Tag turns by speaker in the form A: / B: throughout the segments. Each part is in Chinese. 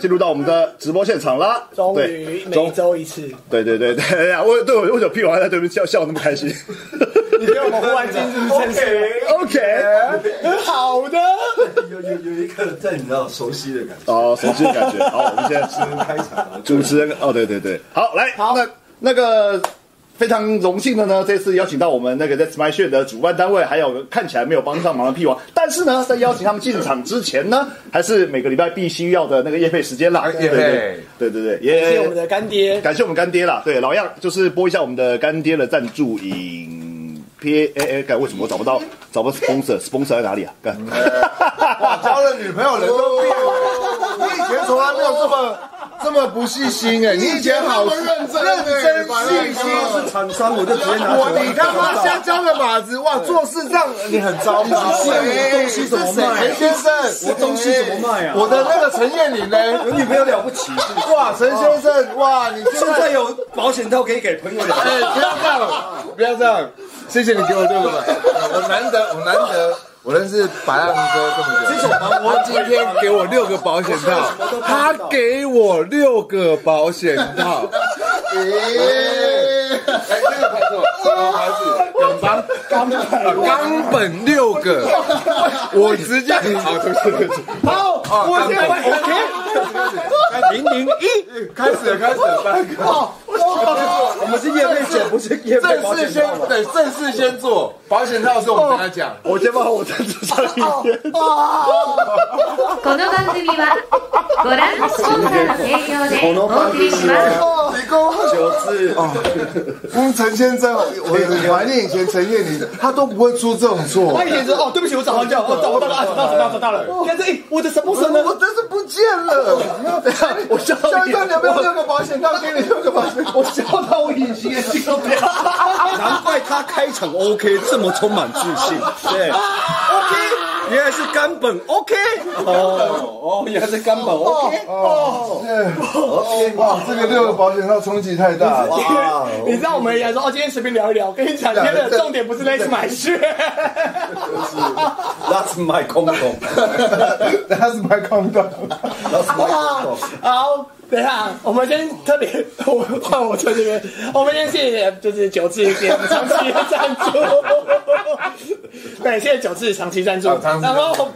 A: 进入到我们的直播现场啦。
B: 终
A: 对
B: 于每
A: 终
B: 周一次，
A: 对对对对呀，我对我为什么屁王还在对面笑笑得那么开心
B: 你给我们忽然间是不是真
A: ？OK，
B: 是好的？
C: 有有有一个在你知道熟悉的感觉，
A: 哦，熟悉的感觉。好，我们现在是
C: 跟开场啊，
A: 主持人哦，对对对，好，来，那那个非常荣幸的呢，这次邀请到我们那个在 My s h 的主办单位，还有看起来没有帮上忙的屁王，但是呢，在邀请他们进场之前呢，还是每个礼拜必须要的那个夜配时间啦，
D: 哎业配
A: 对对对对，
B: 谢谢我
A: 也
B: 们的干爹，
A: 感谢我们干爹啦，对，老样就是播一下我们的干爹的赞助影片，哎哎，干为什么我找不到找不到 sponsor，sponsor 在哪里啊？干。
D: 哇，交了女朋 友人都变了。你以前从来没有这么这么不细心哎，你以前好认真认真细心。
C: 是厂商，我就直接拿
D: 我你他妈瞎交的马子哇，做事这样你很糟糕。
C: 东西怎么卖啊
D: 陈先生，我
C: 东西怎么卖啊
D: 我的那个陈彦霖呢？
C: 有女朋友了不起，是不是
D: 哇，陈先生，哇，你现
C: 现
D: 在
C: 在有保险套可以给朋友了。
D: 哎，不要这样，不要这样，谢谢你给我这个嘛，我难得，我难得，我认识白浪哥这么久，这他今天给我六个保险套，他给我六个保险套。哎，这个牌子，牌子，耿邦冈本冈本六个，我直接好，对不起，对不起，好，我先 OK，零零一，开始 哦了，开始了，三个。
C: 我们是夜配酒，不是夜配保
D: 正
C: 险
D: 事
C: 套啊。
D: 先对，正事先做，哦保险套是我们跟他讲。
A: 我先帮我赞助上一遍。
D: 哦
E: この番組はご覧のスポンサーの提供でお送りします。
D: 你跟我九字哦，嗯，陈先生，我很怀念以前陈彦霖的，他都不会出这种错
B: 他。以前说哦，对不起，我找黄教，我找不到了，啊，找到找到找到了。现在是哎，我的什么神呢？
D: 我真是不见了，等下
A: 我笑到
D: 下一段你有没有六个保险套？给你六个保险，我笑到我隐形眼镜都掉。
C: 难怪他开场 OK 这么充满自信。对，OK，原来是冈本 OK。哦哦，原来是冈本 OK。
D: 哇，这个六个保险套冲击太大了。
B: 你知道我们人家说哦，今天随便聊一聊。跟你讲，今天的重点不是那次买血，
C: That's my 空空。
D: 他是麦康的，
C: That's my 空空。
B: 好，等一下，我们先特别，我换我坐这边，我们先谢谢就是九次给我们长期的赞 助，对，谢谢九次哦长期赞助
D: 啊长，期
B: 然
D: 赞助
B: 后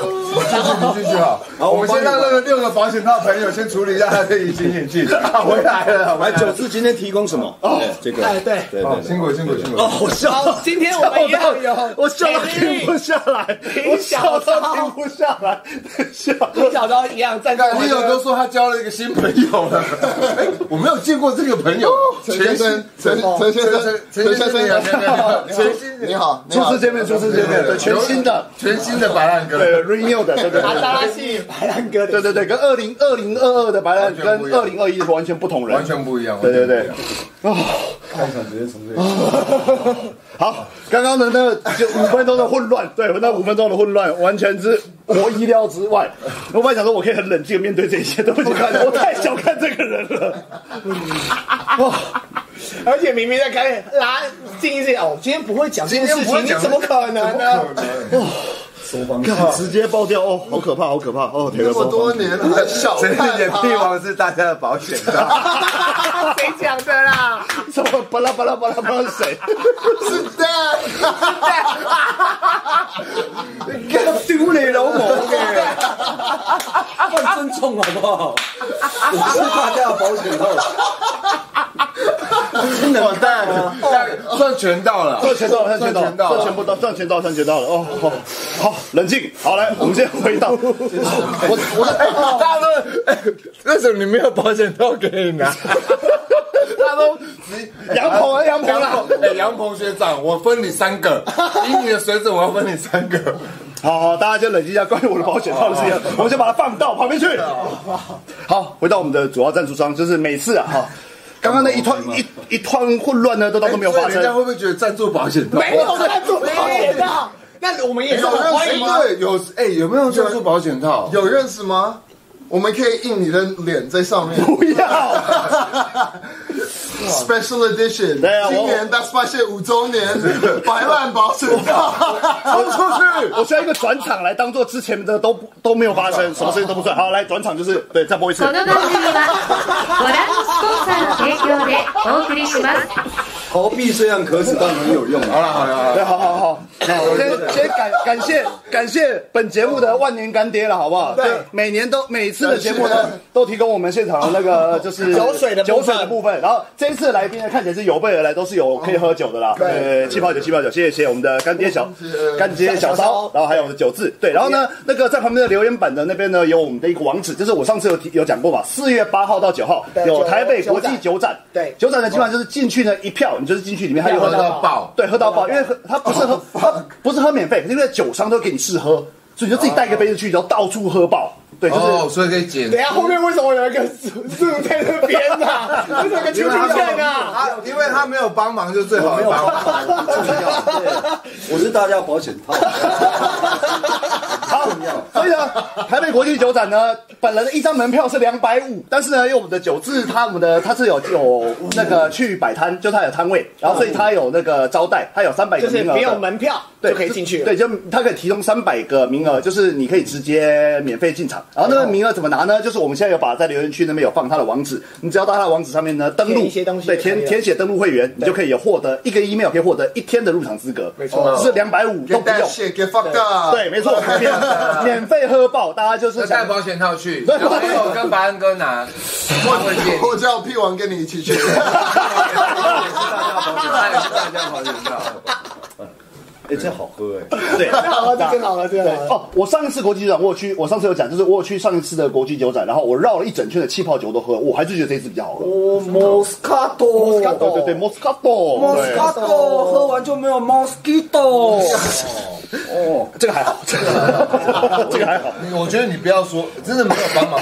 D: 你继续啊。好，我们先让那个六个保险套朋友先处理一下他的隐形眼镜。回来了，
C: 来，九四今天提供什么？哦，这个。
B: 哎对。
C: 对
D: 好，
C: 对对。
D: 辛苦辛苦辛苦。
C: 哦，我笑
B: 好，
C: 了。
B: 今天我们一样有
A: 我笑
D: 哎
A: 到
B: 美
A: 停
B: 丽
A: 不下来，我笑到停不下来，笑。
B: 小刀一样站在
D: 看，你有都说他交了一个新朋友 了，哎我没有见过这个朋友，全新哦陈陈先生，陈先生你好， 陈新你好，
A: 初次见面，初次见面，对，全新的，
D: 全新的白烂哥，
A: 对，renew 的，对对
B: 阿
A: 对
B: 扎拉系白兰哥
A: 对
B: 的，
A: 对对，跟二零二零二二的白兰跟二零二一完全不同人，
D: 完全不一样，
A: 对对对。
C: 开场直接从这里。
A: 好，刚刚的那个就五分钟的混乱，对，那五分钟的混乱完全是我意料之外。我本来想说，我可以很冷静地面对这一切，对不起，我太小看这个人了。
B: 而且明明在开拉近一些哦，今天不会讲这件事情，你怎么可能呢？
A: 直接爆掉哦，好可怕，好可怕哦！这
D: 这么多年了，小
F: 陈
D: 看
F: 眼屁王是大家的保险套，
B: 谁讲的啦？
A: 什么巴拉巴拉巴拉巴拉是谁？
D: 是的，
C: 丢你老母嘅，换尊重好不好？我是大家的保险套，
D: 完蛋，算全到了，
A: 赚钱到了，赚钱到了，赚
D: 算
A: 钱不到，赚钱到，赚钱到了哦！好，好，冷静，好来，我们先回到我我
D: 大家都，哎为什么你没有保险套可以拿？大家都
A: 杨鹏啊，杨鹏
D: 杨
A: 啦
D: 鹏，，哎，杨鹏学长，我分你三个，以你的水准，我要分你三个。
A: 好好，大家先冷静一下，关于我的保险套的事情，我们先把它放到旁边去。好，回到我们的主要赞助商，就是每次啊哈，刚刚那一团一一团混乱呢，都当
D: 哎
A: 都没有发
D: 所以人家
A: 生。
D: 会不会觉得赞助保险套？哦
B: 没有赞助保险的，那我们也是
D: 有
B: 很欢
D: 没
B: 迎
D: 有谁对有哎有没有赞助保险套？
F: 有认识吗？
C: 我们可以印你的脸在上面。
A: 不要，
C: Special Edition，
A: 对啊我
C: 今年 That's Why 是五周年 白烂保险套，
A: 冲出 去！我需要一个转场来当做之前的都不都没有发生，什么事情都不算。好，来转场就是对，再播一次
E: こ。の番組は、ご覧スポンサーの提供でお送りします。
G: 逃避虽然可耻，但很有用。好了好了好了，
A: 对，好好好，好先先感感谢感谢本节目的万年干爹了，好不好？对，每年都每次的节目呢，都提供我们现场的那个就是
B: 酒水的部分
A: 酒水的部分。然后这一次来宾呢，看起来是有备而来，都是有可以喝酒的啦。对，气泡酒，气泡酒，谢谢我们的干爹小干爹小骚，然后还有我们的酒字。对，然后呢，那个在旁边的留言板的那边呢，有我们的一个网址，就是我上次有提有讲过嘛，四月八号到九号
B: 对
A: 有
B: 酒
A: 台北国际酒
B: 酒展
A: 展。
B: 对
A: 酒展呢，基本上就是进去呢一票，你就是进去里面还有
B: 喝
A: 喝
B: 到
A: 到
D: 爆
A: 对，喝到哦爆，因为喝他不是 喝，他不是喝免费，因为酒商都给你试喝，所以你就自己带一个杯子去，然后到处喝爆。对，就是、
D: 哦，所以可以剪
B: 等一下后面为什么有一个树在那边呢、啊？为什么有个出出现啊？
D: 啊，因为他没有帮忙，就最好的帮忙。
G: 我是大家保险套。
A: 好。所以呢，台北国际酒展呢，本人的一张门票是两百五，但是呢，因为我们的酒字他们的他是有有那个去摆摊，就他有摊位，然后所以他有那个招待，他有三百个
B: 就是
A: 名额的。
B: 不用门票
A: 对，
B: 就可以进去了。
A: 对，就他可以提供三百个名额，就是你可以直接免费进场。然后那个名额怎么拿呢？就是我们现在有把在留言区那边有放他的网址，你只要到他的网址上面呢登录
B: 填一些东西
A: 对，
B: 就可以
A: 填
B: 了
A: 填写登录会员，你就可以有获得一个 email 可以获得一天的入场资格，没
B: 错
A: 是两百五都
C: Get
A: 不
C: that
A: 用。
C: shit, get fucked up。
A: 对，没错，免免费喝爆，大家就是
D: 那带
A: 想
D: 保险套去，然后还有跟白恩哥拿，他会借你。
C: 我叫屁王跟你一起去。
D: 他也是大家保险套，
G: 哎，这好喝哎！
A: 对。
B: 好了，这更好了，这个好了。
A: 哦，我上一次国际酒展，我有去，我上次有讲，就是我有去上一次的国际酒展，然后我绕了一整圈的气泡酒都喝，我还是觉得这一次比较好喝。
G: 我 Moscato，
B: 哦
A: 对对对，Moscato，对
G: Moscato，喝完就没有 Mosquito。
A: 哦这个还 好，这个这个还好，
D: 我觉得你不要说，真的没有帮忙。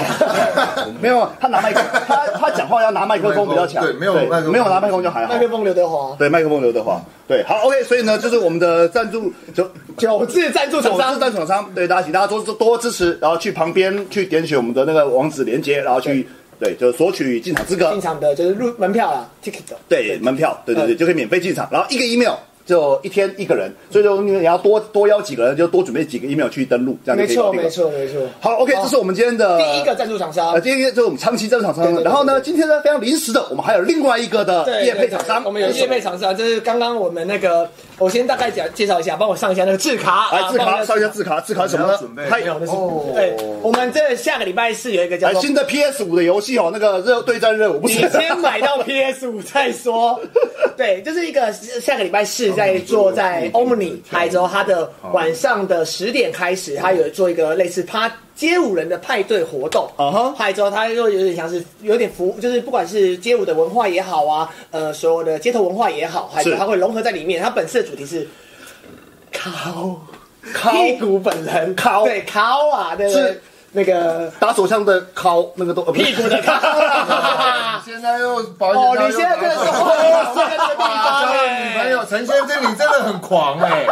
A: 没有他拿麦克，他他讲话要拿麦克风比较强，
D: 对没有麦克风
A: 没有拿麦克风就还好啊
B: 麦。克风刘德华，
A: 对，麦克风刘德华，对，好，OK，所以呢，就是我们的赞助就
B: 九字赞助
A: 总
B: 厂
A: 是
B: 商，
A: 赞助商，对大家请大家多多多支持，然后去旁边去点选我们的那个网址连接，然后去对，就索取进场资格
B: 进，场的就是入门票啦，ticket。
A: 对，门票，对对对，就可以免费进场，然后一个 email 就一天一个人，所以说你也要多多邀几个人，就多准备几个 email 去登录，这样就
B: 没
A: 可以搞
B: 错，
A: 定
B: 没
A: 了。
B: 错，没错。
A: 好，OK，这是我们今天的
B: 第一个赞助厂商
A: 呃，，今天就是我们长期赞助厂
B: 对
A: 商。
B: 对对
A: 然后呢，今天呢非常临时的，我们还有另外一个的
B: 对，
A: 业配厂商，哎
B: 我们有业配厂商，就是刚刚我们那个，我先大概讲介绍一下，帮我上一下那个字卡，
A: 来
B: 啊
A: 字哎卡，上一下。
B: 帮我
A: 字卡，字卡是什么
D: 你
A: 呢
D: 要准备？
A: 嗨，
B: 那个对，我们这下个礼拜四有一个叫
A: 来
B: 做
A: 新的 PS 五的游戏哦，那个热对战任务，不
B: 你
A: 是
B: 先买 到 PS 五再说。对，就是一个下个礼拜四在做在 Omni 台州，它的晚上的十点开始，它有做一个类似趴街舞人的派对活动。
A: 啊哈
B: 台州它又有点像是有点服务，就是不管是街舞的文化也好啊，呃，所有的街头文化也好，还
A: 是
B: 有它会融合在里面。它本次的主题是考考屁股本人考对考啊，对不对
A: 是？
B: 那个
A: 打手枪的敲那个都呃不是
B: 屁股的考。
D: 现在又保
B: 哦
D: 险，套，
B: 你现在真的是花了哦在这个地方
D: 交了女朋
B: 哎。
D: 友，陈先生，你真的很狂哎！
B: 欸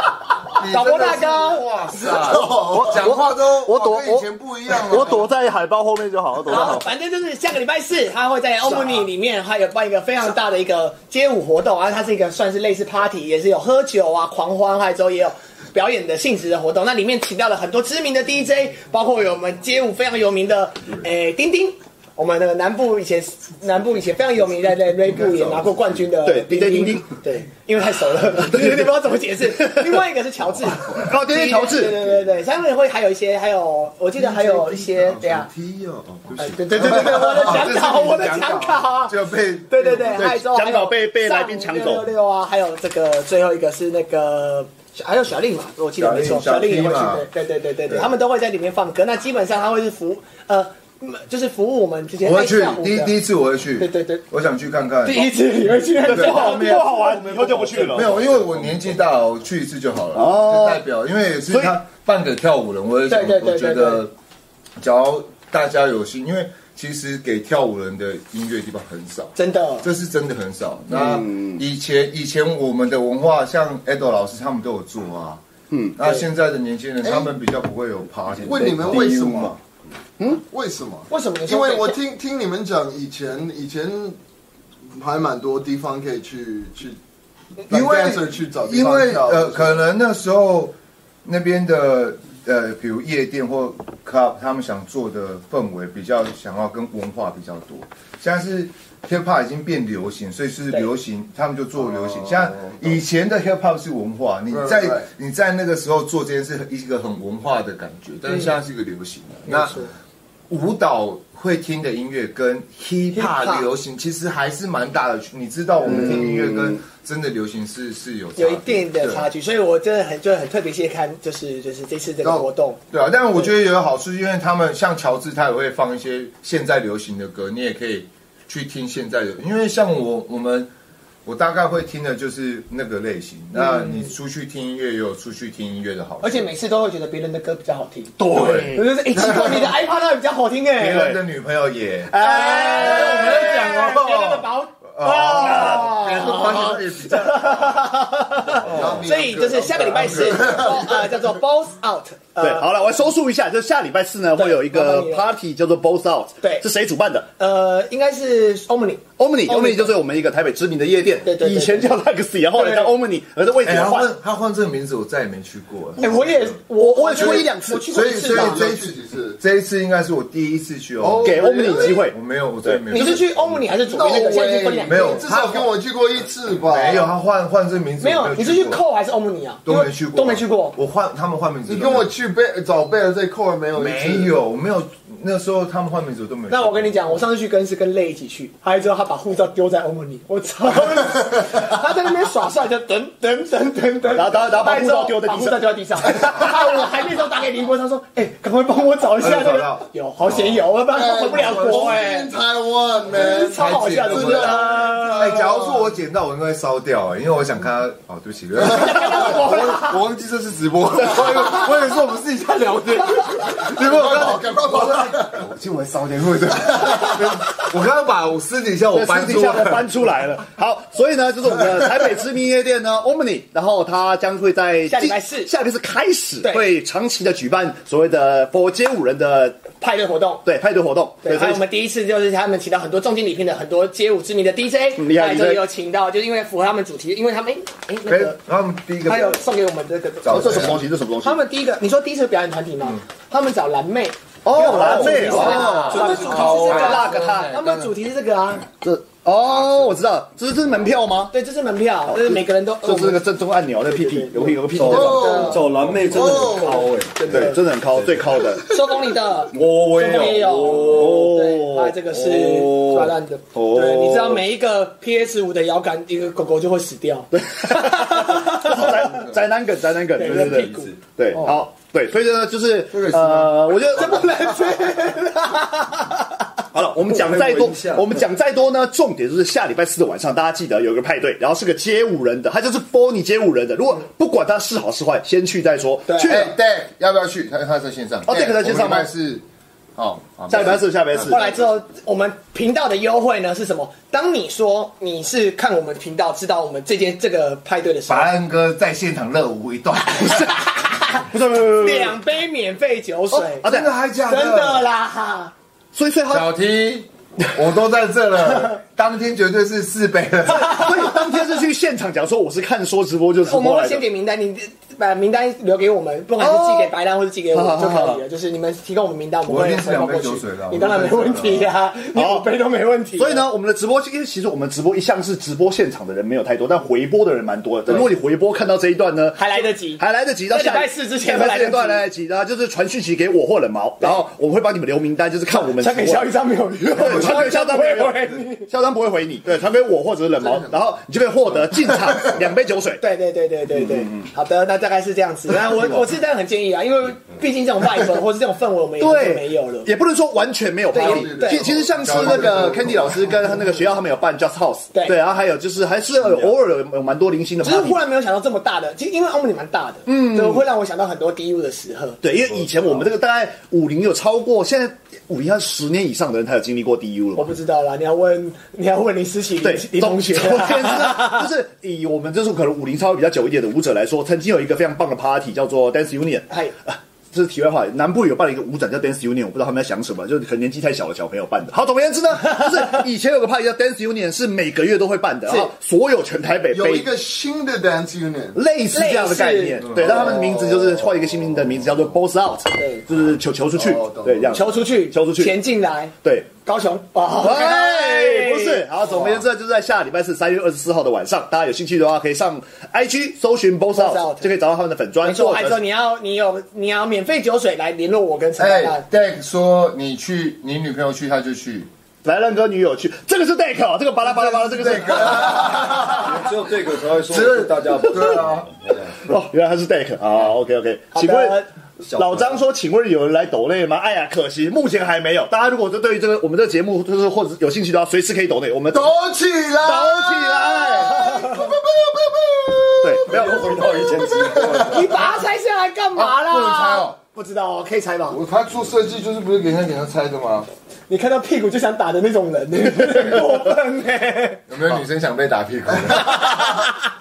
B: 导播大哥，
D: 哇塞，我讲话都
A: 我躲
D: 哇跟以前不一样了。
A: 我躲在海报后面就好，我躲在海
B: 好，
A: 报。
B: 反正就是下个礼拜四，他会在欧姆尼里面，他有办一个非常大的一个街舞活动，然后它是一个算是类似 party，也是有喝酒啊、狂欢，还有之后也有表演的性质的活动。那里面请到了很多知名的 DJ，包括有我们街舞非常有名的诶丁丁。我们的南部以前南部以前非常有名，在在 r 部也拿过冠军的
A: 对 DJ 丁丁，
B: 对，因为太熟了，有点不知道怎么解释。另外一个是乔治，
A: 哦，DJ 乔治
B: 对对对对，上面会还有一些，还有我记得还有一些怎样，
D: 踢哦，哦对不起
B: 对对对对对，我的讲稿，我的讲稿啊，
D: 就被
B: 对对对，还有之后还有
A: 讲稿被被来宾抢走
B: 上五六六啊，还有这个最后一个是那个。还有小令嘛，我记得没错，
D: 小
B: 小
D: 令
B: 令也会
D: 小令嘛
B: 去，对对对对对，他们都会在里面放歌。那基本上他会是服呃，嗯就是服务我们这些
D: 我会去
B: 黑下午，的
D: 第一第一次我会去，
B: 对对对，
D: 我想去看看。
B: 第一次你会去那个
A: 不
B: 地
A: 好
B: 方，
A: 不好玩，以后就不去了。
D: 没有，因为我年纪大了，我去一次就好了。
A: 哦
D: 哦，代表，因为也是
A: 所以
D: 他办给跳舞人，我也想
B: 对对对
D: 我觉
B: 对
D: 得，只要大家有心，因为其实给跳舞人的音乐地方很少。
B: 真的，
D: 这是真的很少。那以前以前我们的文化，像 Edo 老师他们都有做啊。嗯，那现在的年轻人他们比较不会有 party。
C: 问你们为什么
D: 嘛？
C: 嗯，为什么？
B: 为什么有时
C: 因
B: 候会？
C: 为我听听你们讲，以前以前还蛮多地方可以去去，
D: 因为
C: dancer 去找地
D: 因
C: 方
D: 为
C: 跳舞
D: 呃，可能那时候那边的呃，比如夜店或 club，他们想做的氛围比较想要跟文化比较多。现在是 hip hop 已经变流行，所以是
B: 对
D: 流行，他们就做流行
C: 哦。嗯
D: 像以前的 hip hop 是文化，你
C: Right,
D: 在
C: right.
D: 你在那个时候做这件事，一个很文化的感觉，但是现在是一个流行的。
C: 嗯
D: 那舞蹈会听的音乐跟 hip
B: Hip-hop
D: hop 流行其实还是蛮大的区，你知道我们听音乐跟真的流行是是有差
B: 嗯
D: 别
B: 有一定的差
D: 对啊
B: 距，所以我真的很就很特别谢看，就是就是这次这个活动，
D: 对啊，但我觉得也有好处，因为他们像乔治，他也会放一些现在流行的歌，你也可以去听现在的。因为像我我们，我大概会听的就是那个类型。
B: 嗯
D: 那你出去听音乐也有出去听音乐的好处，
B: 而且每次都会觉得别人的歌比较好听，
D: 对
B: 我就是哎，奇怪，你的 iPad 它比较好听
D: 别
B: 哎，
D: 人的女朋友也
B: 哎，我
D: 没有讲哦
B: 别人的宝
D: 别人的
B: 哦。
D: 关系也比较
B: 所以就是下个礼拜四，呃，叫做 Balls Out，
A: 对，
B: 呃
A: 好了，我来收束一下，就是下礼拜四呢
B: 对
A: 会有一
B: 麻
A: 个
B: 烦你了
A: party 叫做 Balls Out，
B: 对
A: 是谁主办的？
B: 呃，应该是 Omni，
A: Omni，Omni 就是我们一个台北知名的夜店，
B: 对对对
A: 以前叫 Legacy，然后后来叫 Omni，而这位置
D: 哎，
A: 也
D: 他
A: 换
D: 换。他换这个名字，我再也没去过。
B: 哎，我也我我也去过一两次，我去过一次吧。
C: 这一次几次？
D: 这一次应该是我第一次去哦，
A: 给 Omni 机会
D: 我没有，我再也没有。
B: 你是去 Omni 还是左边那个？现在已经分两个
D: 没有
C: 至少跟我去过一次吧。
D: 没有，他换换这个名字，
B: 没有，你是去
D: 扣。
B: 扣还是 Omni 啊？
D: 都没去过，
B: 都没去过。
D: 我换他们换名字，
C: 你跟我去贝找贝尔这扣没有？
D: 没。有，没有。那时候他们换名字我都没有。
B: 那我跟你，讲，我上次去跟是跟累一起去，他之后他把护照丢在欧姆尼，我 操！他在那边耍帅，就等等等等等，
A: 然后然后然后把护照丢在地上
B: 把护照丢在地上。 啊我还那时候打给林国昌说，哎，赶快帮我找一下
D: 哎
B: 这
D: 找
B: 个
D: 到，
B: 有好险有，啊要不然
A: 哎
B: 回不了国哎，
C: 台湾 man，
B: 超好笑的，
C: 真
B: 真的
C: 的。
B: 啊。
D: 哎，假如说我捡到，我应该会烧掉，欸因为我想看他。哦，对不起， 我我忘记这是直播，我我以为是我们私底下聊天。结果我刚
C: 赶快跑！
D: 我今晚烧点会的，我刚刚把我私底下我搬
A: 私
D: 出
A: 底下
D: 来
A: 的，搬出来 了。好，所以呢，就是我们 的台北知名夜店呢，Omni，然后它将会在
B: 下礼拜四
A: 下礼拜四开始
B: 对
A: 会长期的举办所谓的佛街舞人的
B: 派对活动。
A: 对派对活动。
B: 对，还
A: 所以
B: 有我们第一次就是他们请到很多重金礼聘的很多街舞知名的 DJ，
A: 嗯厉害
B: 那这里
A: DJ
B: 有请到，就是因为符合他们主题，因为他们哎哎那
D: 哎
B: 个，
D: 然后他们第一个
B: 他有送给我们这个
D: 找
A: 哦这什么东西？这什么东西？
B: 他们第一个，你说第一次表演团体吗？
A: 嗯
B: 他们找蓝妹，
A: 哦，蓝妹
B: 哦
A: 哦，，
B: 他们主题是这个
A: 辣个他
B: 他们的主题是这个啊，
A: 这哦，我知道，这是这是门票吗？
B: 对，这是门票，就是每个人都，
A: 哦
B: 哦
A: 就是那个正中按钮，那个屁屁有个屁有个屁股
C: 哦
H: 走蓝妹真的很高哎、
A: 对，真的很高，最高的。
B: 收工里的，
H: 我我
B: 中也
H: 也有，
B: 有，
D: 哦
B: 对，还有这个是
H: 哦
B: 抓烂的，对，你知道每一个 PS 五的摇杆，一个狗狗就会死掉， 对，
A: 宅宅男梗，宅男梗，对对对
B: 屁股，哦
A: 对，好，对，所以呢，就是
D: 个是
A: 呃，我觉得这不能 好了，我们讲再多
D: 我以为一下，
A: 我们讲再多呢，重点就是下礼拜四的晚上，大家记得有一个派对，然后是个街舞人的，他就是 for 你街舞人的，如果不管他是好是坏，先去再说，去了
D: 哎，Dave 要不要去？他他在线上。
A: 哦，Dave 在线上吗
D: 我们礼拜四，哦，好
A: 下礼拜四，下礼拜四
B: 后，来之后，我们频道的优惠呢是什么？当你说你是看我们频道，知道我们这间这个派对的时候
D: 把，安哥在现场热舞一段。
A: 不是不是不是不是，
B: 两杯免费酒水，
A: 啊对
D: 哦真的啊还假
B: 真的啦，
A: 所以所以他
D: 小 T，我都在这了，当天绝对是四杯 了。
A: 所以当天是去现场讲说我是看说直播就直
B: 我们
A: 播来的
B: 会先，给名单，你呃把名单留给我们，不管是寄给白兰或是寄给我们就可以了。就是你们提供我们名单，我们
D: 哦我一
B: 会
D: 定是
B: 回报
D: 两
B: 过
D: 杯
B: 去
D: 酒水的。
B: 你当然没问题呀，你五杯都没问题。啊
A: 所以，呢，我们的直播，因为其实我们直播一向是直播现场的人没有太多，但回播的人蛮多的。如果你回播看到这一段呢，
B: 还来得及
A: 还来得及，到下
B: 在礼拜四之前
A: 下
B: 会
A: 礼拜
B: 来得
A: 四
B: 及
A: 的段来得及，然后就是传讯息给我或冷毛，然后我们会帮你们留名单，就是看我们
B: 传给
A: 直播
B: 肖一张没有 用，
A: 对传给肖张没有用肖张不会回你，对，传给我或者是冷 毛，然后你就可以获得进场两杯酒水。
B: 对对对对对对，
A: 嗯
B: 好的，那大概是这样子。那我我是真的很建议啊，因为毕竟这种 vibe 或是这种氛围，我们也
A: 对，
B: 就没有了。
A: 也不能说完全没有
B: 对
A: party
B: 也。对
A: 其其实像是那个 Candy 老师跟那个学校他们有办 Just House，
B: 对
A: 然后还有就是还是偶尔有有蛮多零星的
B: 只是
A: party
B: 忽。然没有想到这么大的，其实因为欧姆尼蛮大的，嗯，就会让我想到很多 DU 的时刻。
A: 对，因为以前我们这个大概五零有超过，现在五零要十年以上的人才有经历过 DU 了
B: 我
A: 嘛。
B: 不知道啦，你要问你要问林思琪
A: 对，
B: 林同学
A: 总总而言之
B: 啊。
A: 呢 就是以我们这种可能五零稍微比较久一点的舞者来说，曾经有一个非常棒的 party 叫做 Dance Union，
B: 嗨，
A: 这是题外话，南部有办了一个舞展叫 Dance Union，我不知道他们在想什么，就是可能年纪太小的小朋友办的。好，总而言之呢，就是以前有个派叫 Dance Union 是每个月都会办的，然后所有全台北
C: 有
A: 杯
C: 一个新的 dance unit，
A: 类似这样的概念，对，但他们的名字就是换一个新名的名字叫做 Boss Out，对，就是球球出去，对，这样
B: 球出 去，
A: 球出去，
B: 钱进来，
A: 对，
B: 高雄啊，
A: 哎，不是，好，总而言之，就是在下礼拜四三月二十四号的晚上，大家有兴趣的话，可以上 IG 搜寻 Boss
B: Boss Out
A: Out，就可以找到他们的粉
B: 没
A: 砖，
B: 错，
A: 或
B: 还说
A: 者
B: 你要你有你要免费酒水来联络我跟陈
D: 哎
B: 大大。
D: ，Dag 说你去，你女朋友去，他就去。
A: 来浪哥女友去，这个是 Deck，哦这个巴拉巴拉巴拉，这个是 Deck，
G: 只有这个才会说大家不
D: 对啊，
A: 哦，原来他是 Deck 啊，OK OK，
B: 好的
A: 请问。老张说：“请问有人来抖内吗？”哎呀，可惜目前还没有。大家如果对对于这个我们这个节目，就是或者有兴趣的话，随时可以抖内。我们
C: 抖起来，
A: 抖起
D: 哎
A: 来，对，没有
G: 回到以前直播。
B: 你把它拆下来干嘛啦？
D: 啊不能拆哦，
B: 不知道哦，可以拆吗？
D: 我他做设计就是不是给人家给他拆的吗？
B: 你看到屁股就想打的那种人，你很过分哎。
D: 有没有女生想被打屁股的？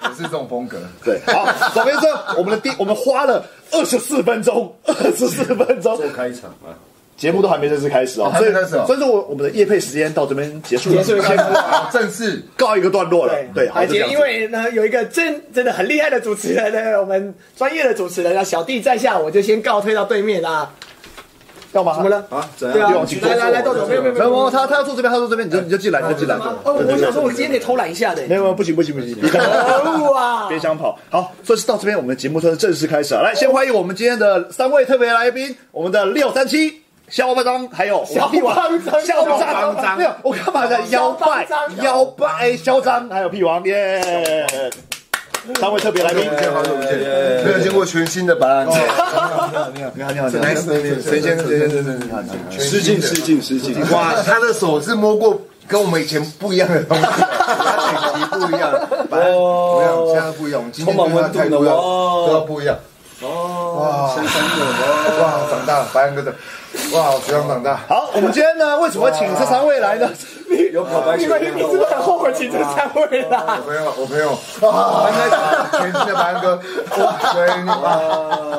D: 也是这种风格。
A: 对。好，总而言之，我们的第我们花了二十四分钟，二十四分钟，
G: 开场啊，
A: 节目都还没正式开始哦，
D: 哦还没开始哦
A: 所以所以说我我们的夜配时间到这边结束了，
B: 结束了
A: 先
D: 好，正式
A: 告一个段落了。对，好，
B: 而
A: 就这
B: 且
A: 样子
B: 因为呢，有一个真真的很厉害的主持人呢，我们专业的主持人啊，小弟在下，我就先告退到对面啦。
A: 干嘛？
B: 怎么？了？
G: 啊，怎
B: 对啊
G: 样？
A: 忘记，
B: 来来来，豆豆，没有没有没
A: 然后
B: 有。
A: 他他要坐这边，他坐这边，你就你就进来，你就进来。
B: 哦，我想说，我今天可以偷懒一下的。
A: 没有没有，不行不行不行，别 想
B: 可恶啊！
A: 别想跑。好，所以是到这边，我们的节目算是正式开始了。来，先欢迎我们今天的三位特别来宾，我们的六三七。肖邦章，还有
B: 肖邦章
A: 肖邦
B: 肖
A: 章，
B: 邦章
A: 没有，我干嘛在
B: 肖
A: 腰
B: 邦
A: 拜
B: 章
A: 腰拜肖张，还有屁王耶，三位特别来宾，
D: 好久不见，没有见过全新的版。
A: 你好你好你好，
D: nice to meet you 谁先谁先谁先谁先？
G: 失敬失敬失敬！
D: 哇，他的手是摸过跟我们以前不一样的东西，他等级不一样，反正不一样，现在不一样，我们今天跟他态度要都要不一样。哦，哇，生的哇，长大了，白安哥的，哇，我学长长大，
A: 好，我们今天呢，为什么会请这三位来呢？
G: 有跑白
B: 你
G: 球
B: 们，你是不是很后悔请这三位啦
D: 我？朋友，我朋友，白安哥，全新的白安哥，全哇，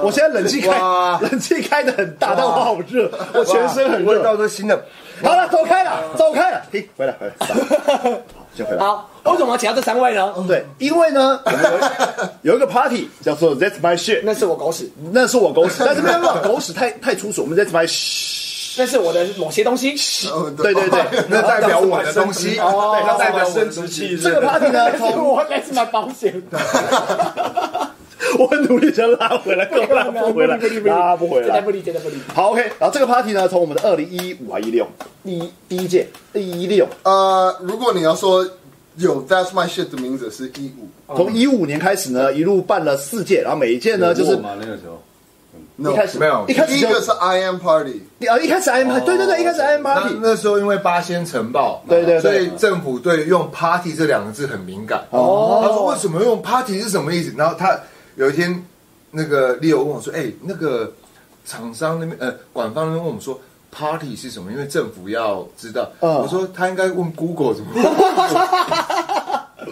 A: 我现在冷气开
D: 哇，
A: 冷气开的很大，但我好热，我全身很
D: 味
A: 热。
D: 道都新的，
A: 好了，走开了，走开了，停，回来，回来，好先回来。
B: 好，为什么要请到这三位呢？
A: 对，因为呢，我们有有一个 party 叫做 That's My Shit，
B: 那是我狗屎，
A: 那是我狗屎，但是没有没 有狗屎太太粗俗，我们 That's My Shit，
B: 那是我的某些东西。
C: 哦
A: 对对对，
D: 那代表我的东西，对，那代表我
G: 生
D: 的
G: 殖
D: 东西。
G: 器
A: 这个
B: 啊
A: party 呢，从
B: 我那是买保 险的，
A: 我很努力想拉回来，都拉不回来，拉不回
B: 真的
A: 来
B: 不。理解，真的不理解。
A: 好，OK，然后这个 party 呢，从我们的二零一五啊还一六第一第一届一六，
C: 呃，如果你要说有 That's My Shit 的名字是一五
A: 从一五年开始呢，一路办了四届，然后每一届呢，就是
G: 嘛那个时候，
C: ，No，
A: 一开始
D: 没有
A: 一开始
C: 第一
A: 就
C: 个是 I Am Party，
A: 啊，一开始 M 对对对，一开始 M
D: 那
A: party，
D: 那时候因为八仙城爆，
A: 对对对
D: 所以政府对用 party 这两个字很敏感。哦，他说为什么用 party 是什么意思？然后他有一天，那个 Leo 问我说：“哎、那个厂商那边呃，管方那边问我们说 party 是什么？因为政府要知道。
A: 嗯
D: 我说他应该问 Google 怎么。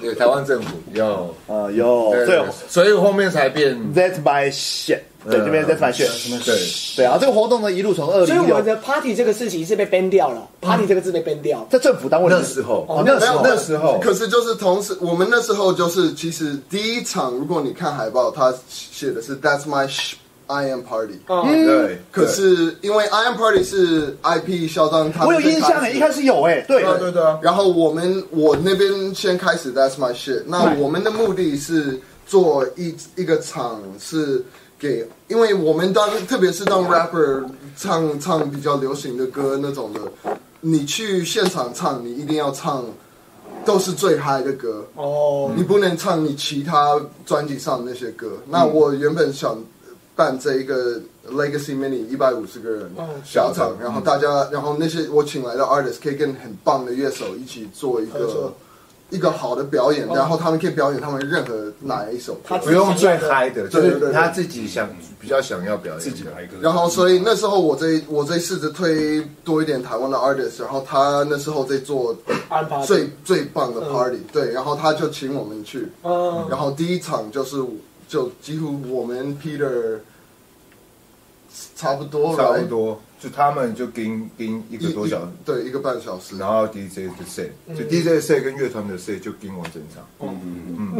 D: 对，台湾政府要，
A: 啊有，
D: 对
A: 所以
D: 对所以后面才变
A: That's my shit，对，这边 That's my shit，
D: 对。
A: 对啊，这个活动呢一路从二
B: 所以
A: 零一
B: 我
A: 六
B: 的 party 这个事情是被 ban 掉了，party 这个字被 ban 掉。
A: 在政府单位里
D: 那
A: 面
D: 时候，
A: 哦那时候
D: 那时候，
C: 可是就是同时，我们那时候就是其实第一场，如果你看海报，它写的是 That's My sh- I Am Party，
B: 嗯，
D: 对，
C: 可是因为 I Am Party 是 IP 嚣张，他
A: 我
C: 们
A: 有印象哎，一开
C: 始。
A: 始有哎，对
D: 对啊对对啊，
C: 然后我们我那边先开始 That's my shit。那我们的目的是做一一个场是给，因为我们当特别是当 rapper 唱唱比较流行的歌那种的，你去现场唱，你一定要唱都是最嗨的歌。
B: 哦，
C: 你不能唱你其他专辑上的那些歌。那我原本想办这一个 Legacy Mini 一百五十个人小场，然后大家，然后那些我请来的 artist 可以跟很棒的乐手一起做一个一个好的表演，然后他们可以表演他们任何哪一首歌。
B: 他
D: 不用最嗨的，就
C: 对对对
D: 是
C: 对
D: 他自己想比较想要表演自己
G: 来一个
C: 然后，所以那时候我在我在试着推多一点台湾的 artist，然后他那时候在做
B: 安排
C: 最最棒的 party，对，然后他就请我们去，
B: 嗯，
C: 然后第一场就是就几乎我们 Peter 差不多，
D: 差不多，就他们就跟跟一个多小时，
C: 对，一个半小时，
D: 然后 DJ 的 set，就 DJ 的 set 跟乐团的 set 就跟完整场。嗯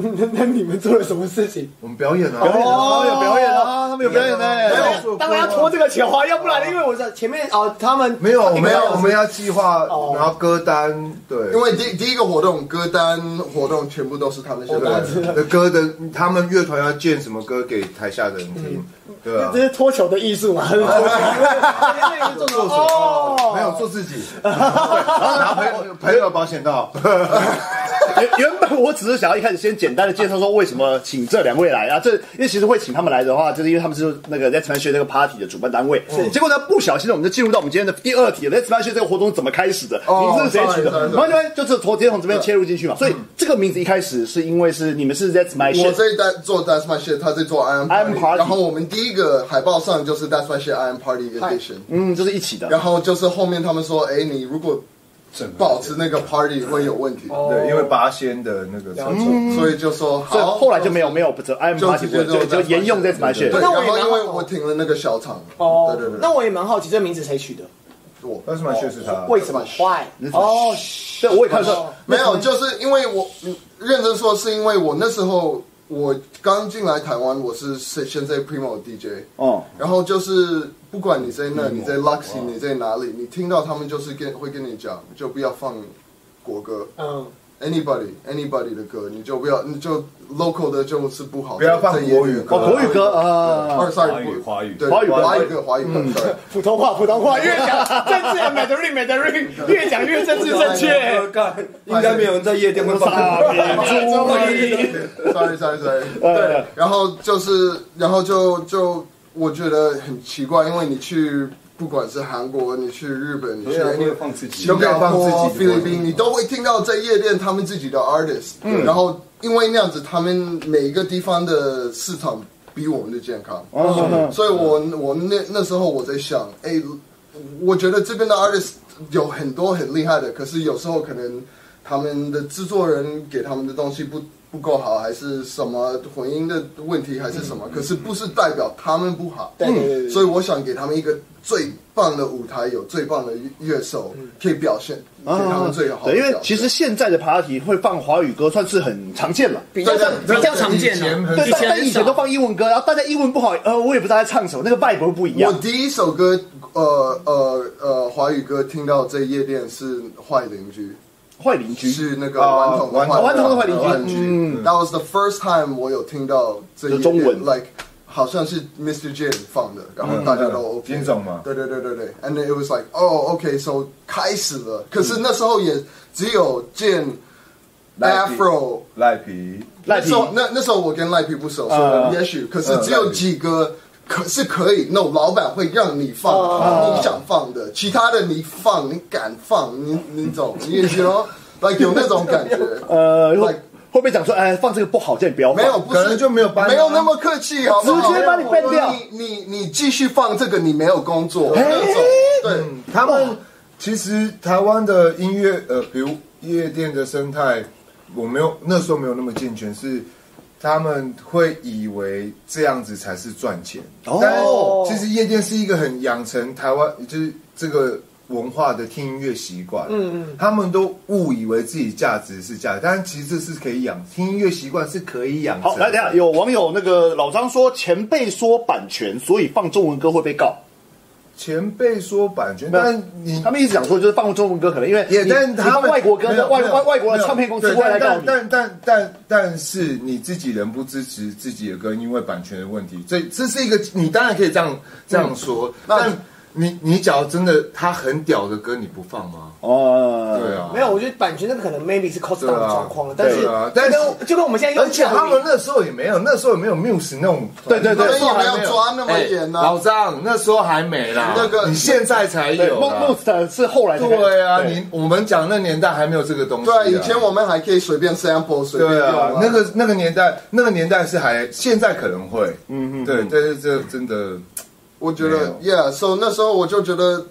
D: 嗯
B: 嗯。那你们做了什么事情？
D: 我们表演啊，
A: 哦，有表演啊，他们有表演呢。
B: 当然要拖这个球啊，要不然因为我在前面哦，他们
D: 没有，我们要我们要计划，然后歌单，对，
C: 因为第第一个活动歌单活动全部都是他们写的，
D: 哦对，歌的他们乐团要建什么歌给台下的人听，对啊，
B: 这是拖球的艺术嘛，
D: 做做哦，没有做自己，然后拿朋友朋友保险套。
A: 原原本我只是想要一开始先简单的介绍说为什么请这两位来啊，这因为其实会请他们来的话，就是因为他们是那个 Let's Man Show 这个 party 的主办单位。结果呢，不小心呢，我们就进入到我们今天的第二题，Let's Man Show 这个活动怎么开始的？名字是谁取的？完全就是从直接从这边切入进去嘛。所以这个名字一开始是因为是你们是 Let's Man Show，
C: 我在在做 That's My Shit，他在做 I Am
A: I'm Party，
C: 然后我们第一个海报上就是 That's My Shit I Am Party Edition，
A: 嗯，就是一起的。
C: 然后就是后面他们说，哎，你如果保持那个 party 会有问题，
D: 对，因为嗯八仙的那个，
C: 所以就说
A: 嗯所以
C: 好，
A: 后来就没有没有不是 I'm party，
C: 就
A: 就就沿用在 s m a s
C: 对，
B: 那
C: 然
B: 我也
C: 后
B: 蛮
C: 因为我停了那个小厂，
B: 哦，
C: 对对对，
B: 那我也蛮好奇，这名字谁取的？
C: 我
D: 但是蛮确实他
B: 为什么？Why？哦，
A: 对，我也看说
C: 没有，就是因为我嗯认真说，是因为我那时候我刚进来台湾，我是是先在 Primo DJ，
A: 哦，嗯
C: 然后就是不管你在那，你在 Luxy，你在哪里，你听到他们就是跟会跟你讲，就不要放国歌
B: 嗯，
C: ，anybody anybody 的歌，你就不要，你就 local 的就是不好，
D: 不要放
C: 在夜店
D: 国语
C: 的
D: 歌
A: 哦，国语歌啊，
C: 二三
H: 华语
C: 对
A: 华语歌
C: 华语歌华语歌，sorry，
B: 普通话，普通话，越讲政治 Mandarin Mandarin，越讲越政治正确。
G: 应该没有人在夜店会放。
C: sorry sorry sorry，
A: 对，
C: 然后就是，然后就就我觉得很奇怪，因为你去不管是韩国，你去日本，你去
G: 对啊会
C: any-
G: 放自
C: 新
G: 己
C: 加
D: 都可以
C: 坡
D: 放、自己
C: 菲
D: 的
C: 律宾，你都会听到在夜店他们自己的 artist，然
B: 嗯
C: 后因为那样子，他们每一个地方的市场比我们的健康，
A: 哦
C: 所以我我那那时候我在想，哎，我觉得这边的 artist 有很多很厉害的，可是有时候可能他们的制作人给他们的东西不不够好，还是什么混音的问题，还是什么，可是不是代表他们不好。
B: 嗯对对对对
C: 所以我想给他们一个最棒的舞台，有最棒的乐手
B: 嗯
C: 可以表现，
B: 啊
C: 给他们最好
A: 哦
C: 的表
A: 对，
C: 现。
A: 因为其实现在的 party 会放华语歌，算是很常见了。
B: 比较比较
D: 啊
B: 常见的，
A: 对，但但
B: 很
A: 以前
B: 少
A: 都放英文歌，然后大家英文不好，呃，我也不知道在唱什么，那个 vibe 会不一
C: 我
A: 样。
C: 第一首歌，呃呃呃，华语歌听到在夜店是《坏邻居》。
A: 坏邻居，
C: 是那个顽童
D: 顽
A: 童哦顽童的坏
C: 坏
A: 邻居嗯
C: 居。That 嗯 was the first time 我有听到这一
A: 就中文嗯
C: ，like 好像是 Mr. Jin 放的，然后大家都 OK。
D: 金总嘛
C: 对对对对对，and it was like oh okay so 开始了，可
A: 嗯
C: 是那时候也只有 Jin。
D: 赖皮
C: Afro
D: 赖皮，
A: 赖皮呃
C: 那时候那那时候我跟赖皮不熟，所以也许可是只有几个可是可以，no 老板会让你放
A: 哦
C: 你想放的，其他的你放你敢放你你走，你也 知道，like 有那种感觉，
A: 呃，会
C: like-
A: 会不会讲说，哎，放这个不好，叫你不要放？
C: 没有，不是
D: 可能就没有搬啊
C: 没有那么客气，好不好？
A: 直接把你 ban 掉
C: 你你你继续放这个，你没有工作，那种对。
D: 他们其实台湾的音乐，呃，比如夜店的生态，我没有那时候没有那么健全，是他们会以为这样子才是赚钱。哦，但其实夜店是一个很养成台湾就是这个文化的听音乐习惯。嗯嗯，他们都误以为自己价值是价值，但其实这是可以养听音乐习惯是可以养成
A: 好，
D: 的。
A: 来等一下，有网友那个老张说，前辈说版权，所以放中文歌会被告。
D: 前辈说版权，
A: 没有
D: 但你
A: 他们一直讲说，就是放中文歌可能因为
D: 也，
A: 你
D: 但
A: 你
D: 他
A: 放
D: 们
A: 外国歌
D: 没
A: 的
D: 有
A: 外
D: 没有
A: 外外国的
D: 没有
A: 唱片公司
D: 对
A: 会来告
D: 但
A: 你。
D: 但但但但是你自己人不支持自己的歌，因为版权的问题，这这是一个你当然可以这样
A: 嗯
D: 这样说，但你你假如真的他很屌的歌你不放吗？
A: 哦，
D: 对啊
B: 没，有，我觉得版权那个可能 maybe 是 cost down 的状况了，但是
D: 对啊但是
B: 就跟就跟我们现在用
D: 而且他们那时候也没有，那时候也没有 Muse 那种，
A: 对对对
D: 那时候还
C: 没有抓那么严啊
D: 哎老张那时候还没啦，
C: 那个
D: 你现在才
A: 对
D: 有啦。
A: ，Most 是后来才开始
D: 对啊，你我们讲那年代还没有这个东西啊。
C: 对，以前我们还可以随便 sample，随便
D: 对
C: 用
D: 啊，那个那个年代，那个年代是还，现在可能会，嗯嗯，对，但是这真的，
C: 我觉得，yeah，so 那时候我就觉得，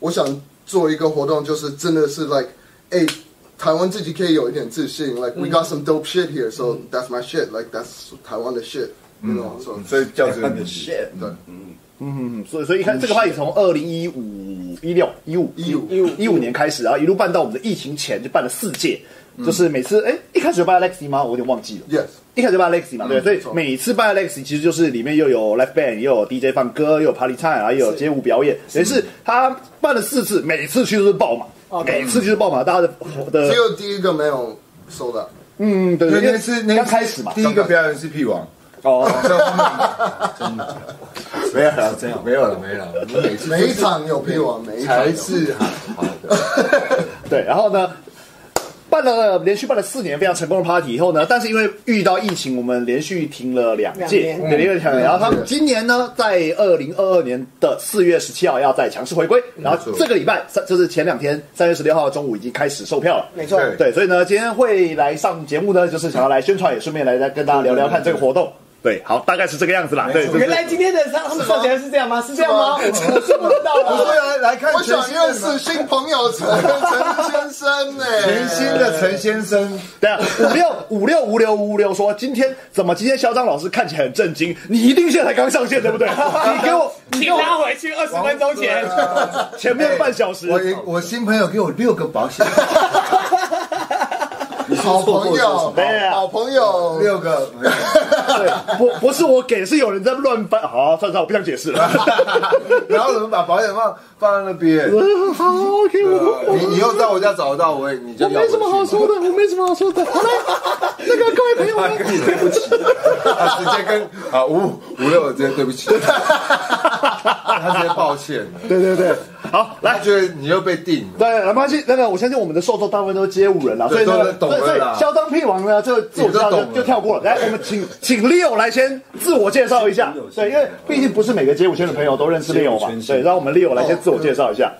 C: 我想做一个活动，就是真的是 like，哎，台湾自己可以有一点自信，like
D: 嗯
C: we got some dope shit here，so
A: 哦
D: 嗯
C: that's my shit，like that's 台湾的 shit，you know，so
D: 所以叫这个名字，
C: 对，
A: 嗯，所以所以看这个话题从二零一五、一六、一五、一五、一五、一五年开始，然后一路办到我们的疫情前，就办了四届。就是每次哎，一开始就办 Alexi 吗？我有点忘记了。
C: Yes，
A: 一开始就办 Alexi 嘛，对，所以每次办 Alexi 其实就是里面又有 live band，又有 DJ 放歌，又有 party time，然后又有街舞表演，等于是他办了四次，每次去都是爆
D: 哦
A: 满，每次就是爆满，大家的的
C: 只有第一个没有收到。
A: 嗯，对
D: 对，
A: 对，
D: 那次那
A: 刚
D: 次
A: 开始嘛，
D: 第一个表演是屁王，
A: 哦，
D: 在后面真的没有了，真的没有了，没有了，我们每次
C: 每一场有屁王，每一场
D: 才
C: 有
D: 是好的。
A: 对，然后呢，办了连续办了四年非常成功的 party 以后呢，但是因为遇到疫情，我们连续停了两届，
B: 两嗯
A: 对，连续停了两届。然后他们今年呢，在二零二二年的四月十七号要再强势回归，
B: 嗯
A: 然后这个礼拜三就是前两天三月十六号中午已经开始售票了。
B: 没错，
D: 对
A: 对，所以呢，今天会来上节目呢，就是想要来宣传，也顺便来再跟大家聊聊看这个活动。对，好，大概是这个样子啦。对，就是
B: 原来今天的他他们上节目是这样吗？是这样吗？我
C: 是
B: 我是不知道
D: 对
B: 了。
D: 啊，来看
C: 我
D: 全
C: 想
D: 新的
C: 认识新朋友陈陈先生呢、
D: 全新的陈先生，
A: 对啊，五六 五六五六五六说今天怎么今天肖张老师看起来很震惊？你一定现在才刚上线 对不对？你给我
B: 你拉回去二十分钟前，
A: 前面哎半小时，
D: 我我新朋友给我六个保险，
C: 好朋友，
A: 对啊
C: 好朋友，
D: 六个 没有
A: 对，不不是我给，是有人在乱翻。好，算了算了，我不想解释了。
D: 然后我们把保险放放在 那边，
A: 好，OK，我
D: 你你又在我家找到我，你就
A: 我
D: 要
A: 没什么好
D: 回去
A: 说的，我没什么好说的。好了，那个各位朋友
D: 他
A: 们，
D: 跟你对不起，他 直接跟啊五五六我直接对 不起，他直接抱歉，
A: 对对对，好，来
D: 他。觉得你又被定了。
A: 对，没关系。那个，我相信我们的受众大部分都是街舞人啦，所
D: 对
A: 以呢，
D: 都都懂
A: 对所
D: 了
A: 以
D: 啦
A: 嚣张屁王呢，就自我介绍
D: 你都
A: 就
D: 懂了
A: 就跳过了。来，我们请请 Leo 来先自我介绍一下，对，因为毕竟不是每个街舞圈的朋友都认识 Leo 嘛，对，让我们 Leo 来先自我介绍一下。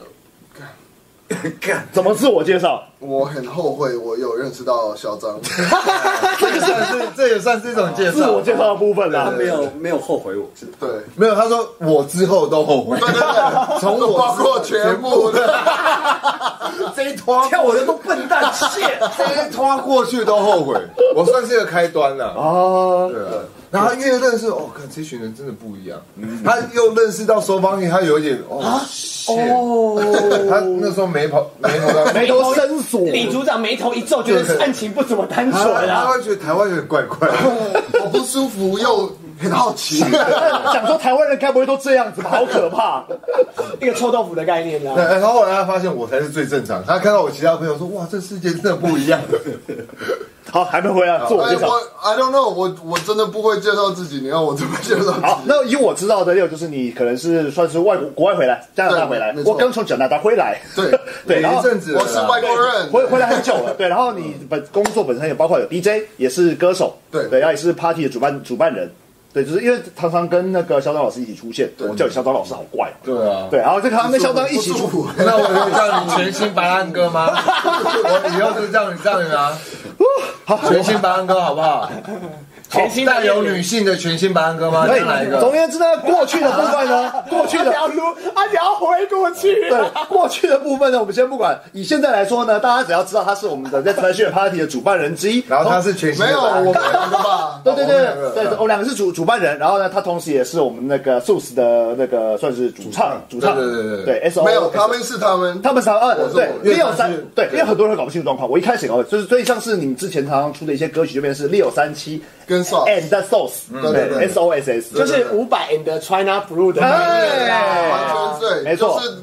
A: 怎么自我介绍？
C: 我很后悔我有认识到小张，
D: 这个算是，这也算是一种介
A: 自
D: 绍
A: 我。介绍的部分啦
G: 他，没有没有后悔我，是
C: 对，
D: 没有，他说我之后都后悔，
C: 对对 对，从我包括全部的，
D: 这一拖
G: 跳我的都笨蛋，谢。
D: 这一拖过去都后悔。我算是一个开端了。
A: 哦，
D: 对啊，嗯然后越认识，哦，看这群人真的不一样。他又认识到收方言，他有一点哦，哦，他那时候没跑没跑 到
A: 眉头深锁，
B: 李组长眉头一皱，觉得是案情不怎么单纯
D: 他他
B: 啊。
D: 会觉得台湾有点怪 怪的。
C: 我不舒服又很好奇，
A: 想说台湾人该不会都这样子吧？好可怕！
B: 一个臭豆腐的概念
D: 对
B: 啊。
D: 然后后哎来他发现我才是最正常。他看到我其他朋友说：“哇，这世界真的不一样。
A: 好，还没回来，自我
C: 哎
A: 介绍。
C: 我 I don't know，我我真的不会介绍自己，你让我怎么介绍自
A: 好，
C: 己？
A: 那以我知道的六，就是你可能是算是外国国外回来，加拿大回来
C: 对没，错
A: 我刚从加拿大回来，
C: 对
A: 对，
D: 有
A: 然后
D: 一阵子了
C: 我
D: 啦
C: 是外国人，
A: 回回来很久了，对，然后你本工作本身也包括有 DJ，也是歌手，
C: 对
A: 对，然后也是 party 的主办主办人，对，就是因为常常跟那个肖张老师一起出现，我叫你肖张老师好怪哦，”
D: 对啊，
A: 对，然后就常常跟肖张一起
C: 不
A: 出，
C: 舒服。
D: 那我就叫你全新白安哥吗？我以后就叫你这样啊，全新白安哥好不好？
B: 全新的
D: 带有女性的全新白安哥吗？
A: 对
D: 再来一，
A: 哎总
D: 个。
A: 而言之呢，过去的部分 呢，过去
B: 他
A: 的
B: 只要撸，他只要回过去。
A: 对，过去的部分呢，我们先不管。以现在来说呢，大家只要知道他是我们的 Let's Play Share Party 的主办人之一，
D: 然后他是全新
C: 没
D: 的
C: 有，
D: 白安
C: 我
D: 哥
C: 们哦两个吧，
A: 对对
D: 我
A: 对
D: 们两个
A: 对，
D: 嗯
A: 我们两个是主主办人，然后呢，他同时也是我们那个 SOS 的那个算是主
C: 嗯
A: 唱，主唱，
D: 对对对对
A: 对，S O
C: 没有，他们是他们，
A: 他们三二
C: 我是
A: 对
C: 我
A: 六三对，因为很多人搞不清楚状况。我一开始也搞不清楚，就是所以像是你们之前常常出的一些歌曲，就变成是六三七
C: 跟 Sauce
A: and that sauce，
C: 嗯对对对
A: ，S O S S，
B: 就
A: 就是
B: 是伍佰 and China Blue 的概念
A: 哎
B: 啊。
C: 完全对，
A: 没错
C: 就是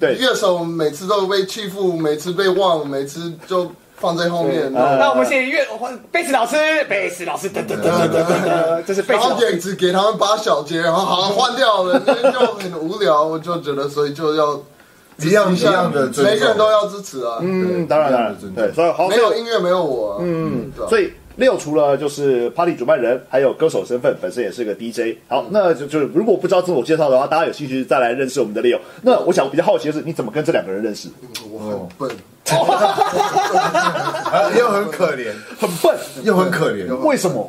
A: 对
C: 乐手每次都被欺负，每次被忘，每次就放在后面，
A: 呃
C: 然
B: 那我们谢谢乐贝斯老师，贝斯老师，噔噔噔噔噔噔 噔，这是贝斯
C: 后
B: 老师。
C: 也只给他们八小节，然后好像换掉了，那就很无聊，我就觉得，所以就要
D: 一样一样的尊重，
C: 每个人都要支持啊，
A: 嗯，当然当然，对，所以好
C: 没有音乐没有我啊，
A: 哦嗯
C: 嗯，对啊
A: 所以六除了就是 party 主办人，还有歌手身份，本身也是个 DJ。好，
C: 嗯
A: 那就就是如果不知道自我介绍的话，大家有兴趣再来认识我们的 Leo。那我想比较好奇的是，你怎么跟这两个人认识？
C: 我很笨，
D: 啊又很可怜，
A: 很笨，
D: 又很可怜。
A: 为什么？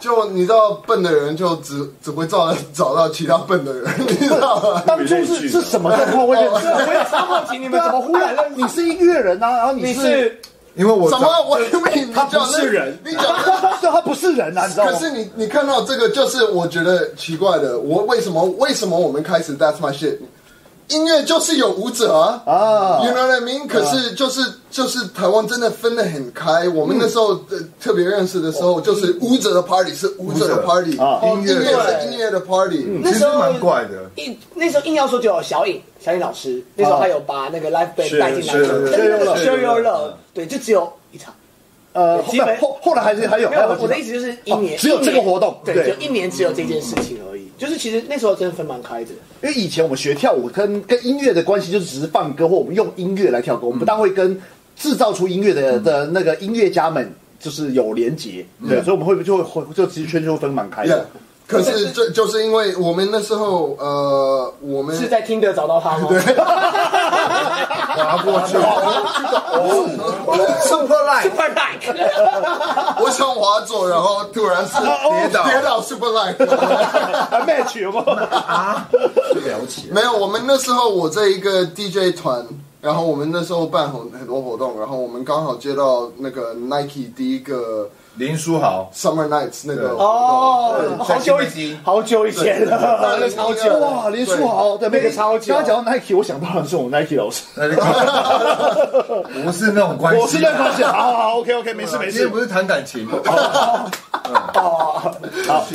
C: 就你知道，笨的人就只只会找找到其他笨的人， 你知道吗？
A: 当初是是什么状况？我也啊
B: 我也超好奇，你们怎么忽然认 识？
A: 你是音乐人啊，然后你
B: 你
A: 是
B: 是
D: 因为我
C: 什么？我因为你
A: 他
C: 讲
A: 不
C: 的
A: 是人，
C: 你讲的。
A: 对，他不是人啊，你知道吗？
C: 可是你你看到这个，就是我觉得奇怪的，我为什么为什么我们开始 That's my shit？音乐就是有舞者啊
A: 啊
C: ，You know what I mean？可是就是就是台湾真的分得很开，我们那时候呃特别认识的时候，就是舞者的 party 是舞者的 party，
D: 啊
C: 音乐
D: 音乐
C: 是音乐的 party，
B: 那时候
D: 其实蛮怪的。
B: 硬那时候硬要说就有小颖，小颖老师那时候他有把那个 live band
D: 是
B: 带进来，
D: 是
B: 就是是那个
D: 是
B: show your
D: 是
B: love，对，就只有一场。
A: 呃，
B: 基本
A: 后后后来还是还有
B: 没
A: 还有
B: 有
A: 几，场，
B: 我的意思就是一年
A: 哦只有这个活动
B: 一年对，
A: 对
B: 就一年只有这件事情而已。就是其实那时候真的分蛮开的，
A: 因为以前我们学跳舞跟跟音乐的关系就是只是放歌或我们用音乐来跳歌，我们不大会跟制造出音乐的的那个音乐家们就是有连结，对，所以我们会就会就其实圈就分蛮开
C: Yeah，
A: 的。
C: 可是就就是因为我们那时候呃，我们
B: 是在听得找到他 吗？
D: 划过去，
G: Super Light，
B: 快 like，
C: 我想滑走，然后突然是跌倒，哦跌倒 super like。
A: 还 match 有吗？
D: 了解。
C: 没有，我们那时候我在一个 DJ 团，然后我们那时候办很很多活动，然后我们刚好接到那个 Nike 第一个
D: 林书豪
C: Summer Nights 那个活动
B: 哦，好久以
D: 在新北
B: 前
D: 京，
B: 好久以前了，
C: 对对对
B: 好久啊
C: 对
A: 哇，林
C: 啊
A: 书豪对，
B: 那个
A: 每
B: 超级
A: 刚刚讲到 Nike，我想到的是我们 Nike 老师，
D: 不是那种关系，啊
A: 我是认同是， 好好 OK OK，没事没
D: 今天
A: 事
D: 不。是谈感情，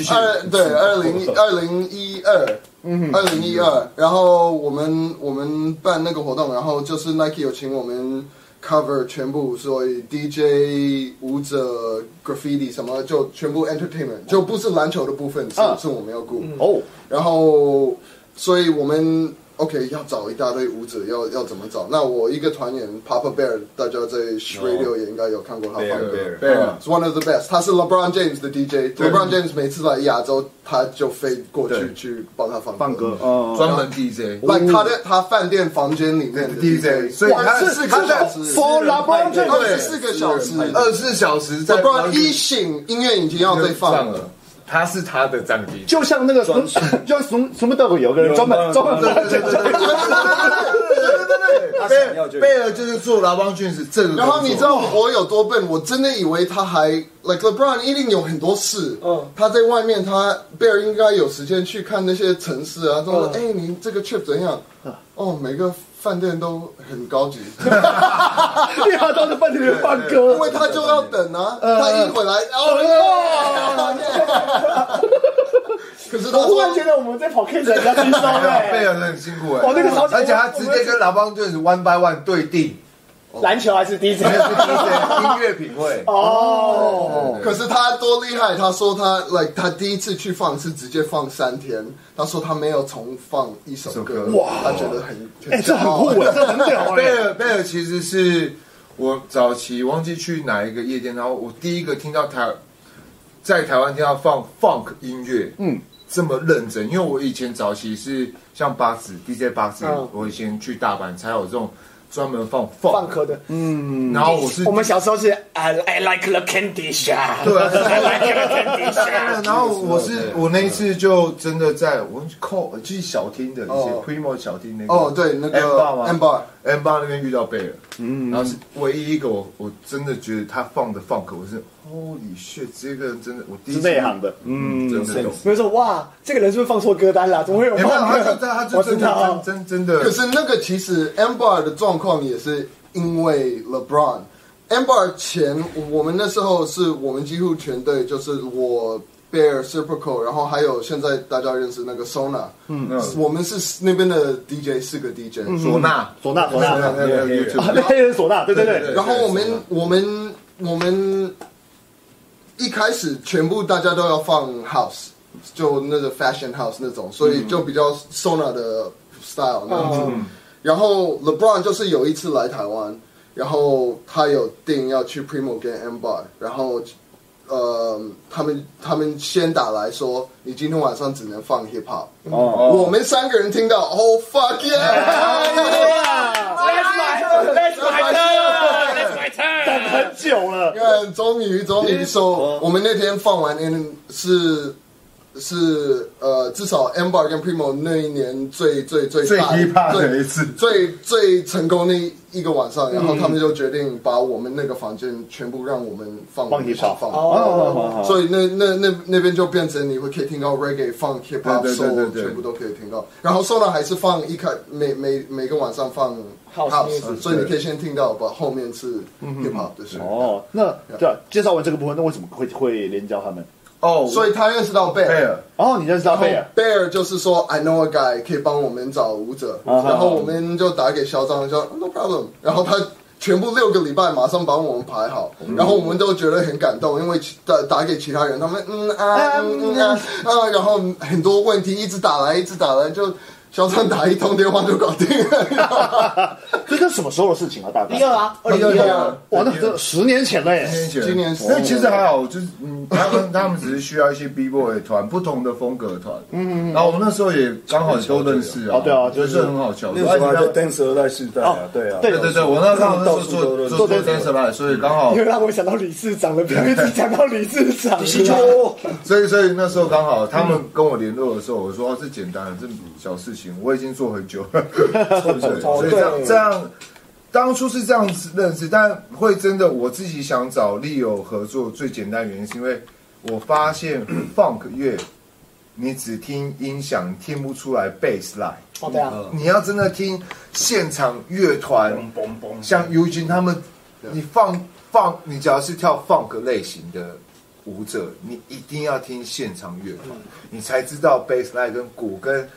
C: 二对二零二零一二，嗯，二零一二。然后我们我们办那个活动，然后就是 Nike 有请我们 cover 全部，所以 DJ 舞者 graffiti 什么就全部 entertainment，就不是篮球的部分是、
A: 嗯
C: 是我们要顾。
A: 哦，
C: 然后，所以我们 OK 要找一大堆舞者，要要怎么找？那我一个团员 Papa Bear，大家在 s h r a d i o 也应该有看过他放歌
D: Bear，Bear，
C: Bear is one of the best。他是 LeBron James 的 DJ。LeBron James 每次来亚洲，他就飞过去
D: 对
C: 去帮他放
A: 放歌，哦，
D: 专门 DJ。
C: like 他的他饭店房间里面的
D: DJ，
C: DJ，
D: 所以他
C: 二十四个小时，
A: 哦 For LeBron James
C: 二十四个小时
D: 二十四小时在
C: LeBron 哦一醒，音乐已经要被放
D: 放
C: 了
D: 了。，他是他的战机，
A: 就像那个什么， 就像什么什么都有个人专门专门
D: 对对对对对对对对对， 贝尔就是做劳邦俊是这个，
C: 然后你知道我有多笨？我真的以为他还 like LeBron 一定有很多事，
B: 嗯
C: 他在外面，他贝尔应该有时间去看那些城市啊，他说，
B: 嗯
C: 哎、你这个 trip 怎样？
D: 嗯
C: 哦，每个饭店都很 高级，
A: 因为他到那饭店里面放
C: 因
A: 歌
C: 为。他就要等啊，
D: 嗯
C: 他一回来，哦，
D: 嗯
C: 可是他
B: 我突然
C: 说
B: 觉得我们在跑 K 人家轻松
D: 贝
B: 哎，
D: 尔很辛苦哎，
C: 哦
B: 哇那个超级
D: 而且他直接跟劳邦俊是 one by one 对定，
B: 篮球还是 DJ
D: 这 是 DJ 音乐品味，
B: 哦，
C: 可是他多厉害！他说他 like 他第一次去放是直接放三天，他说他没有重放一首歌
D: 一首，歌
C: 哇，他觉得很
A: 哎，这很酷
C: 酷
A: 哎，这很 屌
D: 贝
A: 哎！
D: 尔贝尔其实是我早期忘记去哪一个夜店，然后我第一个听到台在台湾听到放 funk 音乐，嗯，这么认真，因为我以前早期是像八子 DJ 八子，
B: 嗯
D: 我以前去大阪才有这种专门放 funk，
B: 放歌的，
D: 然嗯后我是
B: 我们小时候是 I I like the candy shop，
D: 对 啊
B: I like the candy shop。
D: 然后我是我那一次就真的在我们扣去小厅的一些
C: 哦
D: Primo 小厅那个
C: 哦，对，那个
D: M bar 吗
C: M bar，
D: M 八那边遇到贝尔，嗯，然后是唯一一个我我真的觉得他放的放歌，我是 Holy shit，这个人真的我第一
A: 是
D: 次
A: 内行的，
D: 嗯，真的懂。
B: 比如说，哇，这个人是不是放错歌单了？怎么会有
D: 没有，
B: 放
D: 他
B: 歌
D: 就？他就
B: 我知
D: 真的
B: 道，
D: 真真真的
C: 可是那个其实 M bar 的状况也是因为 LeBron。M bar 前，我们那时候是我们几乎全队，就是我 Bear Superco，然后还有现在大家认识那个 Sona，嗯，我们是那边的 DJ 四个 DJ，
D: 唢呐，
A: 唢呐唢呐
D: 那个那个 YouTube
A: 啊，那 黑人唢呐，对对对，
C: 然后我们我们我们一开始全部大家都要放 house，就那个 fashion house 那种，所以就比较 Sona 的 style 那样子。然后 LeBron 就是有一次来台湾，然后他有定要去 Primo 跟 M Bar，然后呃，他们他们先打来说，你今天晚上只能放 hip hop。
A: 哦，
C: 我们三个人听到，Oh fuck yeah！
B: That's my That's my turn That's my turn。
A: 等很久了，
C: 看，终于终于说，我们那天放完 N 嗯是是呃，至少 Amber 跟 Primo 那一年最最最
D: 最
C: 大
D: hip-hop 的
C: 对
D: 一次
C: 最最成功的一个晚上，然后
D: 嗯
C: 他们就决定把我们那个房间全部让我们放
A: 放
C: hip
A: hip-hop
C: 放
A: 哦好好好
C: 所以那那那那边就变成你会可以听到 reggae 放 hip hop
D: 对对对
C: soul
D: 对对
C: 全部都可以听到，然后 solo 还是放一开每每每个晚上放
B: House
C: house，
B: music
C: 所以你可以先听到，把后面是
A: 嗯
C: hip hop 的是。
A: 哦，那对啊，介绍完这个部分，那为什么会会连教他们？
D: 哦
C: 所以他认识到 Bear，
A: 哦，你认识到贝 尔，
C: Bear 就是说 I know a guy 可以帮我们找舞者，
A: 啊哈
C: 然后我们就打给肖张，说 No problem，然 后他。全部六个礼拜马上帮我们排好，然后我们都觉得很感动，因为其打打给其他人，他们嗯啊嗯嗯啊啊，然后很多问题一直打来，一直打来，就肖张打一通电话就搞定了。
A: 这是什么时候的事情啊？大概
B: 第二啊，二零一
C: 第
B: 二
C: 二，
A: 哇，那这十年前了耶！
C: 今年
D: 那其实还好，就是嗯，他们 他们只是需要一些 B boy 团，不同的风格团，嗯，然后我们那时候也刚好都认识啊，
A: 哦对啊就是
D: 是很好笑，
H: 那时候还
D: 而且
H: 在
D: 他们
H: dance 二代时代啊，对啊，
A: 哦对
D: 对对对，我那时候那时候做做做 dancer 吧，所以刚好
B: 又让我想到理事长了，不要一直讲到理事长。哦
D: 所以，所以那时候刚好他们跟我联络的时候，我说哦，这简单了，这小事情，我已经做很久了。对
B: 哦
D: 所以这样这样，当初是这样子认识，但会真的我自己想找利友合作，最简单的原因是因为我发现 funk 乐，你只听音响你听不出来 bass line。
B: 哦，对啊，
D: 你要真的听现场乐团，像 u g 他们，你放放，你只要是跳 funk 类型的舞者，你一定要听现场乐
B: 嗯
D: 团，你才知道 bassline 跟鼓跟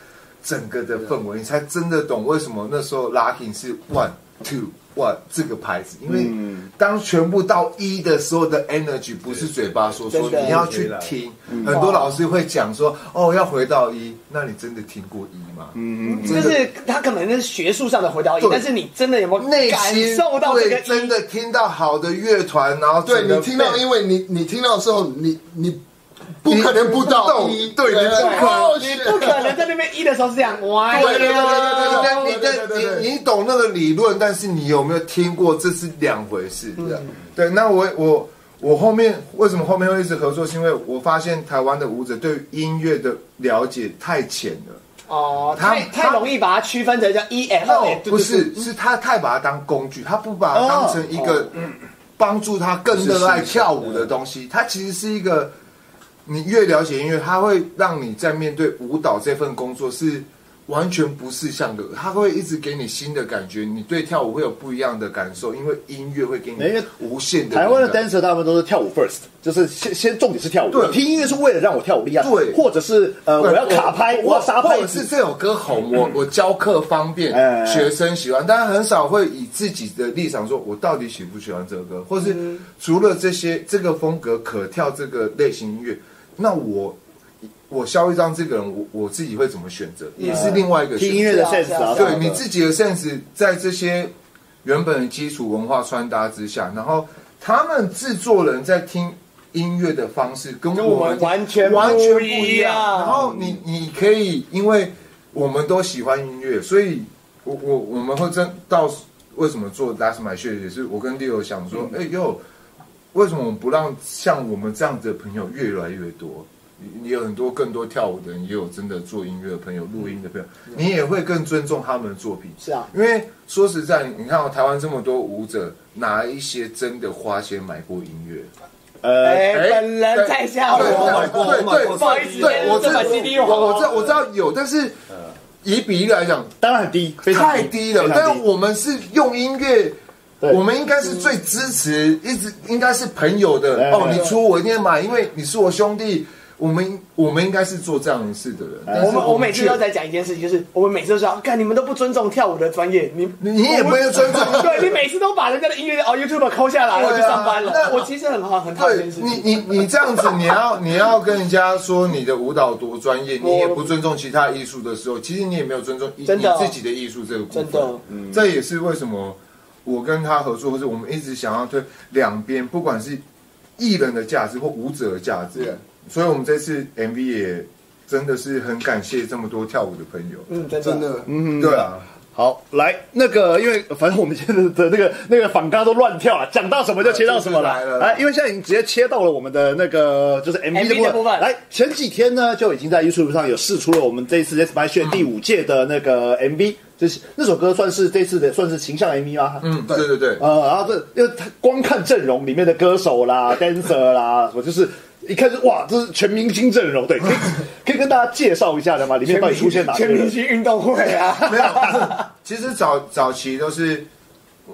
D: 整个的氛围，你才真的懂为什么那时候 locking 是 one two one 这个牌子，因为
B: 嗯
D: 当全部到一的时候的 energy 不是嘴巴说说，
B: 真的嗯
D: 你要去听。很多老师会讲说，哦，要回到一，那你真的听过一吗？嗯嗯，
B: 就
D: 真的
B: 是他可能是学术上的回答音
D: 对，
B: 但是你真的有没有
D: 内
B: 感
D: 心
B: 受到这个
D: 对
B: 音
D: 真的听到好的乐团，然后
C: 对
D: 整个
C: 你听到，
D: 被
C: 因为你你听到的时候，你你不可能不到
D: 你
C: 一，
D: 对你不可能
C: 哦
B: 你
C: 是
B: 不可能在那边一的时候是这样，哇
D: 对对对
B: 呀！
D: 对对对对，你你懂那个理论，但是你有没有听过，这是两回事。对，那我我我后面为什么后面会一直合作，是因为我发现台湾的舞者对于音乐的了解太浅了。
B: 哦，
D: 他
B: 太太容易把它区分成叫 E 哎一
A: 哎
B: M
D: 哦
B: 二 M，，
D: 不是，
A: 嗯
D: 是他太把它当工具，他不把
A: 哦
D: 它当成一个帮助他更热爱跳舞的东西。他其实是一个，你越了解音乐，他会让你在面对舞蹈这份工作是完全不是像的，他会一直给你新的感觉，你对跳舞会有不一样的感受，因为音乐会给
A: 因
D: 你
A: 为
D: 无限的
A: 台湾的
D: 灵感
A: dancer 大部分都是跳舞 first，就是先先重点是跳舞。
D: 对
A: 我听音乐是为了让我跳舞厉害，
D: 对
A: 或者是呃我要卡拍，我要杀
D: 或
A: 拍
D: 者
A: 子
D: 是。这首歌
A: 嗯
D: 红，我我教课方便
A: 哎，
D: 学生喜欢，但很少会以自己的立场说，我到底喜不喜欢这首歌，或是
A: 嗯
D: 除了这些这个风格可跳这个类型音乐，那我我肖一章这个人，我我自己会怎么选择，也是另外一个选
A: 嗯听
D: 择
A: 音乐的
B: 是啊
A: sense 啊，
B: 是啊
D: 对你自己的 sense，在这些原本的基础文化穿搭之下，然后他们制作人在听音乐的方式跟
B: 跟我
D: 我
B: 们
D: 们
B: 完全
D: 完全不
B: 一
D: 一样。然后你你可以，因为我们都喜欢音乐，所以我我我们会真到为什么做 Last My Show 也是我跟 Leo 想说，哎、哟，为什么我们不让像我们这样子的朋友越来越多？也有很多更多跳舞的人，也有真的做音乐的朋友、录音的朋友，
B: 嗯
D: 你也会更尊重他们的作品。
B: 是啊，
D: 因为说实在，你看、哦、台湾这么多舞者，哪一些真的花钱买过音乐？
A: 呃，
B: 哎，
D: 哎
B: 本人在下
D: 对
B: 啊我，
D: 对对
B: 不好意思，
D: 哦对，我
B: 这把
D: 道
B: CD
D: 我我知道我知道有，但是
B: 嗯
D: 以比例来讲
A: 当然很低，非常
D: 太低了
A: 非。常
D: 但是我们是用音乐，
A: 对嗯
D: 我们应该是最支持，一直应该是朋友的
A: 对
D: 哦。
A: 对
D: 你出我一定买，因为你是我兄弟。我们我们应该是做这样的事的人。但是
B: 我们我每次
D: 却
B: 都在讲一件事情，就是我们每次都说，看你们都不尊重跳舞的专业，你
D: 你你也不会尊 重。
B: 对你每次都把人家的音乐哦 YouTube 抠下来，
D: 对啊
B: 我去上班了。
D: 那
B: 我其实很好很讨厌这
D: 对
B: 件事
D: 你
B: 情。
D: 你你这样子，你要你要跟人家说你的舞蹈多专业，你也不尊重其他艺术的时候，其实你也没有尊重艺
B: 真
D: 你
B: 的
D: 自己的艺术这个部
B: 真的
D: 分。嗯，这也是为什么我跟他合作，或者我们一直想要推两边，不管是艺人的价值或舞者的价值。所以我们这次 MV 也真的是很感谢这么多跳舞的朋友。
B: 嗯，真的
C: 真的，
D: 嗯，对啊，
A: 好，来那个，因为反正我们现在的那个 那个反咖都乱跳了，讲到什么就切到什么
D: 啊就是来
A: 了。
D: 了
A: 来，因为现在已经直接切到了我们的那个就是 MV
B: 的部分
A: 来，前几天呢就已经在 YouTube 上有试出了我们这一次 Let's Buy 炫第五届的那个 MV，就是那首歌算是这次的算是形象 MV 吗？
D: 嗯，对对对，
A: 呃，然后这因为他光看阵容里面的歌手 啦、dancer 啦，我就是一看就哇，这是全明星阵容，对，可以可以跟大家介绍一下的吗？里面到底出现哪些
B: 全明
A: 人？
B: 星运动会啊，
D: 没有，其实早早期都是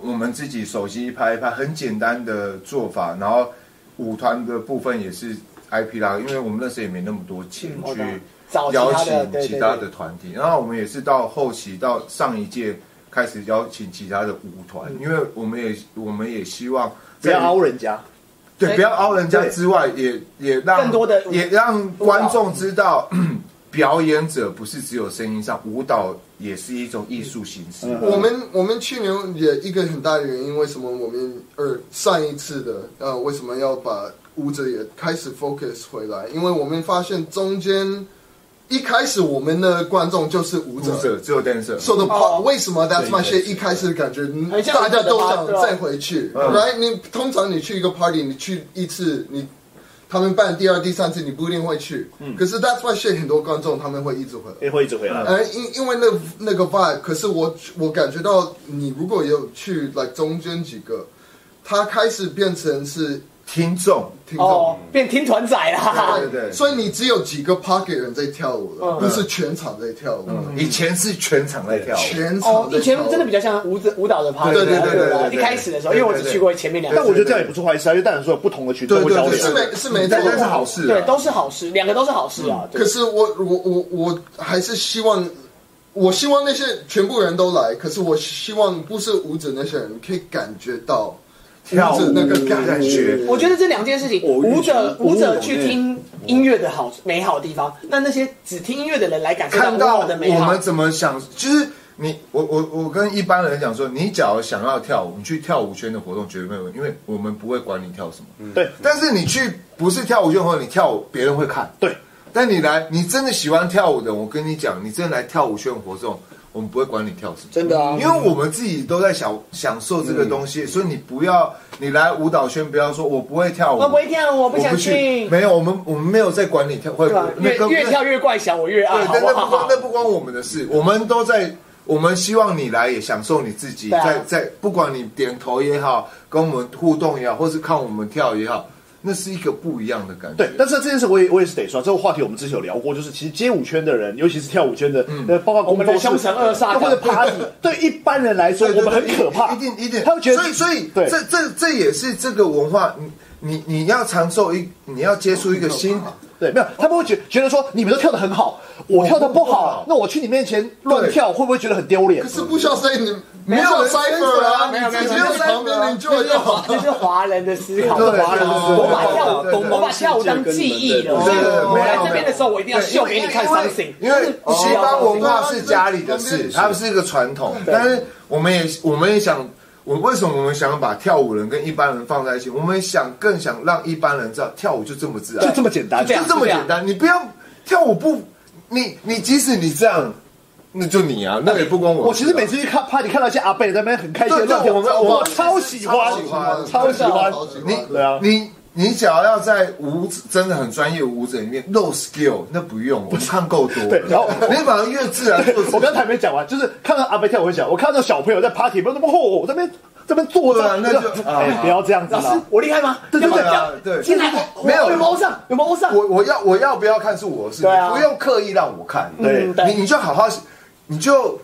D: 我们自己手机拍一拍，很简单的做法，然后舞团的部分也是 IP 啦，因为我们那时候也没那么多钱
B: 嗯我懂
D: 去
B: 找其他
D: 邀
B: 的
D: 请
B: 对对
D: 其他的团体，然后我们也是到后期到上一届开始邀请其他的舞
B: 嗯
D: 团，因为我们也我们也希望
A: 不要凹人家。
D: 对，不要凹人家之外，也也让
B: 更多的
D: 也让观众知道， 表演者不是只有声音上，舞蹈也是一种艺术形
B: 嗯
D: 式。
C: 我们我们去年也一个很大的原因，为什么我们呃上一次的呃为什么要把舞者也开始 focus 回来？因为我们发现中间一开始我们的观众就是舞
D: 舞者只有 dancer，
C: 说的
B: 哦
C: 跑，为什么 That's My Shit 一开始感觉嗯
B: 很像
C: 大家都
B: 我们的 party 哦
C: 想再回去，right？你
D: 嗯
C: 通常你去一个 party，你去一次，你他们办第二、第三次，你不一定会去。
D: 嗯
C: 可是 That's My Shit 很多观众他们会一直回来。
A: 也哎会一直回来。
C: 呃，因因为那那个 vibe，可是我我感觉到你如果有去 like 中间几个，它开始变成是
D: 听众
C: 听 众。
B: 哦，变听团仔 啦，
D: 对对
C: 所以你只有几个 pocket 人在跳舞
B: 嗯
C: 了，不是全场在跳舞，
D: 以前是全场在嗯跳舞，
C: 全
B: 哦
C: 场，在
B: 以前
C: 跳舞
B: 真的比较像舞者舞蹈的 party，
C: 对对对对
B: 吧
D: 对对对
B: 一开始的时候，因为我只去过前面两
A: 但
B: 个，
A: 我觉得这样也不是坏事啊，因为当然说有不同的群众
D: 对
A: 会
D: 对
A: 交
D: 对，
A: 流。
C: 是没是没
D: 但
C: 错
D: 但是好事啊，
B: 对，都是好事，两个都是好事啊。对
C: 可是我我我我还是希望，我希望那些全部人都来，可是我希望不是舞者那些人可以感觉到
D: 跳
C: 舞
D: 舞
C: 者那个感
D: 感觉。
B: 我觉得这两件事情，舞者舞者去听音乐的好美好的地方，那那些只听音乐的人来感受
D: 看
B: 舞
D: 到
B: 蹈的美
D: 我
B: 好
D: 们。怎么想，就是你我我我跟一般人讲说，你假如想要跳舞，你去跳舞圈的活动绝对没有问题，因为我们不会管你跳什么。
A: 嗯
B: 嗯
A: 对
D: 但是你去不是跳舞圈的活动，你跳舞别人会看。
A: 对，
D: 但你来，你真的喜欢跳舞的，我跟你讲，你真的来跳舞圈活动，我们不会管你跳什么。
G: 真的啊
D: 因，为我们自己都在享享受这个东
B: 嗯
D: 西，所以你不要你来舞蹈圈，不要说我不会跳舞，
B: 我不会跳，我不
D: 我
B: 想
D: 不去。
B: 去，
D: 没有，我们我们没有在管你跳会
B: 对吧？
D: 不
B: 越
D: 那个
B: 越跳越怪小，我越爱，好
D: 对，但
B: 不
D: 那不关
B: 好
D: 那？不关我们的事，我们都在，我们希望你来也享受你自己，
B: 对啊
D: 在在不管你点头也好，跟我们互动也好，或是看我们跳也好，那是一个不一样的感觉。
A: 对，但是这件事我也我也是得说，这个话题我们之前有聊过，就是其实街舞圈的人，尤其是跳舞圈的，
D: 嗯
A: 呃，包括
B: 我
A: 工
B: 们的
A: 作室
B: 凶神恶煞
A: 或者 party，对一般人来说，
D: 对
A: 我
D: 对
A: 们很
D: 对
A: 可怕，
D: 一定一定，
A: 他会觉得
D: 所以所以
A: 对
D: 这这这也是这个文化，你你你要长寿一，你要接触一个新。
A: 对，没有，他们会觉觉得说你们都跳得很好，我跳得不好，那我去你面前乱跳，会不会觉得很丢脸
C: 可？是不需要 say 你，没
D: 有
C: 有
D: 人
C: cipher 啊，
D: 没有没有
C: 你直
D: 没
C: 接
D: 有
C: 在旁边 enjoy 就好。
B: 这是华人的思考，
D: 对对
B: 华人的思考。
D: 对对
B: 我把跳
D: 对对
B: 舞，
D: 对
B: 我把跳舞当记忆了。所以
D: 对对对
B: 我来
D: 没有
B: 这边的时候，我一定要秀给你看 something，
D: 因为
B: 这是
D: 西方文化
C: 对
D: 是
C: 啊
D: 家里的
C: 对
D: 事，
C: 对
D: 它不是一个传统。但是我们也我们也想，我为什么我们想把跳舞人跟一般人放在一起？我们想更想让一般人知道跳舞就这么自然，
A: 就这么简单，
B: 就这样
D: 就这么简单。你不要跳舞不，你你即使你这样，那就你啊，那也不关我。
A: 我其实每次去看 party 看到一些阿贝在那边很开心地
D: 对对
A: 乱跳，
D: 我们我们
A: 超喜欢，超喜欢，
C: 超喜欢
D: 你
A: 对啊
D: 你你只要要在舞真的很专业舞者里面 no skill，那不用，我们看够多了。
A: 对然后
D: 你反而越自然做自己
A: 我刚才还没讲完，就是看到阿贝跳，我会想，我看到小朋友在 party，不是那么吼，这边这边坐
D: 对
A: 着
D: 啊，那就
A: 哎
D: 啊
A: 不要这样子
B: 老师
A: 啦，，
B: 我厉害吗？
A: 对对对
B: 要不要
D: 啊对
B: 进来，
D: 没有
B: 有没有欧上？有没有欧上？
D: 我我要我要不要看是我的事，
B: 对啊
D: 不用刻意让我看。
A: 对
B: 嗯对
D: 你你就好好，你就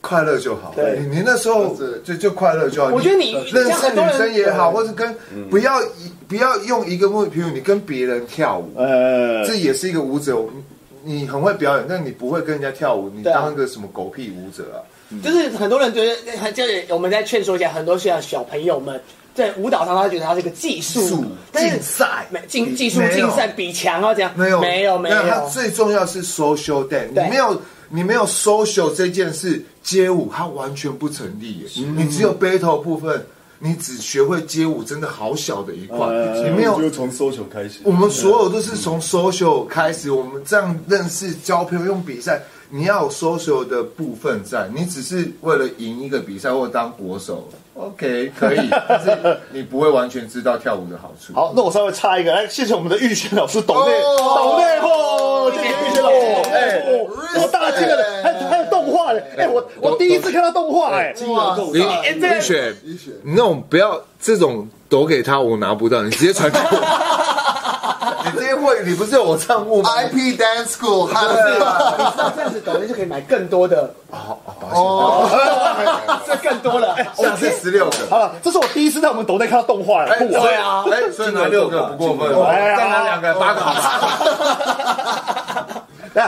D: 快乐就好。
B: 对
D: 你你那时候
C: 是
D: 就就快乐就好。
B: 我觉得你
D: 认
B: 像
D: 识
B: 很多
D: 女
B: 人
D: 生也好，或是跟不要以不要用一个目，比如你跟别人跳舞，
A: 呃，
D: 这也是一个舞者。你你很会表演，但你不会跟人家跳舞，你
B: 对啊
D: 当一个什么狗屁舞者啊？
B: 就是很多人觉得，就是我们在劝说一下很多像小朋友们，在舞蹈上他觉得他是个技术
D: 术，
B: 但是
D: 竞赛
B: 没技
D: 比
B: 技术
D: 没有
B: 竞赛比强啊，这样
D: 没有，
B: 没有没有，
D: 它最重要是 social dance，
B: 对
D: 你没有你没有 social 这件事，街舞它完全不成立耶。你只有 battle 部分，你只学会街舞，真的好小的一块，
B: 呃
D: 你
G: 呃
D: 没有。
H: 就从搜求开始
D: 我。们所有都是从 social 开始，我们这样认识、交朋友、用比赛。你要有 social 的部分在，你只是为了赢一个比赛或当国手，OK 可以，但是你不会完全知道跳舞的好处。
A: 好，那我稍微插一个，来，谢谢我们的玉轩老师，懂内懂内货，谢谢玉轩老师，哎，这么大金的，还还有动画的，哎，我我第一次看到动画，哎，
I: 你
B: 呃
I: 李雪，你那种不要这种抖给他，我拿不到，你直接传给我。
D: 你这些会，你不是有我账户
A: 哎
D: 吗
C: ？IP Dance School，还
B: 你知道这样子抖音就可以买更多的哦，这更多了。
D: 下次十六个，
A: 好了，这是我第一次在我们抖内看到动画，哎，酷啊！
D: 对啊，哎，所以拿六个不过分，
A: 哎呀哦
D: 再拿两个八个 好了。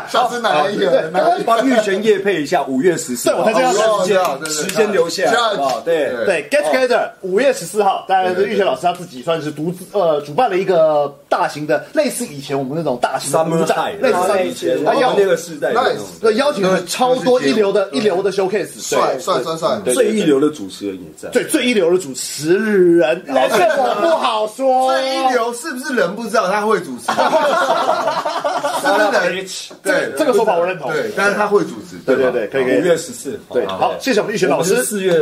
C: 上次哪一个？哪一个？
G: 帮玉泉夜配一下，五月十四，
A: 对我才这样
G: 时
D: 哦
G: 间
D: 对对
G: 时间留下，
C: 这样
G: 好对
D: 对
A: 对，Get Together 五月十四号，当然是玉泉老师他自己算是独自呃主办了一个大型的，类似以前我们那种大型的
G: ，Summer
A: 舞展
G: High，，
A: 类似
G: 然后
A: Summer
G: 以前
A: High，
G: 我
A: 他
G: 们
A: 邀
G: 那个世代的
A: 哎
G: 那种
C: Nice
A: 对邀请了超多一流的一流的 showcase，
C: 帅帅帅帅！
G: 最一流的主持人也在，
A: 最最一流的主持人，
B: 但是我不好说，
D: 最一流是不是人不知道他会主 持？是不是人？对，
A: 这个说法我认同。
D: 对，但是他会主持，
A: 对
D: 对
A: 对
D: 吧？
A: 对，可以
G: 五
A: 可以。
G: 月十四，
A: 对，好，谢谢我们玉泉老
G: 我是
A: 师。
G: 四月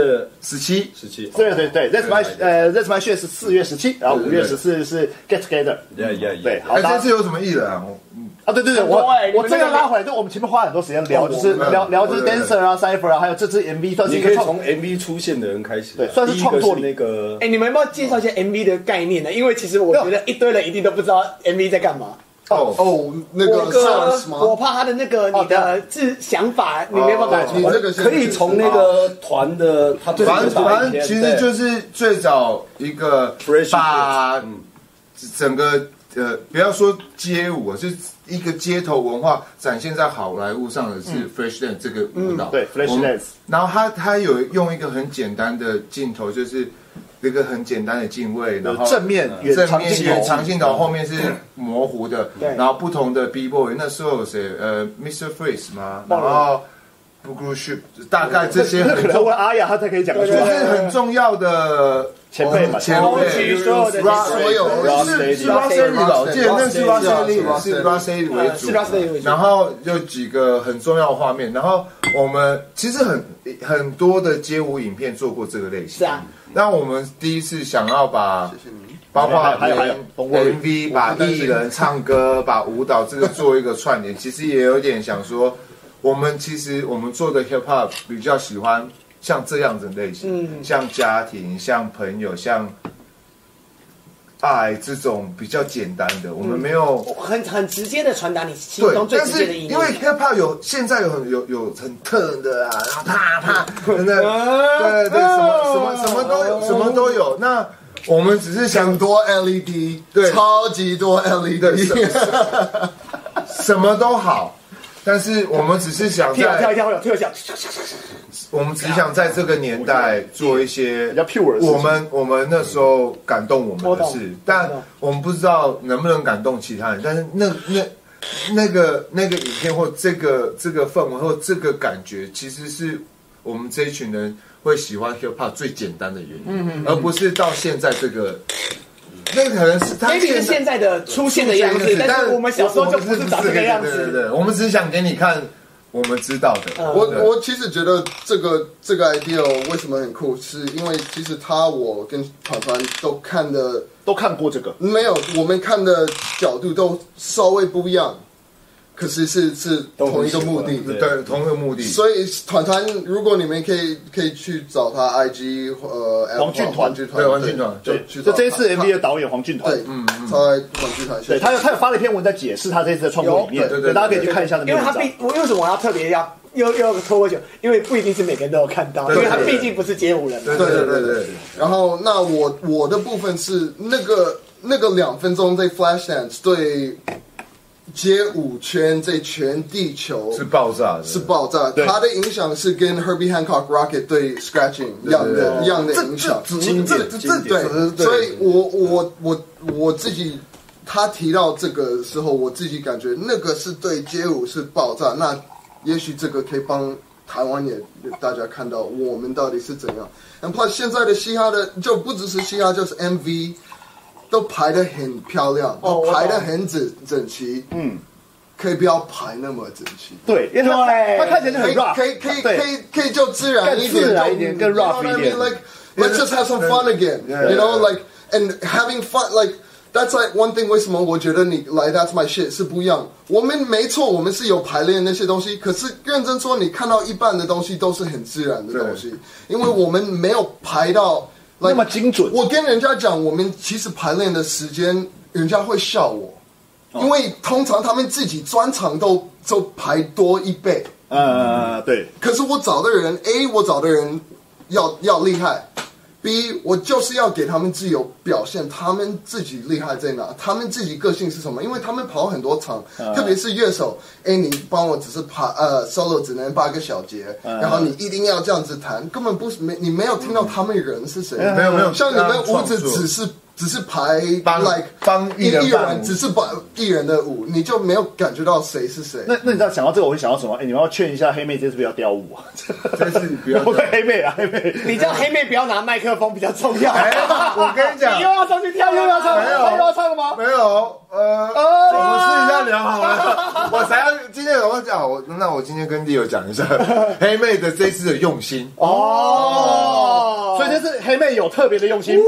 D: 十七，
G: 十七，
A: 对对对，That's my 呃，That's my 月是四月十七，然后五月十四是 Get Together。
G: 呀呀呀，
A: 对，好，
D: 哎，
A: 大
D: 这
A: 家
D: 次有什么艺人啊？我
A: 啊，对对对，
B: 很
A: 我
B: 多欸你们
A: 我这个拉回来，就我们前面花很多时间聊，就是聊聊就是 dancer 啊，cipher 啊，还有这支 MV 算是
G: 你
A: 一
G: 可
A: 个
G: 以
A: 创
G: 从 MV 出现的人开始啊，
A: 对算是
G: 第一
A: 创
G: 个
A: 作
G: 是
A: 力
G: 那个
B: 哎、你们要不要介绍一下
D: 嗯
B: MV 的概念呢？因为其实我觉得一堆人一定都不知道 MV 在干嘛。
D: 哦，
C: 哦，那
B: 我呃
C: 个 Sounds
B: 我
C: 吗？
B: 怕他的那个
A: 哦
B: 你的自想法，你没有办
D: 哦
B: 法。
C: 你这个先
G: 可以从那个团的他最
D: 反正反正其实就是最早一个
G: Fresh
D: 把整个呃，不要说街舞啊，就是一个街头文化展现在好莱坞上的是 Fresh Dance 这个舞
A: 嗯
D: 蹈，
A: 对 Flash
D: 我们
A: Dance
D: 然后他他有用一个很简单的镜头，就是一个很简单的镜位，然后呃
A: 正面远
D: 正
A: 长
D: 面
A: 镜头
D: 远，长镜头后面是模糊的，然后不同的 B boy 那时候有谁？呃，Mr. Freeze 嘛，然后 b g r u s h i p 大概这些
A: 那可
D: 很
A: 能要问阿雅她才可以讲得出
D: 就是
A: 来。
D: 很重要的
A: 前辈们
D: 前
B: 后期
D: 辈。
B: 所有的
C: 所有
D: 是是 r a s e l 老，记得那是 r a s e l 是 r a s e l 为主，
B: 是 Russell 为主
D: 然后有几个很重要的画面，然后我们其实很很多的街舞影片做过这个类型，
B: 是啊，
D: 那我们第一次想要把，包括
A: 还有还有还有
D: 连 MV 把艺人唱歌、把舞蹈这个做一个串联，其实也有点想说，我们其实我们做的 hip hop 比较喜欢像这样子的类
B: 嗯
D: 型，像家庭、像朋友、像爱这种比较简单的，我们没有。
B: 很很直接的传达你嗯心
D: 对
B: 中，最
D: 但
B: 直接
D: 是
B: 的意念啊
D: 因为。hip hop 有现在有很有有很特的啊，然后啪 啪，真的，
B: 啊
D: 对对对，什么什么什么都
B: 哦
D: 有，什么都有。那我们只是想
C: 很多 LED，
D: 对
C: 超级多 E LED，
D: 对是 什么都好，但是我们只是想
B: 跳跳一
D: 在
B: 跳，跳一跳，
D: 我们只想在这个年代做一些
A: 比较 pure 的事情
D: 我们我们那时候感动我
B: 我
D: 们的
B: 懂
D: 事，但我们不知道能不能感动其他人。但是那那那个那个影片或这个这个氛围或这个感觉，其实是我们这一群人会喜欢 hip hop 最简单的原因，而不是到现在这个。那可能是他
B: maybe 是现在的出现的样子，但是我们小时候就不是长这个样
D: 对对
B: 子。
D: 对，我们只是想给你看我们知道的。
C: 我我其实觉得这个这个 idea 为什么很酷，是因为其实他我跟团团都看的
A: 都看过这个，
C: 没有，我们看的角度都稍微不一样，可是是是同一个目的。
D: 对，同一个目的。
C: 所以团团，如果你们可以可以去找他 IG 呃
A: 王俊团
C: 黄俊团
D: 对王俊团
C: 就
A: 对，
C: 去
A: 就
C: 找
A: 这一次
C: 他
A: MV 的导演黄俊团
C: 对，，嗯，在黄俊团
A: 对他有他有发了一篇文在解释他这次的创作理念，
D: 有对对对
A: 大家可以去看一下那
B: 因
A: 篇
B: 为
A: 文
B: 他
A: 章
B: 毕，。我为什么我要特别要又又要拖过久？因为不一定是每个人都有看到，
D: 对
B: 因
D: 对
B: 为他
D: 对
B: 毕竟不是街舞人嘛。
D: 对对对对，
C: 然后那我我的部分是那个那个两分钟对 Flashdance 对街舞圈这全地球
D: 是爆炸的，
C: 是爆炸，它的影响是跟 Herbie Hancock Rocket 对 Scratching 一样的一样的影响，
D: 哦经典经典
C: 对，
D: 对
C: 所以我我我我自己。他提到这个时候，我自己感觉那个是对街舞是爆炸。那也许这个可以帮台湾也大家看到我们到底是怎样。And plus 现在的嘻哈的就不只是嘻哈，就是 MV 都排得很漂亮，
B: 哦
C: 都
B: 我懂
C: 排得很整整齐。嗯，可以不要排那么整齐。
A: 对，因为他他看起来就很 rough，
C: 可以可以可以
A: 对
C: 可以可以就自然一点，
A: 更自然一点
C: 就
A: 更 rough
C: you know what I
A: 一点
C: mean? Like let's just have some fun again.
A: Yeah.
C: You know, like and having fun like. That's like one thing. 为什么我觉得你来 That's my shit 是不一样？我们没错，我们是有排练那些东西，可是认真说，你看到一半的东西都是很自然的东西，因为我们没有排到那么
A: 精准。
C: 我跟人家讲，我们其实排练的时间，人家会笑我。
A: 哦
C: 因为通常他们自己专场都都排多一倍。
A: 呃，对，
C: 可是我找的人 A，我找的人要要厉害；B，我就是要给他们自由表现，他们自己厉害在哪，他们自己个性是什么？因为他们跑很多场，
D: 啊
A: 嗯
C: 特别是乐手。哎，你帮我只是爬呃 solo 只能八个小节，
D: 啊
A: 嗯
C: 然后你一定要这样子弹，根本不是没你没有听到他们人是谁，
D: 嗯没有没有
C: 像你们
D: 让他
C: 舞
D: 创
C: 只
D: 作
C: 只是。只是排 like
D: 帮
C: 艺
D: 艺人伴舞
C: 人，只是把艺人的舞，你就没有感觉到谁是谁。
A: 那那你知道想到这个，我会想到什么？哎，你们要劝一下黑妹，这次不要雕舞啊！这次不 要黑妹啊，黑妹，
B: 你叫黑妹不要拿麦克风比较重要。
A: 哎我跟你讲
B: 你又要上去跳，又要唱，
D: 哎没有
B: 又要唱了吗？
D: 没有，呃，
B: 我
D: 我们私底下聊好了。我才要今天我讲，我那我今天跟 Leo 讲一下黑妹的这次的用心
A: 哦，所以这次黑妹有特别的用心，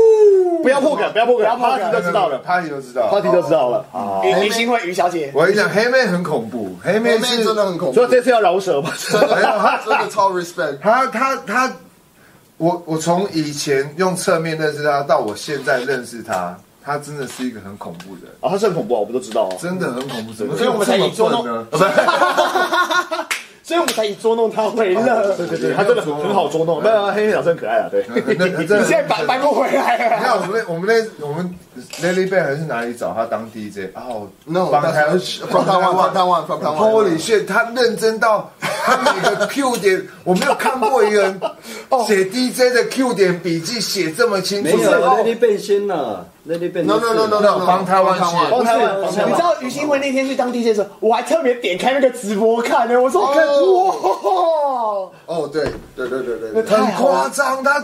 A: 不要破梗，不要破梗，Party 就知道了
D: ，Party 就知道
A: ，Party 就知道了。好，
B: 于于新会，于小姐，
D: 我跟你讲，黑妹很恐怖，黑妹
C: 妹
D: 是
C: 真的很恐怖
A: 所以，这次要饶舌吗？
D: 没有她
C: 真的超 respect。
D: 他他他，我我从以前用侧面认识他，到我现在认识他，他真的是一个很恐怖的人，
A: 啊，他是很恐怖啊，我们都知道哦。
D: 真的很恐怖，怎么
B: 所以我们才以捉弄
D: 这么笨呢？
B: 所以我们才以捉弄她为乐。
A: 啊对对对，他真的很好捉弄。那黑妹老师很可爱啊，对。
D: 不是，那那真
B: 你
D: 的
B: 现在摆摆不回来
D: 你
A: 啊
B: 了。
D: 看我们那我们那我们 Lily b a 还是哪里找他当 DJ 哦
C: No,
D: 帮台
C: that's- from Taiwan, from Taiwan, from Taiwan.
D: Holy shit！他认真到他每个 Q 点，我没有看过一个人写 DJ 的 Q 点笔记写这么清楚。
G: 没有
D: 哦
G: Lady 变先了，Lady 变
C: No no no no
D: 那
C: no，
D: 帮台湾写
A: 帮台湾，
B: 你知道于新会那天去当 DJ 的时候，我还特别点开那个直播看呢。我说我看，哇，
C: 哦，对对对对对
B: 那
C: 对，
B: 太
D: 很
B: 好了
D: 夸张，他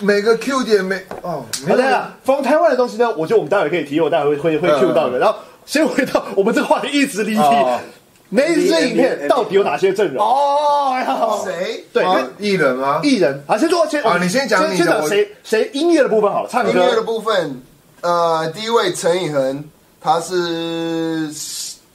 D: 每个 Q 点没哦，没
A: 好
D: 有
A: 的啦，from 台湾的东西呢，我觉得我们待会可以提，我待会会会 Q 到的。然后先回到我们这个话题一直离题
D: 哦，
A: 那一支影片到底有哪些阵容？哎
B: 哦，然后
C: 谁？
A: 对，
D: 啊
A: 那
D: 艺人吗？
A: 艺人啊，先说先
D: 啊你先讲你的
A: 先讲
D: 我
A: 谁谁音乐的部分好了，唱歌
C: 音乐的部分，呃，第一位陈以恒，他是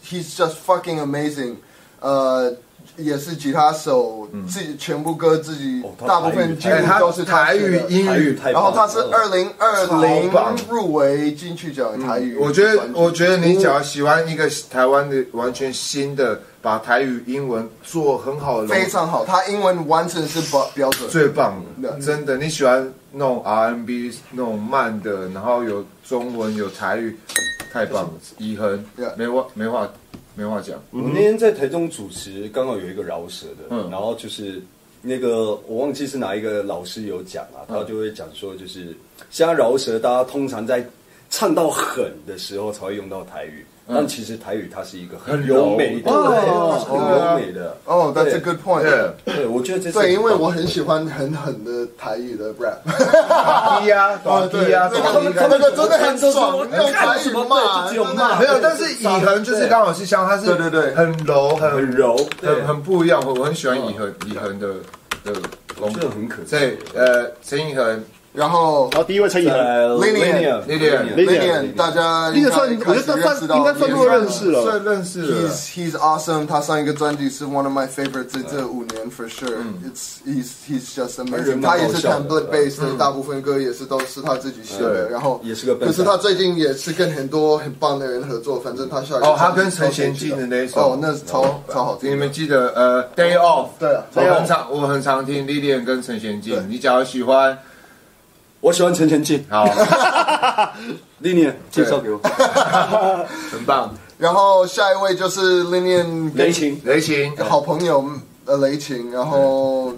C: He's just fucking amazing，呃，也是吉他手，
D: 嗯
C: 自己全部歌自己，
G: 他
C: 大部分几
D: 哎，
C: 乎
D: 他
C: 都是
D: 台
C: 写的
D: 语、英语，
G: 台语
C: 然后他是二零二零
D: 超棒嗯
C: 入围金曲奖台语
D: 我
C: 专
D: 觉
C: 辑，
D: 得，我觉得你只要喜欢一个台湾的完全新的，把台语、英文做很好的融合
C: 非常好，他英文完全是标标准，
D: 最棒的，真的。你喜欢那种 RMB 那种慢的，然后有中文有台语，太棒了！以恒
C: Yeah
D: 没话没话没话讲，
G: 我们那天在台中主持，刚好有一个饶舌的，
D: 嗯
G: 然后就是那个我忘记是哪一个老师有讲啊，他就会讲说，就是现在饶舌大家通常在唱到狠的时候才会用到台语，但其实台语它是一个嗯很优美的，对它是很优美的。
C: 哦，That's a
G: 对
C: good point。
D: 对，
G: 对，我觉得这是
C: 对，因为我很喜欢很狠的台语的 rap，
D: 打低啊，打低啊，
C: 对
D: 打 低
C: 他
D: 啊。
C: 们真的很爽，
G: 看
C: 用台语骂，
G: 就只有
C: 真的
G: 骂
D: 没有，但是以恒就是刚好是像他是
C: 对对对
D: 很柔很
G: 很柔，对
D: 很，很不一样，我我很喜欢以恒以恒的的
G: 我
D: 风
G: 觉
D: 格
G: 得。很可
D: 所
G: 惜
D: 以。呃，陈以恒
C: 然后
A: 然后第一位陈以恒，
G: 呃
C: Linear
D: Linear
C: l i
A: Lilian
C: n i 大家
A: 那
C: 应
A: 个
C: 该
A: 算我
C: 开
A: 觉
C: 始
A: 得算
C: 认识到，
A: 应该算
C: 多
A: 多认识了。
D: 算哦认识了
C: He's he's awesome，他上一个专辑是 one of my favorite 这这五年 for sure。It's he's he's just
G: 人
C: amazing。
G: 蛮
C: 他也
G: 好
C: 是
G: 笑的
C: template bass 的，大部分歌也是都是他自己写的。
D: 对
C: 然后
G: 也是个笨蛋
C: 可是他最近也是跟很多很棒的人合作，反正他下一个
D: 哦，他
C: 专辑
D: 跟陈
C: 超神
D: 贤
C: 奇
D: 进的那一首
C: 哦，那是超超好
D: 你
C: 听。
D: 们记得呃，Day Off，
C: 对啊
D: 我
C: Day Off
D: 很常我很常听 Lilian 跟陈贤进，你假如喜欢，
G: 我喜欢陈前进
D: 好，
G: ，Linear 介绍给我，
D: 很棒，
C: 然后下一位就是 Linian
G: 雷琴。
D: 雷琴，
C: 好朋友呃雷琴，然后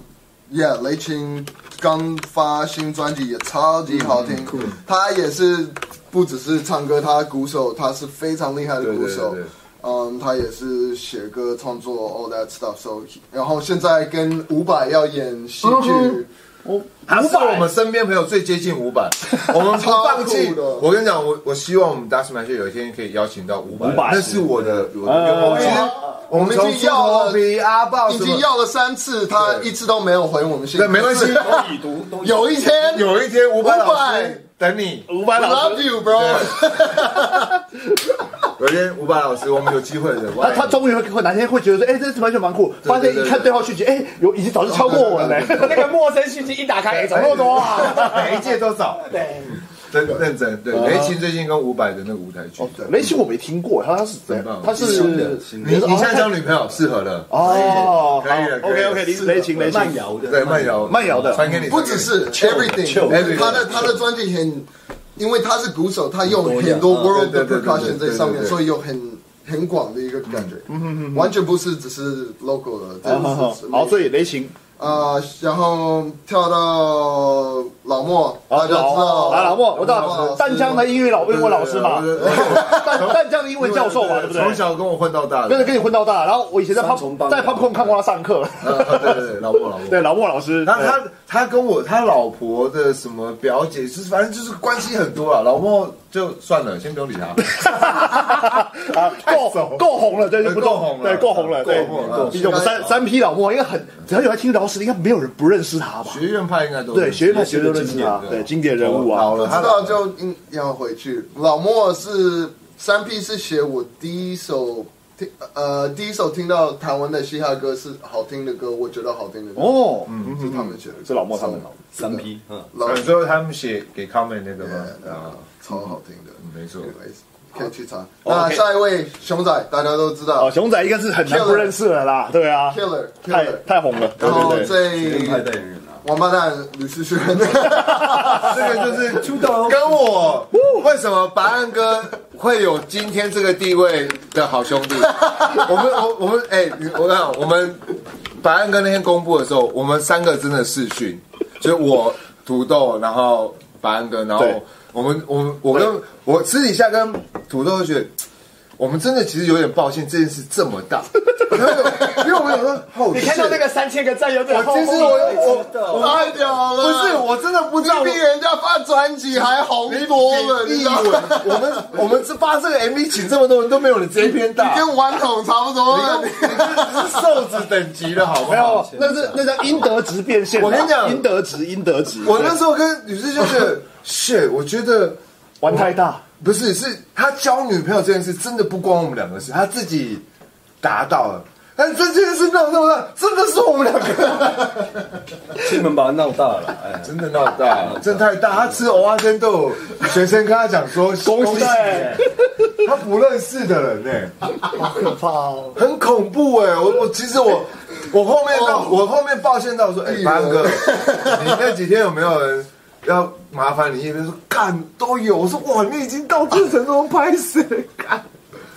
C: Yeah 雷琴刚发新专辑也超级好
D: 嗯
C: 听，他也是不只是唱歌，他鼓手他是非常厉害的
D: 对
C: 鼓
D: 对
C: 手
D: 对对。
C: 嗯，他也是写
D: 嗯
C: 歌、创作 all that stuff。So，然后现在跟伍佰要演喜剧，
A: 我
D: 他是我们身边朋友最接近伍 佰，我们不放弃
C: 超酷的。
D: 我跟你讲，我我希望我们 Dust Man 有一天可以邀请到伍佰
A: 伍佰，
D: 那是我的我的愿
A: 呃
D: 望。其实我
C: 我
D: 们
C: 们
D: 从
C: 已经要了
D: 苏比阿豹
C: 已
D: 什
C: 经
D: 么，
C: 要了三次，他一次都没有回我们信。
D: 对，没关系。
G: 已读都
C: 有一天
D: 有一天伍佰
C: 伍
D: 老
C: 佰
D: 师等你，
A: 伍佰
C: ，I
A: 老
C: love
A: 师，
C: you, bro。
D: 有一天伍佰老师，我们有机会的。我
A: 他
D: 爱你
A: 他终于会哪天会觉得说，哎，这完全蛮酷，发现一看对号续集，哎，有已经早就超过我了嘞。
B: 那个陌生讯息一打开，哎怎么那么多啊？
D: 每一届都找，
B: 对，
D: 真认真对。雷勤最近跟伍佰的那个舞台剧，
A: 雷奇我没听过，他他是怎
D: 很
A: 样？
D: 棒
A: 他是
G: 新的新
D: 你你现在交女朋友适合了，
A: 哦，
D: 可以了可以
A: ，OK
D: 了
A: OK，雷琴雷
G: 慢
A: 琴，
G: 摇的，
D: 对慢摇
A: 慢摇的
D: 传给你，
C: 不只是
D: Everything
C: everything，他的他的专辑很，因为他是鼓手，他用很多
A: 啊
G: 很
C: world
D: 对
C: 的
D: 对对
C: percussion
D: 对对
C: 在上
D: 对
C: 面，
D: 对
C: 所以有很很广的一个感觉，
A: 嗯
C: 完全不是只是 local 的，真
A: 好啊好
C: 的
A: 好
C: 是，
A: 好，所以雷琴，
C: 呃，然后跳到老莫，大家知道
A: 啊，老莫，我知
C: 老
A: 道
C: 师
A: 湛江的英语老英文老师嘛，湛湛江的英文教授嘛，对不对？
D: 从小跟我混到大
A: 跟
D: 的
A: 着，跟你混到大，然后我以前在
G: 三重
A: pop
G: 帮
A: 在 popcorn 看过他上课，
D: 呃对对对，老婆老婆。
A: 对，老莫老师，
D: 然后
A: 对
D: 他他跟我他老婆的什么表姐，就是反正就是关系很多啊。老莫就算了，先不用理他。
A: 啊，够够红了，对，就不动
D: 够红了
A: 对，够红了，
D: 够
A: 对
D: 红了，
A: 毕竟我们三三批老莫，应该很只要有在听饶舌，应该没有人不认识他吧？
D: 学院派应该都
A: 对，学院派学都认识他
D: 啊，，
A: 对，经典人物啊
D: 老，
C: 不
D: 了，
C: 知
D: 他
C: 道就应要回去。老莫是三 P 是写我第一首听呃第一首听到台湾的嘻哈歌是好听的歌，我觉得好听的歌
A: 哦，
C: 是他们写的歌，
A: 是老莫他们
G: 三 P，嗯，
C: 老
D: 呃最后他们写给 comment 那个吗？啊嗯
C: 啊，超好听的，
D: 没错
C: Anyways，可以去查。那下一位熊仔大家都知
A: 哦，
C: 道
A: 熊仔应该是很难不认识了啦，对啊，
C: ，Killer
A: 太
C: Killer，
A: 太红了，对
C: 然后
A: 对对，
G: 跟派
C: 最
G: 代言人啊，
C: 王八蛋吕思萱，
D: 这个就是出道跟我为什么白安哥会有今天这个地位的好兄 弟？我们我我们哎、我看我们白安哥那天公布的时候，我们三个真的试训，就是我土豆，然后白安哥，然后
A: 对
D: 我们我们我跟我私底下跟土豆就觉得。我们真的其实有点抱歉，这件事这么 大，因为因为我们想说，哦
B: 你看到那个三千个战友在
D: 我
B: 后
D: 其
B: 面，
D: 实我我我
C: 太屌
D: 不
C: 了！
D: 是，我真的不知道，
C: 你比人家发专辑还红多了，你
D: 你
C: 知
D: 以为
C: 道吗？
D: 我们我们这发这个 MV 请这么多人都没有你这一篇大，你
C: 跟顽童差不多了。
D: 是瘦子等级的好不
A: 没有
D: 好？，
A: 那是那叫应得值变现啊，
D: 我跟你讲
A: 应得值，应得值，
D: 我那时候跟女士就是 shit，我觉得
A: 玩太大，
D: 不是，是他交女朋友这件事真的不关我们两个事，他自己达到了。但这件事闹那么大，真的是我们两个
G: 气门把它闹大了，哎，
D: 真的闹大了， 真的太大。他吃蚵仔煎都有学生跟他讲说恭喜你，他不认识的人呢、
B: 好可怕哦！
D: 很恐怖哎、我我其实我我后面到、我后面抱歉到说，哎、
C: 哎
D: 欸，
C: 呦
D: 班哥，你那几天有没有人要麻烦你一边说干都有，我说哇，你已经到这程度，拍死了干。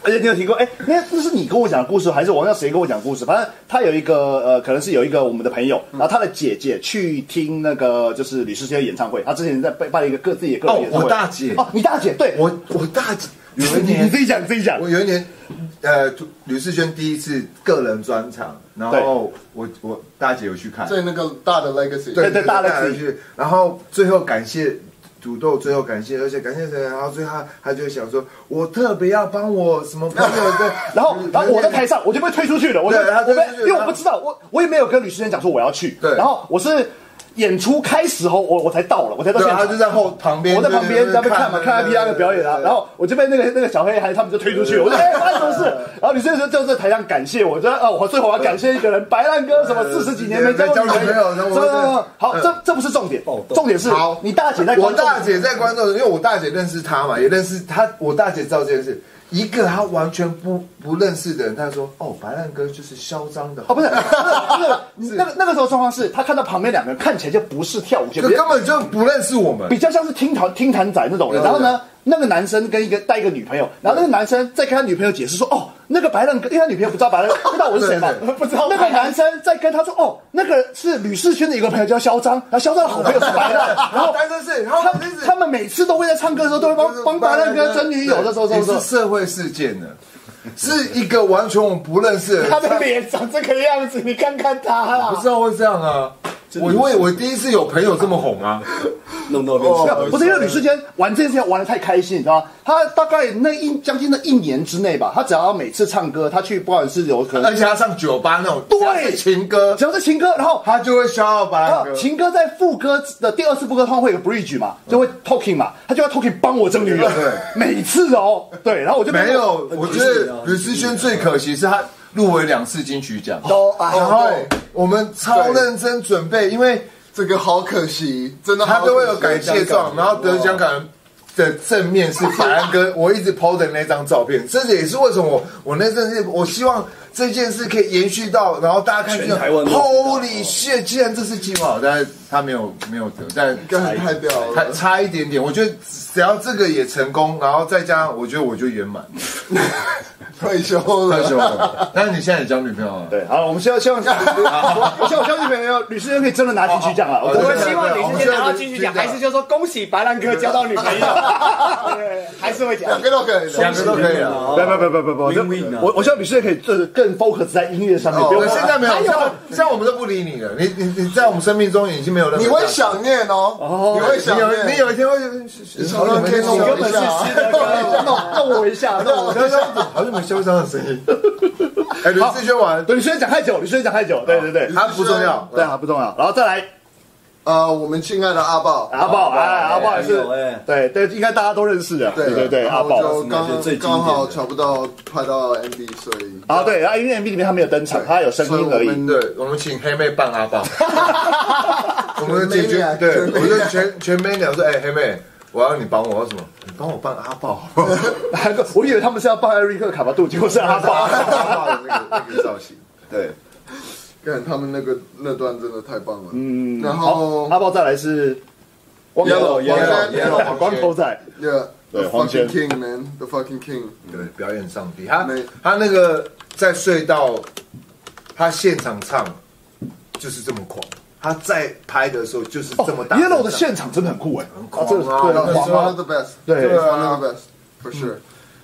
A: 而且你有听过？哎、那那是你跟我讲的故事，还是我让谁跟我讲故事？反正他有一个呃，可能是有一个我们的朋友，
D: 嗯
A: 然后他的姐姐去听那个就是吕世轩演唱会，他之前在办办了一个各自己的个人演唱会。
D: 哦我大姐
A: 哦，你大姐对，
D: 我我大姐有一
A: 你你
D: 年
A: 自己讲，你自己讲
D: 我。有一年，呃，吕世轩第一次个人专场，然后我我大姐有去看，
C: 在那个大的 legacy，
A: 对大家自己，
D: 去，然后最后感谢土豆，最后感谢，而且感谢谁？然后最后他他就想说，我特别要帮我什么朋友的
A: 然后，然后我在台上，我就被推出去了。我就
D: 对他
A: 我
D: 推
A: 被
D: 出
A: 因
D: 去，
A: 为我
D: 他
A: 不知道，我我也没有跟吕世轩讲说我要去。
D: 对
A: 然后我是演出开始后，我我才到了，我才到
D: 对
A: 现
D: 啊，
A: 场。
D: 他就在后旁边，
A: 哦我在旁边
D: 对
A: 在那边看嘛，看 IP 那个表演啊，然后我就被那个那个小黑孩他们就推出去，我就哎发生什么事？然后女生就就在台上感谢我，就哦我最后我要感谢一个人，白烂哥
D: 呃
A: 什么四十几年没交女朋友，这好这这不是重点，重点是你大姐在
D: 哦我大姐在观众，因为我大姐认识他嘛，也认识他，我大姐知道这件事。一个他完全不不认识的人，他说：“哦，白烂哥就是嚣张的，
A: 哦不是不 是那个那个时候状况是，他看到旁边两个人看起来就不是跳舞
D: 就根本就不认识我们。”
A: 比较像是听团听团仔那种人。然后呢，那个男生跟一个带一个女朋友，然后那个男生在跟他女朋友解释说，哦，那个白浪哥，因为他女朋友不知道白浪，不知道我是谁嘛，不知道。那个男生在跟他说，哦，那个是吕世轩的一个朋友叫嚣张，然后嚣张的好朋友是白浪，然后
D: 但是是，然后
A: 他
D: 一直
A: 他们每次都会在唱歌的时候都会帮帮白浪哥争女友的时候，
D: 也
A: 是不
D: 是
A: 是？
D: 社会事件呢，是一个完全我们不认识的人，
B: 他的脸长这个样子，你看看他
D: 不
B: 啦。
D: 知道会这样啊。我因为我第一次有朋友这么红啊，
G: 弄到
A: 没有不是因为吕世坚玩这件事情玩的太开心，你知道吗？他大概那一将近那一年之内吧，他只要每次唱歌，他去不管是有可能，
D: 而且他上酒吧那种
A: 对
D: 情歌，
A: 只要是情歌，然后
D: 他就会消耗把那
A: 啊
D: 个
A: 情歌在副歌的第二次副歌通常会有 bridge 嘛，就会 talking 嘛，他就要 talking 帮我争女人，每次哦，对，然后我就
D: 没有，我觉得吕思萱最可惜是她入围两次金曲奖，
A: 都啊
B: 哎
D: 然后我们超认真准备，因为
C: 这个好可惜，真的好
D: 她
C: 可惜。
D: 都会有感谢状，然后得奖感人的正面是法安哥，我一直 PO 的那张照片，这也是为什么我我那阵子我希望。这件事可以延续到，然后大家看
G: 全台湾都知道
D: Holy shit！既然这是金马，但是他没有没有得，但
C: 干太屌
D: 还
C: 了，
D: 差一点点。我觉得只要这个也成功，然后再加上，我觉得我就圆满。
C: 退休
D: 太凶
C: 了。
D: 了。但是你现在有交女朋友了？啊
A: 对，好了，我们希望希望，我希望我相信朋友吕世坚可以真的拿金曲奖了，啊我
B: 啊我
A: 真
B: 们
A: 的
B: 希望你是先拿到金曲奖，还是就说恭喜白兰哥交到女朋友？ 对还是会讲。
C: 两个都可以，
D: 两个都可以
G: 啊
A: 不
D: 了。
A: 不不不不不，我我希望吕世坚可以就是更 focus 在音乐上面，不
D: 我
A: 用啊
D: 们哦现在没有，像像我们都不理你了。你你你在我们生命中已经没有任何
C: 你
D: 价值。
C: 会想念哦，你会想
D: 你有
C: 念，
D: 你有一天会
C: 好久没听到
D: 好久
C: 我
D: 没
C: 的
D: 听到
C: 下
A: 那个弄弄我一下，弄我一下。
D: 好久没嚣张的声音。哎，吕志轩完，
A: 对，吕世坚讲太久，吕世坚讲太久，对对对，
D: 他不重要。
A: 对啊，不重要。然后再来
C: 呃，我们亲爱的阿豹，
A: 阿豹，哎，阿豹也是
G: 哎哎，
A: 对对，应该大家都认识的，对对对，阿
C: 然后
A: 豹。
C: 就
G: 那是最
C: 刚
G: 经典的
C: 刚好瞧不到拍到 MV，所以
A: 啊，对，然后因为 MV 里面他没有登场，他有声
C: 所以
A: 音
C: 我
A: 而已。
C: 们
D: 对，我们请黑妹扮阿豹，我们解决
C: Maniac，
D: 对，
C: 全 Maniac
D: 我就全全妹聊说，哎，黑妹，我要你帮我，我说什么？你帮我扮阿豹好不好，
A: 然后我以为他们是要扮艾瑞克卡巴杜，结果是阿豹。
D: 阿豹的那个那个造型。对，
C: 看他们那个那段真的太棒了。
A: 嗯，
C: 然
A: 好
C: 后
A: 阿豹再来是光头
C: Yellow，Yellow，
A: 对光头仔，
C: Yeah，
A: 对
C: the
A: 黄轩
C: fucking king man，the fucking king。
D: 对，表演上帝，他
C: 没
D: 他那个在隧道，他现场唱就是这么狂，他在拍的时候
A: 哦
D: 就是这么大声唱。
A: Yellow 的现场真的很酷哎，
D: 很
A: 啊这
D: 狂啊
A: 对
D: 那
A: 啊
D: 个
C: 黄
D: 时候
C: 妈 the best，
A: 对
C: 对啊，the best for sure。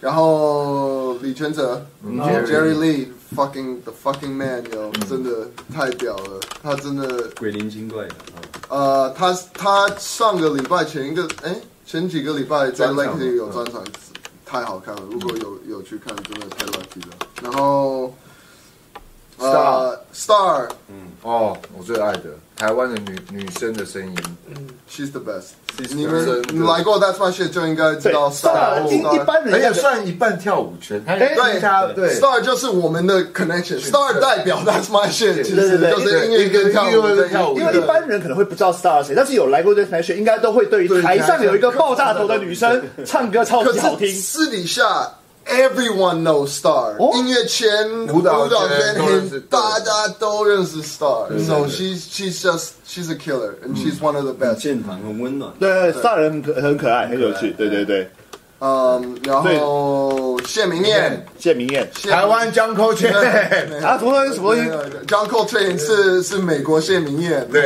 C: 然后李全哲，然后 Jerry Lee，fucking the fucking man，yo，真的太屌了，他真的。
G: 鬼灵精怪的，啊
C: 呃，他他上个礼拜前一个哎前几个礼拜在
D: 专场
C: Lucky 有专场，太好看了。如果有有去看，真的太 lucky 了。然后呃 Star，she's
D: 哦，我最爱的台湾的女女生的声音，
C: the best。
D: the
C: 你们
D: best
C: 你来过 That's My Shit 就应该知
A: 对
C: 道 Star
A: 一一
C: Star
A: 般
D: 而
A: 人
D: 且
A: 要
D: 算一半跳舞圈，她
C: 对
D: 她对
C: Star 就是我们的 connection。Star 代表 That's My Shit，其实
A: 对
C: 就是音乐跟跳舞
D: 对跳舞
A: 因为一般人可能会不知道 star 是谁，但是有来过这 s m a s 应该都会对于台上有一个爆炸头的女生唱歌超
C: 可
A: 级好听
C: 是。私底下，everyone knows Star，、
A: 哦
C: 音乐圈、
D: 舞蹈圈
C: 圈
D: 都认识
C: 很大家都认识 Star。So she's she's just she's a killer and she's one of the
G: 很
C: best。
G: 健谈，很温暖。啊
A: 对，star 人很可很可爱，很有趣。对对对，
C: 嗯，然后谢明燕，
A: 谢明燕
C: 谢
D: 台湾江口圈，
A: 啊，什么东西什么东西？
C: John Coltrane 是是美国谢明燕，
D: 对，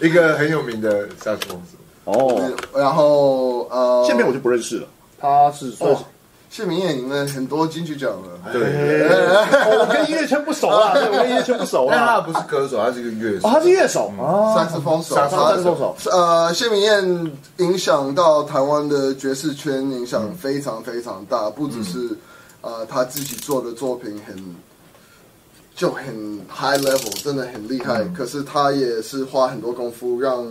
D: 一个很有名的萨克斯风手。
A: 哦，
C: 然后呃，
A: 谢明燕我就不认识了，他是算是
C: 谢明燕赢了很多金曲奖了，
D: 对，
A: 哦我跟音乐圈不熟啦， 对，我跟音乐圈不熟啊
D: 但
A: 啦。
D: 她不是歌手，她是一个乐手
A: 哦，。他是乐手哦，
C: 萨克斯风手，
A: 萨克斯风手。
C: 呃，谢明燕影响到台湾的爵士圈，影响非常非常
A: 嗯
C: 大，不只是、呃他自己做的作品很就很 high level，真的很厉害。
A: 嗯
C: 可是他也是花很多功夫让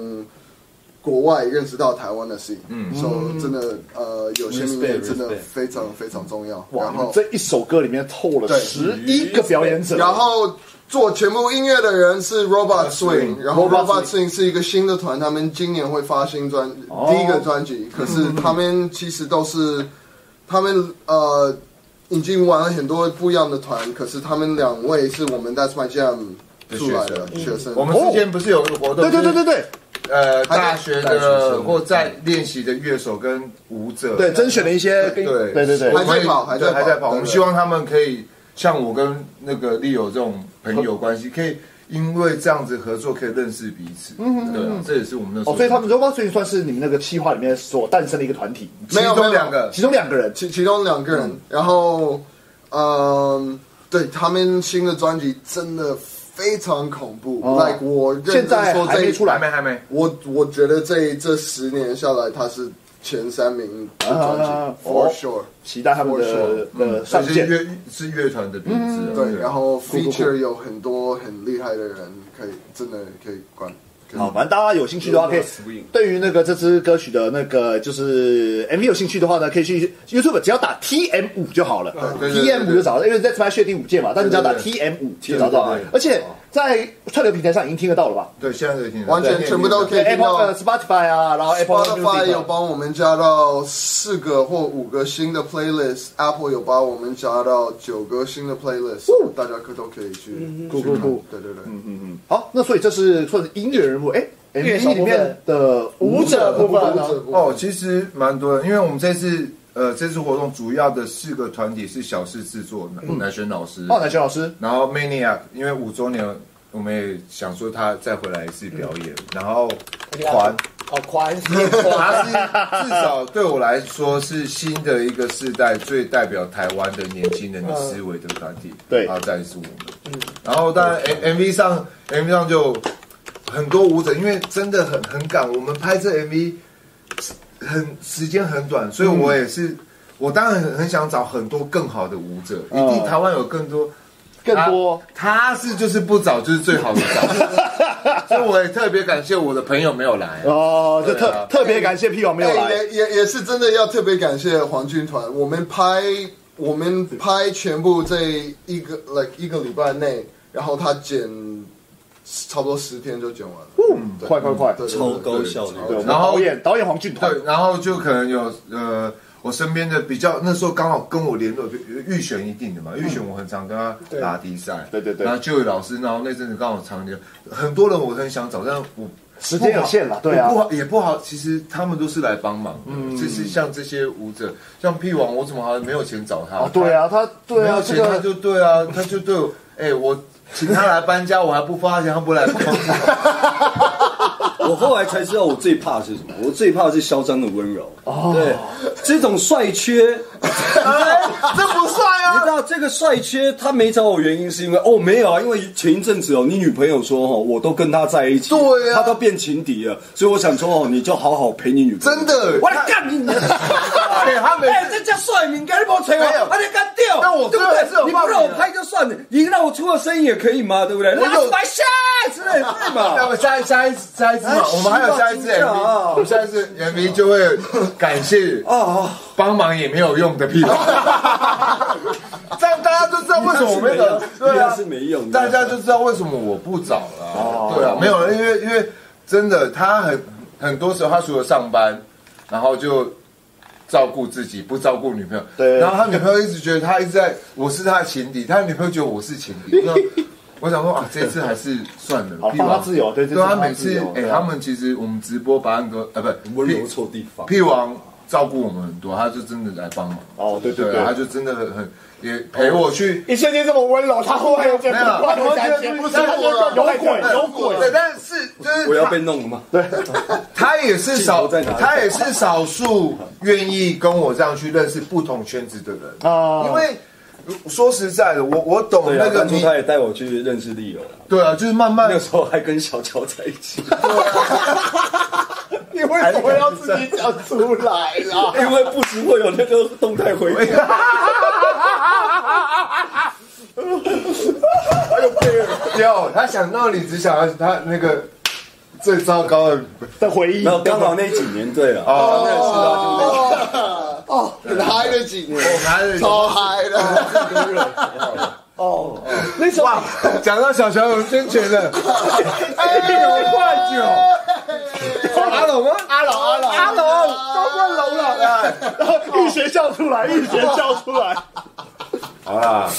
C: 国外认识到台湾的 scene，嗯，所、以真的呃，有些名人
G: Respect，
C: 真的
G: respect
C: 非常非常重要。
A: 哇，
C: 然
A: 你
C: 后
A: 们这一首歌里面透了
C: 对
A: 十一个表演者，
C: 然后做全部音乐的人是 Robot Swing，然后
A: Robot
C: Robot Swing 是一个新的团，他们今年会发新专
A: 哦
C: 第一个专辑，可 是他们其实都是他们呃已经玩了很多不一样的团，可是他们两位是我们 That's My Jam
D: 的
C: 出来的学
A: 嗯
C: 生，
D: 我们之前不是有一个活动？
A: 哦对对对对对
D: 呃，大学
G: 大学
D: 的
G: 生
D: 或在练习的乐手跟舞者，
A: 对，甄选了一些跟
D: 对
A: 对对对
D: 我们
C: 还在跑
D: 对
C: 还在跑
D: 还在跑。我们
C: 对对
D: 希望他们可以像我跟那个丽友这种朋友关系，可以因为这样子合作，可以认识彼此。嗯对啊，这也是我们的。
A: 哦，所以他们 Robot Swing 算是你们那个企划里面所诞生的一个团体，
C: 嗯
D: 其中两个
A: 其中两个人
C: 其其中两嗯个人，然后嗯，对他们新的专辑真的非常恐怖。
A: 哦
C: like 我认
A: 现
C: 真
A: 在
C: 说
A: 还
C: 这
A: 没出来
D: 还没还没，
C: 我我觉得这这十年下来，他是前三名的专辑、
A: 啊
C: 嗯 for
A: 哦
C: sure。嗯
A: 期待他们的的上
D: 嗯是
A: 线。
D: 乐是乐团的名字啊，
C: 对，然后
A: 嗯酷酷酷
C: feature 有很多很厉害的人，可以真的可以关。可以
A: 好，反正大家有兴趣的话，可以对于那个这支歌曲的那个就是 MV 有兴趣的话呢，可以去 YouTube 只要打 TM 五就好了
D: 对对对
A: ，TM 五就找到，因为在 s m a s 第五届嘛，但是只要打
D: 对
A: TM 五就找到
D: 对对对，
A: 而且在串流平台上已经听得到了吧？
D: 对，现在可以听得到，
C: 完全全部
D: 哦
C: 都可
A: 对
C: 以听
A: ，Apple
C: 到
A: 呃。Spotify 啊，然后 Apple
C: Spotify
A: Music
C: 有
A: 啊
C: 帮我们加到四个或五个新的 playlist，Apple 有帮我们加到九个新的 playlist，、大
A: 哦
C: 家可都可以去。
A: 酷嗯酷酷，嗯
C: 对对对，
A: 好，那所以这是算是音乐人物，哎
B: 乐手
A: ，MV 里
B: 部分
A: 面的
B: 舞者部分啊呢？
D: 哦，其实蛮多的，因为我们这次呃这次活动主要的四个团体是小事制作，
C: 嗯
D: 南轩老师，
A: 哦，南轩老师，
D: 然后 Maniac 因为五周年，我们也想说他再回来一次表演，
C: 嗯
D: 然后团。
B: 好宽，
D: 哦他是至少对我来说是新的一个世代最代表台湾的年轻人的思维的团体，
A: 嗯对嗯
D: 然后再是我们，然后当然 M V 上 M V 上就很多舞者，因为真的很很赶，我们拍这 M V 很时间很短，所以我也
A: 嗯
D: 是，我当然很很想找很多更好的舞者，一定台湾有更多。
A: 嗯更多
D: 啊他，他是就是不找就是最好的 找，所以我也特别感谢我的朋友没有来。
A: 哦，就
D: 对
A: 特
D: 啊
A: 特别感谢 P 王没有
C: 哎
A: 来，
C: 也也也是真的要特别感谢黄军团，我们拍我们拍全部这一个 like 一个礼拜内，然后他剪差不多十天就剪完了，对
A: 快快快，
C: 对对对
G: 超高效率
C: 对
A: 对，我们
D: 然后
A: 导演导演黄俊团，
D: 对，然后就可能有呃，我身边的比较那时候刚好跟我联络，就预选一定的嘛，预选我很常跟他打比赛，
A: 嗯对对对
D: 然后就有老师，然后那阵子刚好常联，很多人我很想找，但我
A: 时间有限啦对啊嗯
D: 我不好也不好，其实他们都是来帮忙的，就是像这些舞者，像屁王，我怎么好像没有钱找他？
A: 哦，对啊，他
D: 他，
A: 对
D: 没
A: 啊，
D: 有
A: 这
D: 钱他
A: 个
D: 就对啊，他就对我， 哎、我请他来搬家，我还不发钱，他不来帮我。
G: 我后来才知道我最怕的是什么，我最怕的是嚣张的温柔。对，这种帅缺，
C: 啊
D: 这不算
G: 你知道这个帅缺他没找我原因是因为哦没有啊，因为前一阵子哦你女朋友说哦我都跟他在一起，
C: 对啊
G: 他都变情敌了，所以我想说哦你就好好陪你女朋友。
C: 真的
G: 我来干你！
D: 对他每次
G: 哎，这叫帅敏感，你帮我吹我，啊
D: 没有
G: 把你干掉。
D: 但我
G: 对不
D: 真
G: 对
D: 的是有？
G: 你不
D: 办法
G: 让我拍就算了，你让我出个声音也可以嘛，对不对？我
D: 有
G: 白瞎之类的，对 嘛？
D: 那我下一下一下一次嘛，我们还有下一次
G: 哎
D: MV，
G: 是啊
D: 我们下一次 MV 就会感谢
G: 哦，
D: 帮忙也没有用的屁股。 这样大家就知道为什么我没有，对
G: 应
D: 啊
G: 该是没用的
D: 大家就知道为什么我不找了啊、
A: 哦
D: 对啊，没有了，因为因为真的他很很多时候他除了上班，然后就。照顾自己，不照顾女朋友。
A: 对
D: 然后他女朋友一直觉得他一直在，我是他的情敌，他女朋友觉得我是情敌。那我想说啊，这次还是算了，
A: 好
D: 屁股
A: 放他自由对这次
D: 对他
A: 放他
D: 每
A: 自
D: 次
A: 由
D: 哎
A: 对，啊
D: 他们其实我们直播把很多呃，不
G: 温柔
D: 屁
G: 错地方。
D: 屁王照顾我们很多，他就真的来帮忙。啊
A: 哦对对对
D: 他就真的很很也陪我去。
B: 一瞬间这么温柔，他后来又觉
D: 没
B: 得
D: 有啦，
B: 怪我
D: 我
B: 感
D: 觉
B: 觉
D: 得不是
A: 他就
D: 我
A: 是
D: 啦
A: 有鬼有鬼，
D: 对，但是就是
G: 啊我要被弄了吗？
D: 他也是
G: 镜头
D: 少，
G: 在哪里
D: 他也是少数愿意跟我这样去认识不同圈子的人
A: 哦
D: 因为说实在的，我我懂
G: 啊对啊
D: 那，个
G: 当初
D: 你
G: 他也带我去认识丽友了，
D: 对啊，就是慢慢
G: 那时候还跟小乔在一起，
B: 你为什么要自己讲出来啦？
G: 因为不时会有那个动态 回应。
D: 有他想到你只想要他那个最糟糕的
A: 的回忆
G: 没，有，刚好那几年对了，刚认识啊，就是
C: 哦，很嗨的几年，
G: 啊
D: 男人。
G: 哦
C: 超嗨的，
B: 那时候
D: 讲到小乔有真觉得，哎呦，灌酒，阿龙吗？
B: 阿龙阿龙
D: 阿龙，周冠龙了。
A: 然后一学笑出来，一学笑出 来。哦
D: 好啦，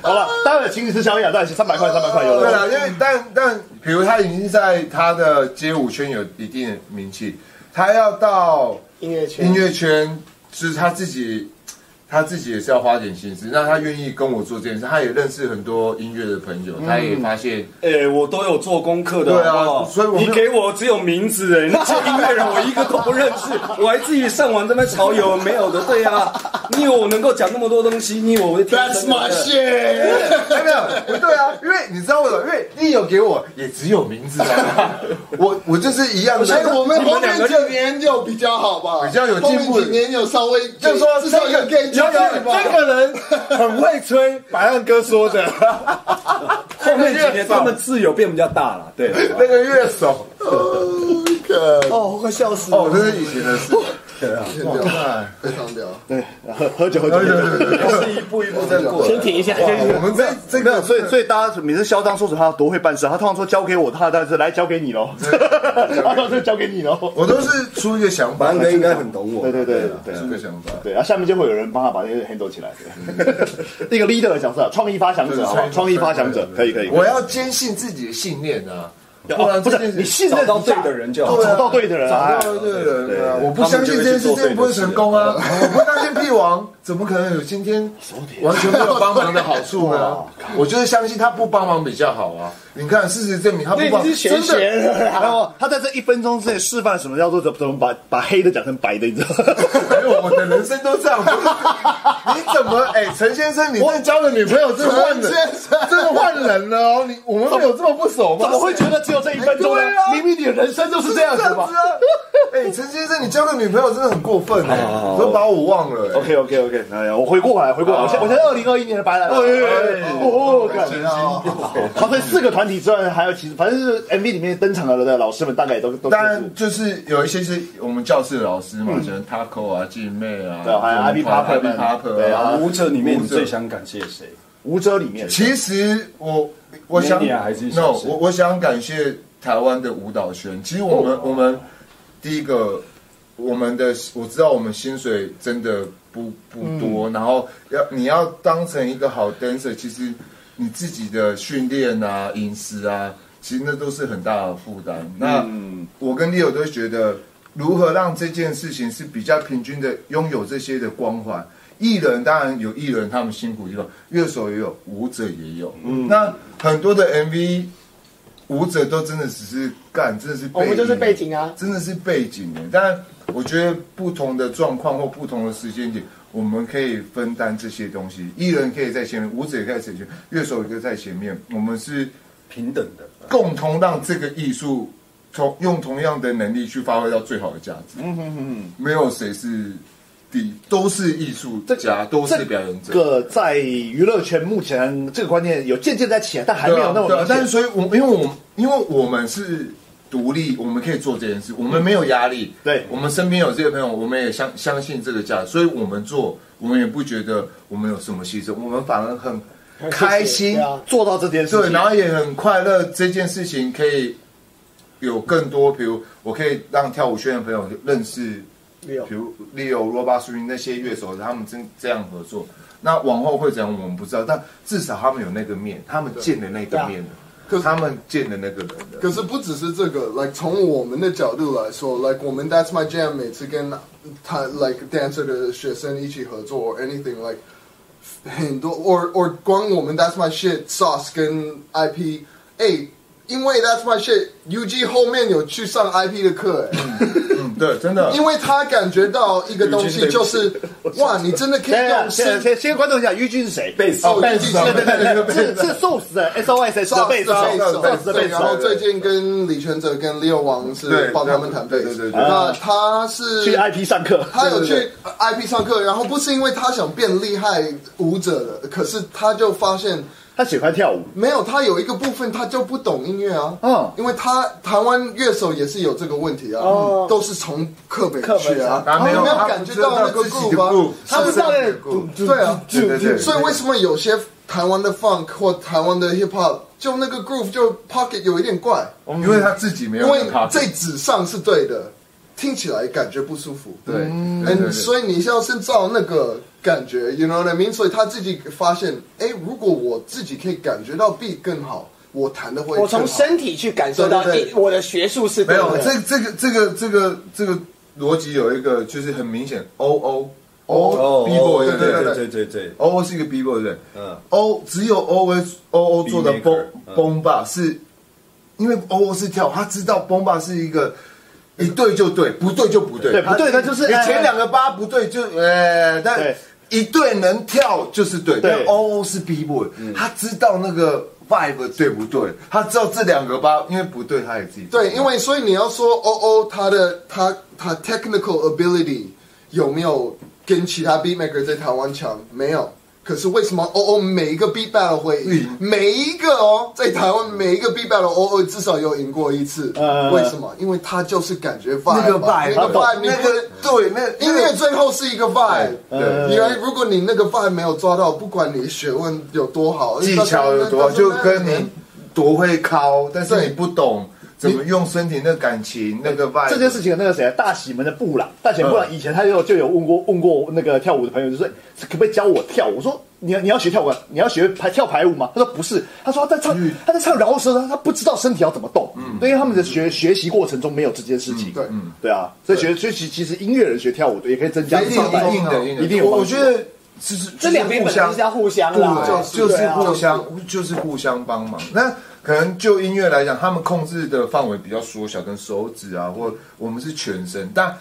A: 好了，待会请你吃宵夜啊，但是三百块，三百块有
D: 对啊
A: 了。
D: 啦，因为但但，比如他已经在他的街舞圈有一定的名气，他要到
B: 音乐圈
D: 音乐圈，就是他自己他自己也是要花点心思。那他愿意跟我做这件事，他也认识很多音乐的朋友，他
A: 嗯
D: 也发现，
G: 哎、我都有做功课的，
D: 对啊
G: 好不好
D: 所以我没
G: 你
D: 有
G: 给我只有名字哎，那些音乐人我一个都不认识，我还自己上网这边查有没有的，对啊，你以为我能够讲那么多东西？你以为我的
C: That's my shit。
D: 没有没有不对啊，因为你知道为什么？因为你有给我也只有名字啊，我我就是一样的。
C: 所以哎我们
G: 你
C: 后
G: 们两
C: 面
G: 个
C: 几年有比较好吧，
D: 比较有
C: 后
D: 进
C: 面
D: 步
C: 几年有稍微，
D: 就是说
C: 至少有 gay
D: 这个
C: 吧。
D: 这个人很会吹，白浪哥说的
G: 后面几年他们字有变比较大了，对，
D: 那个乐手。
B: 哦，我快笑死了。
D: 哦，这是以前的事。啊
C: 很屌，非常屌。
A: 喝喝酒喝酒。喝酒
G: 是一步一步在过。
B: 先停一下，先停一下
D: 我们在
A: 这个，所以所以大家每次嚣张说什么他多会办事，他通常说交给我，他但是来交给你喽，他说这 交给你喽。
D: 我都是出一个想法
G: 凡，哥应该很懂我，
A: 对对对啊对
D: 出一个想法。
A: 对，然后下面就会有人帮他把那个 handle 起来，对一个 leader 的角色啊，创意发想者，好不好？创意发想者，可以可以。
D: 我要坚信自己的信念啊！不
A: 哦
D: 然
A: 不
D: 这
A: 是
D: 件
A: 你
D: 事
A: 信
G: 找
A: 任
G: 到对的，人就好。
A: 找到对的人，
D: 找
A: 哎
D: 到对的人啊！
A: 对
D: 我不相信这件事情不会成功啊！我不相信屁王怎么可能有今天完全没有帮忙的好处呢？我就是相信他不帮忙比较好啊！你看，事实证明他不
B: 对，
D: 帮
B: 你是玄学的啦。
A: 然后他在这一分钟之内示范什么叫做怎怎么把把黑的讲成白的，你知道吗？
D: 没有，哎我的人生都这样。 你怎么？哎、陈先生，你这交的女朋友真的换人，真的换人了哦！你我们没有这么不熟吗？
A: 怎么会觉得只有这一分钟呢
D: 对？啊
A: 明明你的人生就是这样
D: 这样
A: 子
D: 子
A: 嘛
D: 啊。？哎、陈先生，你交个女朋友真的很过分哎、都把我忘了、哎
A: OK OK OK，哎呀，我回过来，回过来，我现我现在二零二一年的白兰，哎
D: 哎
A: 哦，感
D: 陈
A: 觉
D: 先生
A: 好在四个团体之外，还有其实反正是 MV 里面登场的的老师们，大概也都都
D: 当
A: 记
D: 然
A: 住，
D: 就是有一些是我们教室的老师嘛，像 Taco 啊、静妹啊，
A: 对还有 Ivy Parker 们
D: Ivy Parker
A: 对啊
G: 舞者里面
D: 舞
G: 你
D: 者
G: 最想感谢谁？
A: 舞者里面，
D: 其实我我想
G: Mania 还是
D: no，
G: 小事
D: 我我想感谢台湾的舞蹈圈。其实我们、我们第一个，我们的我知道我们薪水真的不不多，然后要你要当成一个好 dancer，其实你自己的训练啊、饮食啊，其实那都是很大的负担。那、我跟 Leo 都觉得，如何让这件事情是比较平均的拥有这些的光环。艺人当然有艺人他们辛苦的地方，乐手也有，舞者也有。嗯，那很多的 MV 舞者都真的只是干，真的是
B: 我们就是背景啊
D: 真的是背景的。但我觉得不同的状况或不同的时间点，我们可以分担这些东西。艺人可以在前面，舞者也可以在前面，乐手也可以在前面。我们是
G: 平等的。
D: 共同让这个艺术从用同样的能力去发挥到最好的价值。嗯哼哼，没有谁是第，都是艺术家，都是表演
A: 这
D: 者。
A: 个在娱乐圈目前这个观念有渐渐在起来，但还没
D: 对
A: 有
D: 啊，
A: 那么
D: 对啊
A: 明，
D: 但是
A: 显。
D: 所以我，因为我因为我们是独立，我们可以做这件事，我们没有压力。
A: 对
D: 我们身边有这些朋友，我们也相相信这个价值，所以我们做，我们也不觉得我们有什么牺牲，我们反而很开心
B: 对。啊
A: 做到这件事
D: 对，
A: 情
D: 然，后也很快乐。这件事情可以有更多，比如我可以让跳舞圈的朋友认识，
B: Leo
D: 比如 Leo、罗巴、苏云那些乐手，他们真这样合作。那往后会怎样，我们不知道，但至少他们有那个面，他们见的那
B: 对
D: 个
B: 啊
D: 面了
C: 可是
D: 他们见的那个人了
C: 可是不只是这个，like 从我们的角度来说，like 我们 That's My Jam 每次跟他 like dancer 的学生一起合作，or anything like 很多，or or 光我们 That's My Shit Sauce 跟 IP，哎，因为 That's My Shit UG 后面有去上 IP 的课，哎，
D: 嗯，对，真的。
C: 因为他感觉到一个东
G: UG 对
C: 西
G: 不起
C: 就是，哇，你真的可以
A: 对啊
C: 用
A: 先
C: 身
A: 先先观众一下，于俊是谁？
G: 贝斯
C: 哦
A: 贝
C: 贝
A: 斯，
C: 斯
A: 对对对对，是是 SOS 的 SOS 的贝斯手，
C: 对
A: SOS 的贝斯
C: 然后
A: 手，
C: 最近跟李全哲跟六王是
D: 对
C: 帮他们谈贝
D: 对对
C: 斯
D: 对，对
C: 那他是
A: 去 IP 上课。
C: 他有
D: 对
C: 去 IP 上课，然后不是因为他想变厉害舞者的，可是他就发现
A: 他喜欢跳舞，
C: 没有，他有一个部分他就不懂音乐啊，
A: 嗯
C: 因为他台湾乐手也是有这个问题啊，
B: 哦
C: 都是从课本
B: 课本
C: 去啊，
D: 他
C: 们
D: 没有
C: 没有
D: 他
C: 感
D: 不
C: 觉
D: 知
C: 到
D: 道
C: 那个
D: 自己
C: groove
D: 的
C: 啊
D: groove，
B: 他不知道那个
D: 鼓
C: 对啊，
D: 对对对
C: 所以为什么有些台湾的 funk 或台湾的 hip hop 就那个 groove 就 pocket 有一点怪，
D: 因为他自己没有
C: 因为
D: 那个 pocket
C: 在纸上是对的，听起来感觉不舒服。
D: 对，对对
C: 嗯，
D: 对
C: 所以你是要先照那个感觉，you know what I mean？所以他自己发现，哎，如果我自己可以感觉到 B 更好，我弹的会
B: 我从
C: 更好
B: 身体去感受到
C: 对对对
B: 一我的学术是
D: 没
B: 对
D: 有
B: 的
D: 这这个这个这个这个逻辑有一个就是很明显，O O O B boy，
G: 哦对
D: 对
G: 对
D: 对
G: 对对对，
D: O 是一个 B boy 对
G: 嗯，
D: ，O 只有 O S O O 做的
G: Beatmaker，
D: 崩
G: 嗯
D: 崩吧是，因为 O 是跳，他知道崩吧是一个。一对就对，不对就不对。
A: 对不对
D: 他
A: 那就是
D: 你
A: 哎
D: 前两个八不对就呃，但
A: 对
D: 一对能跳就是对。
A: 对
D: 但 O O 是 B boy，他
G: 嗯
D: 知道那个 vibe 对不对？他知道这两个八，因为不对他也自己知道
C: 对，因为所以你要说哦哦，他的他他 technical ability 有没有跟其他 beat maker 在台湾强？没有。可是为什么哦哦每一个 beat battle 会赢？
D: 嗯
C: 每一个哦，在台湾每一个 beat battle 哦哦至少有赢过一次。
A: 呃
C: 为什么？因为他就是感觉 vibe，
D: 那个
C: 嘛
D: vibe，
C: 那个 vibe，你
D: 那
C: 不
D: 个呃对，那
C: 音乐最后是一个 vibe，
A: 对
C: 因为如果你那个 vibe 没有抓到，不管你学问有多好，
D: 技巧有多好，就跟你多会敲，但是
C: 对
D: 你不懂怎么用身体那感情那个 vibe
A: 这件事情，那个谁，大喜门的布朗，大喜门布
C: 嗯
A: 朗以前他就就有问过问过那个跳舞的朋友，就说可不可以教我跳舞？我说你要你要学跳舞啊，你要学排跳排舞吗？他说不是，他说他在
C: 嗯
A: 唱他在唱饶舌，啊他不知道身体要怎么动，对，因为他们的学学习过程中没有这件事情，
C: 嗯
A: 对
C: 对
A: 啊，所以学所以其其实音乐人学跳舞的也可以增加
D: 一定一定的，
A: 一定有帮助
D: 嗯我我觉得就是
B: 这两边
D: 就是
B: 本
D: 互相
B: 来就是要互相啦，
D: 对，就是互相，就是互相帮忙。那可能就音乐来讲，他们控制的范围比较缩小，跟手指啊，或我们是全身，但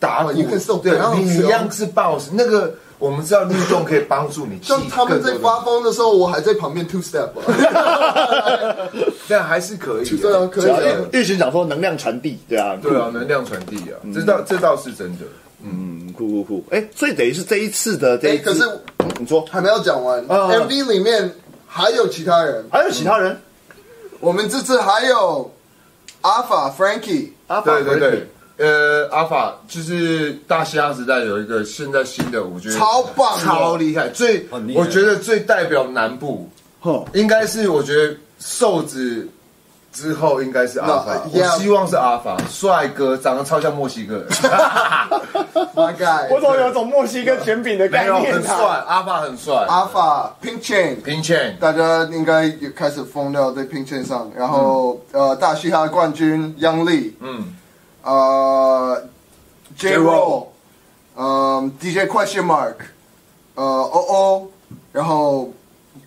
D: 打鼓
C: You can still
D: 对
C: bounce，
D: 你一样是 bounce。那个我们知道律动可以帮助 你记
C: 像他们在
D: 更多
C: 发
D: 的，
C: 疯的时候，我还在旁边 two step，
D: 但还是可以的，
C: 对啊，可
A: 只
C: 以
A: 要
C: 啊。
A: 玉群讲说能量传递，对啊，
D: 对啊，能量传递啊，
G: 嗯
D: 这倒这倒是真的。
A: 嗯，酷酷酷，哎，所以等于是这一次的这一
C: 哎可是
A: 支你说
C: 还没有讲 完
A: 啊
C: ，MV 里面还有其他人，
A: 还有其他人，
D: 嗯
C: 我们这次还有阿法 Frankie，
A: 阿法
D: 对对
A: 回
D: 对，呃，阿法就是大嘻哈时代有一个现在新的，我觉得
C: 超
A: 啊
C: 棒的
D: 超厉害，最
G: 很厉害
D: 我觉得最代表南部，
A: 哼，
D: 应该是我觉得瘦子之后应该是阿法，
C: 那
D: 我
C: yeah
D: 希望是阿法，帅哥，长得超像墨西哥 人，
C: My Guy，
B: 我怎么有种墨西哥卷饼的概
D: 没有
B: 念
D: 很帅
B: 啊？，
D: 阿法很帅，
C: 阿法 Pink Chain。
D: 平倩
C: 大家应该也开始疯掉在 Pink Chain 上，然后、呃，大嘻哈冠军央丽，
D: 嗯，
C: 呃，J
D: J.
C: Roll，嗯，DJ Question Mark，呃，O O，然后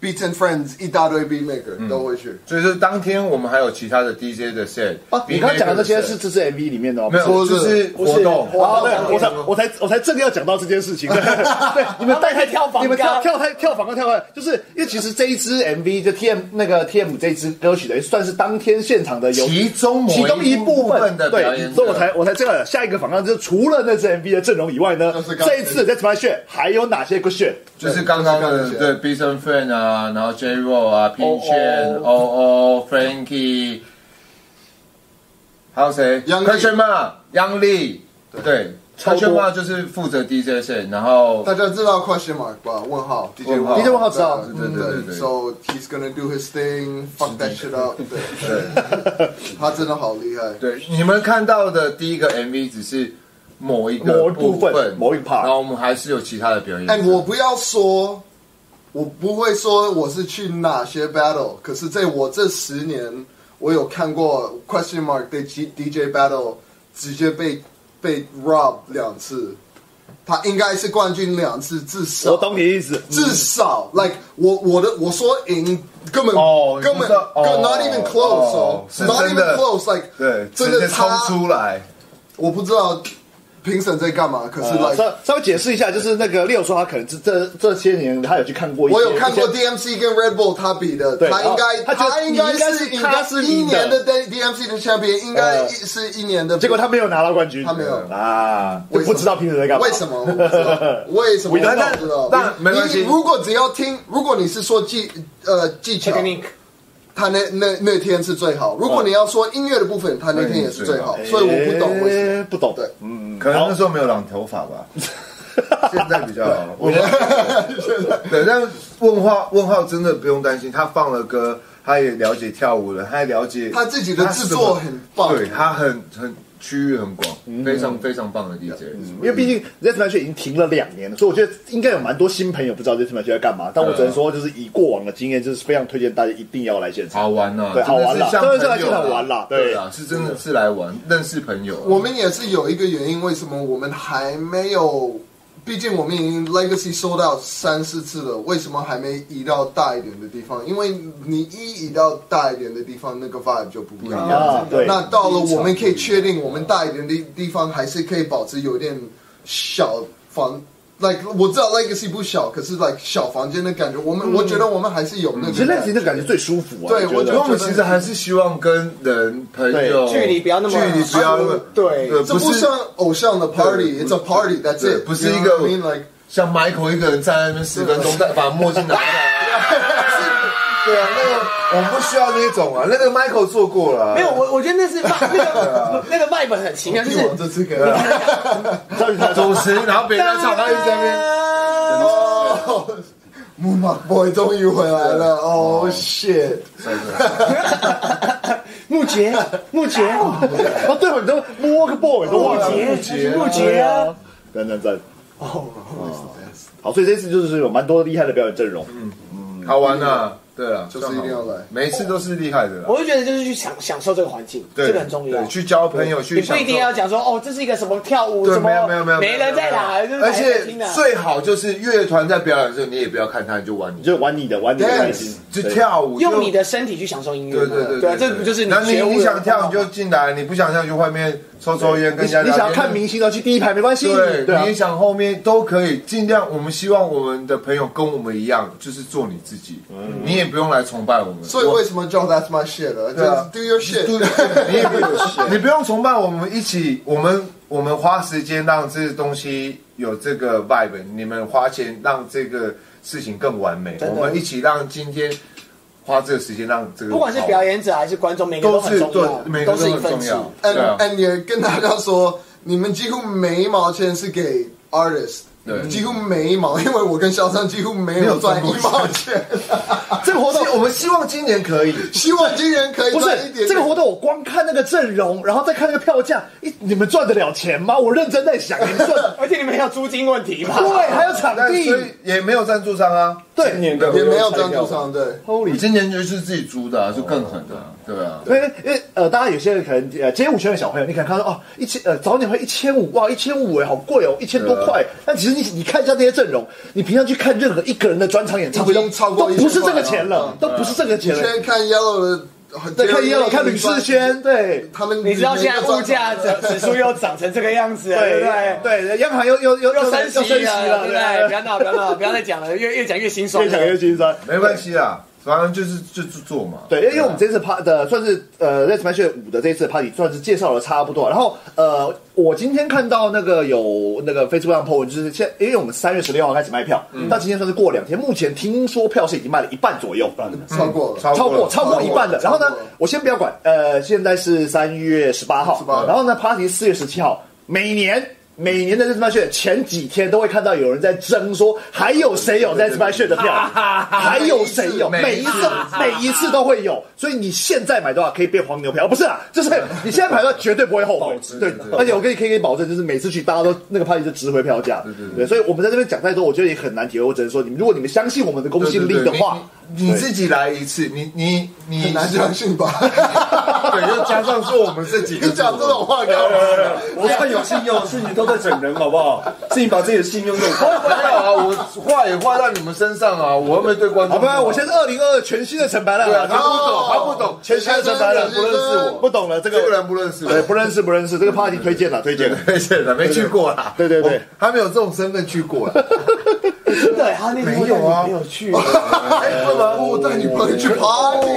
C: Beat and Friends 一大堆 Beat
D: 嗯
C: Maker 都会去。
D: 所以说当天我们还有其他的 DJ 的 set，
A: 啊，你刚刚讲的那些是
D: beatmaker 的 set
A: 这支 MV 里面的哦，
D: 没有，就是
A: 不
D: 活动。
A: 啊，对，我才我才我才正要讲到这件事情，对， 对你们带太
B: 跳房
A: 你们跳
B: 刚
A: 跳太跳房刚跳太，就是因为其实这一支 MV 就 TM 那个 TM 这一支歌曲等于算是当天现场的有
D: 其中某
A: 其中
D: 一
A: 部
D: 分的表
A: 对
D: 演，者，
A: 所以我才我才这样。下一个访刚就是除了那支 MV 的阵容以外呢
C: 就是，刚才
A: 这一次在 t r 炫还有哪些歌炫？
D: 就是刚刚
C: 就是刚
D: 的
C: 刚
D: 对 Bison f r i e n d 啊，然后 J Roll 啊，Pin Chen、O O、Frankie，还有谁？
C: 央丽
D: 柯炫嘛，央丽，对，柯炫嘛就是负责 DJ 线，然后
C: 大家知道 Question Mark 吧？问号，DJ
D: 问号
A: DJ 问号知道
D: 对对对对
C: s o 嗯 he's gonna do his thing, fuck that shit up 对。 他真的好厉害。
D: 对你们看到的第一个 MV 只是某一个
A: 某一部分
D: 分，
A: 某一 part
D: 然后我们还是有其他的表演者。
C: 哎，我不要说，我不会说我是去哪些 battle，可是在我这十年，我有看过 question mark 对 G DJ battle 直接被被 rob 两次，他应该是冠军两次至
A: 我
C: 少。
A: 懂你意思，
D: 嗯
C: 至少，like 我我的我说赢根本
D: 哦
C: 根本
D: 你知道哦
C: not even close 哦
D: 是
C: ，not
D: 真
C: even
D: 的
C: close，like
D: 对，
C: 真的
D: 直接冲
C: 差，
D: 出来，
C: 我不知道评审在干嘛，可
D: 呃
C: 是 like
A: 稍稍微解释一下，就是那个六说他可能这这这些年他有去看过一些，
C: 我有看过
A: 一些
C: DMC 跟 Red Bull 他比的，
A: 对哦
C: 他应该
A: 然后他觉得
C: 应该
A: 你应该是
C: 是
A: 他是
C: 一
A: 赢的
C: 年的 D- DMC 的 champion，应该
A: 呃
C: 是一年的。
A: 结果他没有拿到冠军，
C: 他没有
A: 啊，就
C: 为什么
A: 不知道评审在干嘛，
C: 为什么？我不知 道为什么？我
A: We don't
C: 不知道
A: know。
D: 但没关系
C: 你如果只要听，如果你是说技呃技巧，
B: Technique
C: 他那那那天是最好。如果
A: 哦
C: 你要说音乐的部分，他那天也是最好。
A: 哎
C: 所以我不懂为什么。
A: 哎不懂，
C: 对
D: 可能那时候没有染头发 吧，现在比较好。我对，但问号问号真的不用担心，他放了歌，他也了解跳舞了，他也了解
C: 他自己的制作很棒
D: 对他很很区域很广，非常非常棒的嗯 DJ。
A: 因为毕竟 Zet Man 已经停了两年了，所以我觉得应该有蛮多新朋友不知道 Zet Man 在干嘛。但我只
C: 嗯
A: 能说，就是以过往的经验，就是非常推荐大家一定要来现场。
D: 好玩呐、
A: 对
D: 真
A: 好玩啦真
D: 的是像
A: 的是
D: 朋友
A: 来现场
D: 啊
A: 玩啦对
D: 对啊，是真的是来玩，认识朋友啊。
C: 我们也是有一个原因，为什么我们还没有毕竟我们已经 Legacy 收到三四次了，为什么还没移到大一点的地方？因为你一移到大一点的地方，那个 vibe 就不一样
A: 啊
C: 了。
A: 对
C: 哦那到了我们可以确定，我们大一点的地方还是可以保持有点小房。like 我知道 Legacy 不小，可是 like 小房间的感觉，我们、我觉得我们还是有那个感
A: 其实
C: 觉。
A: 类型的感觉最舒服啊。
C: 对
A: 我
C: 我
A: 觉得
C: 觉
D: 因为
C: 得
D: 我们其实还是希望跟人朋友
A: 对
B: 距离不要那么
D: 距离不要那么
B: 对
D: 呃
C: 这
D: 不
C: 不
D: 是
C: 像偶像的 party，it's a party that's
D: 对
C: it，
D: 不是
C: you know
D: 一个
C: what I mean like
D: 像 Michael 一个人站在那边十分钟，但把墨镜拿下来。 对啊，那个我们不需要那种啊，那个 Michael 做过了啊。
B: 没有，我我觉得那是那个那个 vibe 很奇妙，就是
C: 帝王这次给了
D: 主持，然后别人在唱，他一直在那边。
C: 哦 木马 boy 终于回来了，哦 shit，
B: 木杰木杰
A: 哦，对，你都 Walk Boy 都忘了
B: 木杰木杰
A: 对
B: 啊，
A: 啊，赞赞赞。哦，好，所以这次就是有蛮多厉害的表演阵容。
B: 嗯
D: 好玩啊！对啊，
C: 就是一定要来
D: 每一次都是厉害的啦。
B: 我就觉得就是去享享受这个环境，
D: 对
B: 这个很重要
D: 对，。去交朋友，
B: 你
D: 去
B: 不
D: 享
B: 一
D: 受。
B: 定要讲说哦，这是一个什么跳舞，
D: 对，
B: 什么
D: 没有没有没有，
B: 没人在哪，就是大
D: 而
B: 家开
D: 且
B: 心啊
D: 最好就是乐团在表演的时候，你也不要看他，你就玩
A: 你
D: 你，
A: 就玩你的，玩你的开心
D: dance，，就跳舞，就
B: 用你。的身体去享受音乐嘛，
D: 对对对
B: 对啊，这不就是
D: 那你
B: 学舞
D: 你
B: 的
D: 想跳
B: 方
D: 你
B: 法
D: 就
B: 吗
D: 进来，你不想跳你就外面抽抽烟，跟
A: 你
D: 人家
A: 你
D: 聊天
A: 想要看明星的去第一排没关系，
D: 对，
A: 对啊
D: 你，想后面都可以，尽量我们希望我们的朋友跟我们一样，就是做你自己，
B: 嗯
D: 你也不用来崇拜我们。
C: 所以为什么叫 That's my shit 呢？就
D: 对啊
C: 是 Do your shit，
D: 对你也不你不用崇拜我们，一起我们我们花时间让这东西有这个 vibe，你们花钱让这个事情更完美，我们一起让今天花这个时间让这个
B: 不管是
D: 好
B: 表演者还是观众，每个
D: 都
B: 很
D: 是
B: 重
D: 对
B: 要，，
D: 每个
B: 都
D: 都
B: 是一
D: 很
B: 份
D: 重
B: 子。
D: 要，对
C: and
D: 啊，
C: and 也跟大家说，你们几乎每一毛钱是给 artist，
D: 对
C: 几乎每一毛，因为我跟肖战几乎没
D: 没
C: 有
D: 有
C: 赚
D: 赚
C: 一
D: 过
C: 毛钱，
A: 这个活动
D: 我们希望今年可以。
C: 希望今年可以
A: 不
C: 赚一点
A: 是
C: 点。
A: 这个活动，我光看那个阵容，然后再看那个票价，一你们赚得了钱吗？我认真在想，你们赚
B: 而且你们还有租金问题嘛？
A: 对，还有场
D: 但
A: 地
D: 所，以也没有赞助商啊，
A: 对，你
D: 对
C: 也没有赞助商，对。
D: 你今年就是自己租的、啊，就更狠了、对啊。
A: 因为因为呃，大家有些人可能呃，街舞圈的小朋友，你可能看到哦，一千呃，早鸟会一千五哇，一千五哎，好贵哦，一千
B: 啊
A: 多块。但其实你你看一下那些阵容，你平常去看任何一个人的专场演唱会，
C: 已
A: 都
C: 经超过
A: 都不是
C: 1000块
B: 啊
A: 这个钱了
B: 嗯
C: 了，
A: 都不是这个钱
C: 以
A: 了。
C: 前看 Yellow 的，
A: 对，看也有看吕世轩，对。
C: 他们
B: 你知道现在物价指指数又涨成这个样子了，对不对？
A: 对，央行又又又
B: 又升
A: 又
B: 息啊了，对不对？
A: 对
B: 不要闹，不要闹，不要再讲了，越越讲越心酸。
A: 越想越心酸。
D: 没关系啦，反正就是就就做嘛。
A: 对，因为因为我们这次 part 的算是呃《Let's Match 五》的这一次 party 算是介绍的差不多。然后呃，我今天看到那个有那个 Facebook 上 po 文，就是现因为我们三月十六号开始卖票，但今天算是过两天，目前听说票是已经卖了一半左右，
C: 超过了，
A: 嗯超过
D: 过
A: 超
C: 超
A: 过
C: 过
A: 一半的。然
C: 超
A: 后
C: 过
A: 呢，我先不要管，呃，现在是三月十八号，
C: 18
A: 然后呢，party 四月十七号，每年。每年的 Let's Match 前几天都会看到有人在争说，还有谁有 Let's Match 的票？还有谁有？每
D: 每
A: 一
D: 一
A: 次每一次都会有，所以你现在买的话可以变黄牛票，不是啊，就是你现在买的话绝对不会后悔。对，而且我可以可以给你保证，就是每次去大家都那个 party 就值回票价。对对对，所以我们在这边讲太多，我觉得也很难体会。我只能说，你们如果你们相信我们的公
D: 对
A: 信
D: 对
A: 力
D: 对
A: 的话，
D: 你你你自己来一次，你你你
C: 很难相信吧？
D: 对，又加上说我们自己
C: 你讲这种话干嘛？
H: 我算有信用，是你都在整人，好不好？是你把自己的信用弄
D: 没
H: 垮。
D: 有 啊，我话也话到你们身上啊，我又没对观众
A: 好
D: 不
A: 吧，
D: 好。
A: 我现在是二零二二全新的惩罚了，
D: 对啊，
A: 然
D: 他
A: 后
D: 不懂，他不懂，
A: 全新的惩罚了，
D: 不认识我，
A: 不懂了这
D: 这个
A: 个，
D: 人不认识
A: 对，
D: 我。
A: 不认识不认识，这个 party 推荐了，推荐了。
D: 没事了，没去过啦。
A: 对对对
D: 我他没有这种身份去过啊啦。
B: 对，他那天
D: 没有啊
B: 没有去，
D: 哎，会吗？
C: 我带你朋友去
D: 哦
C: party，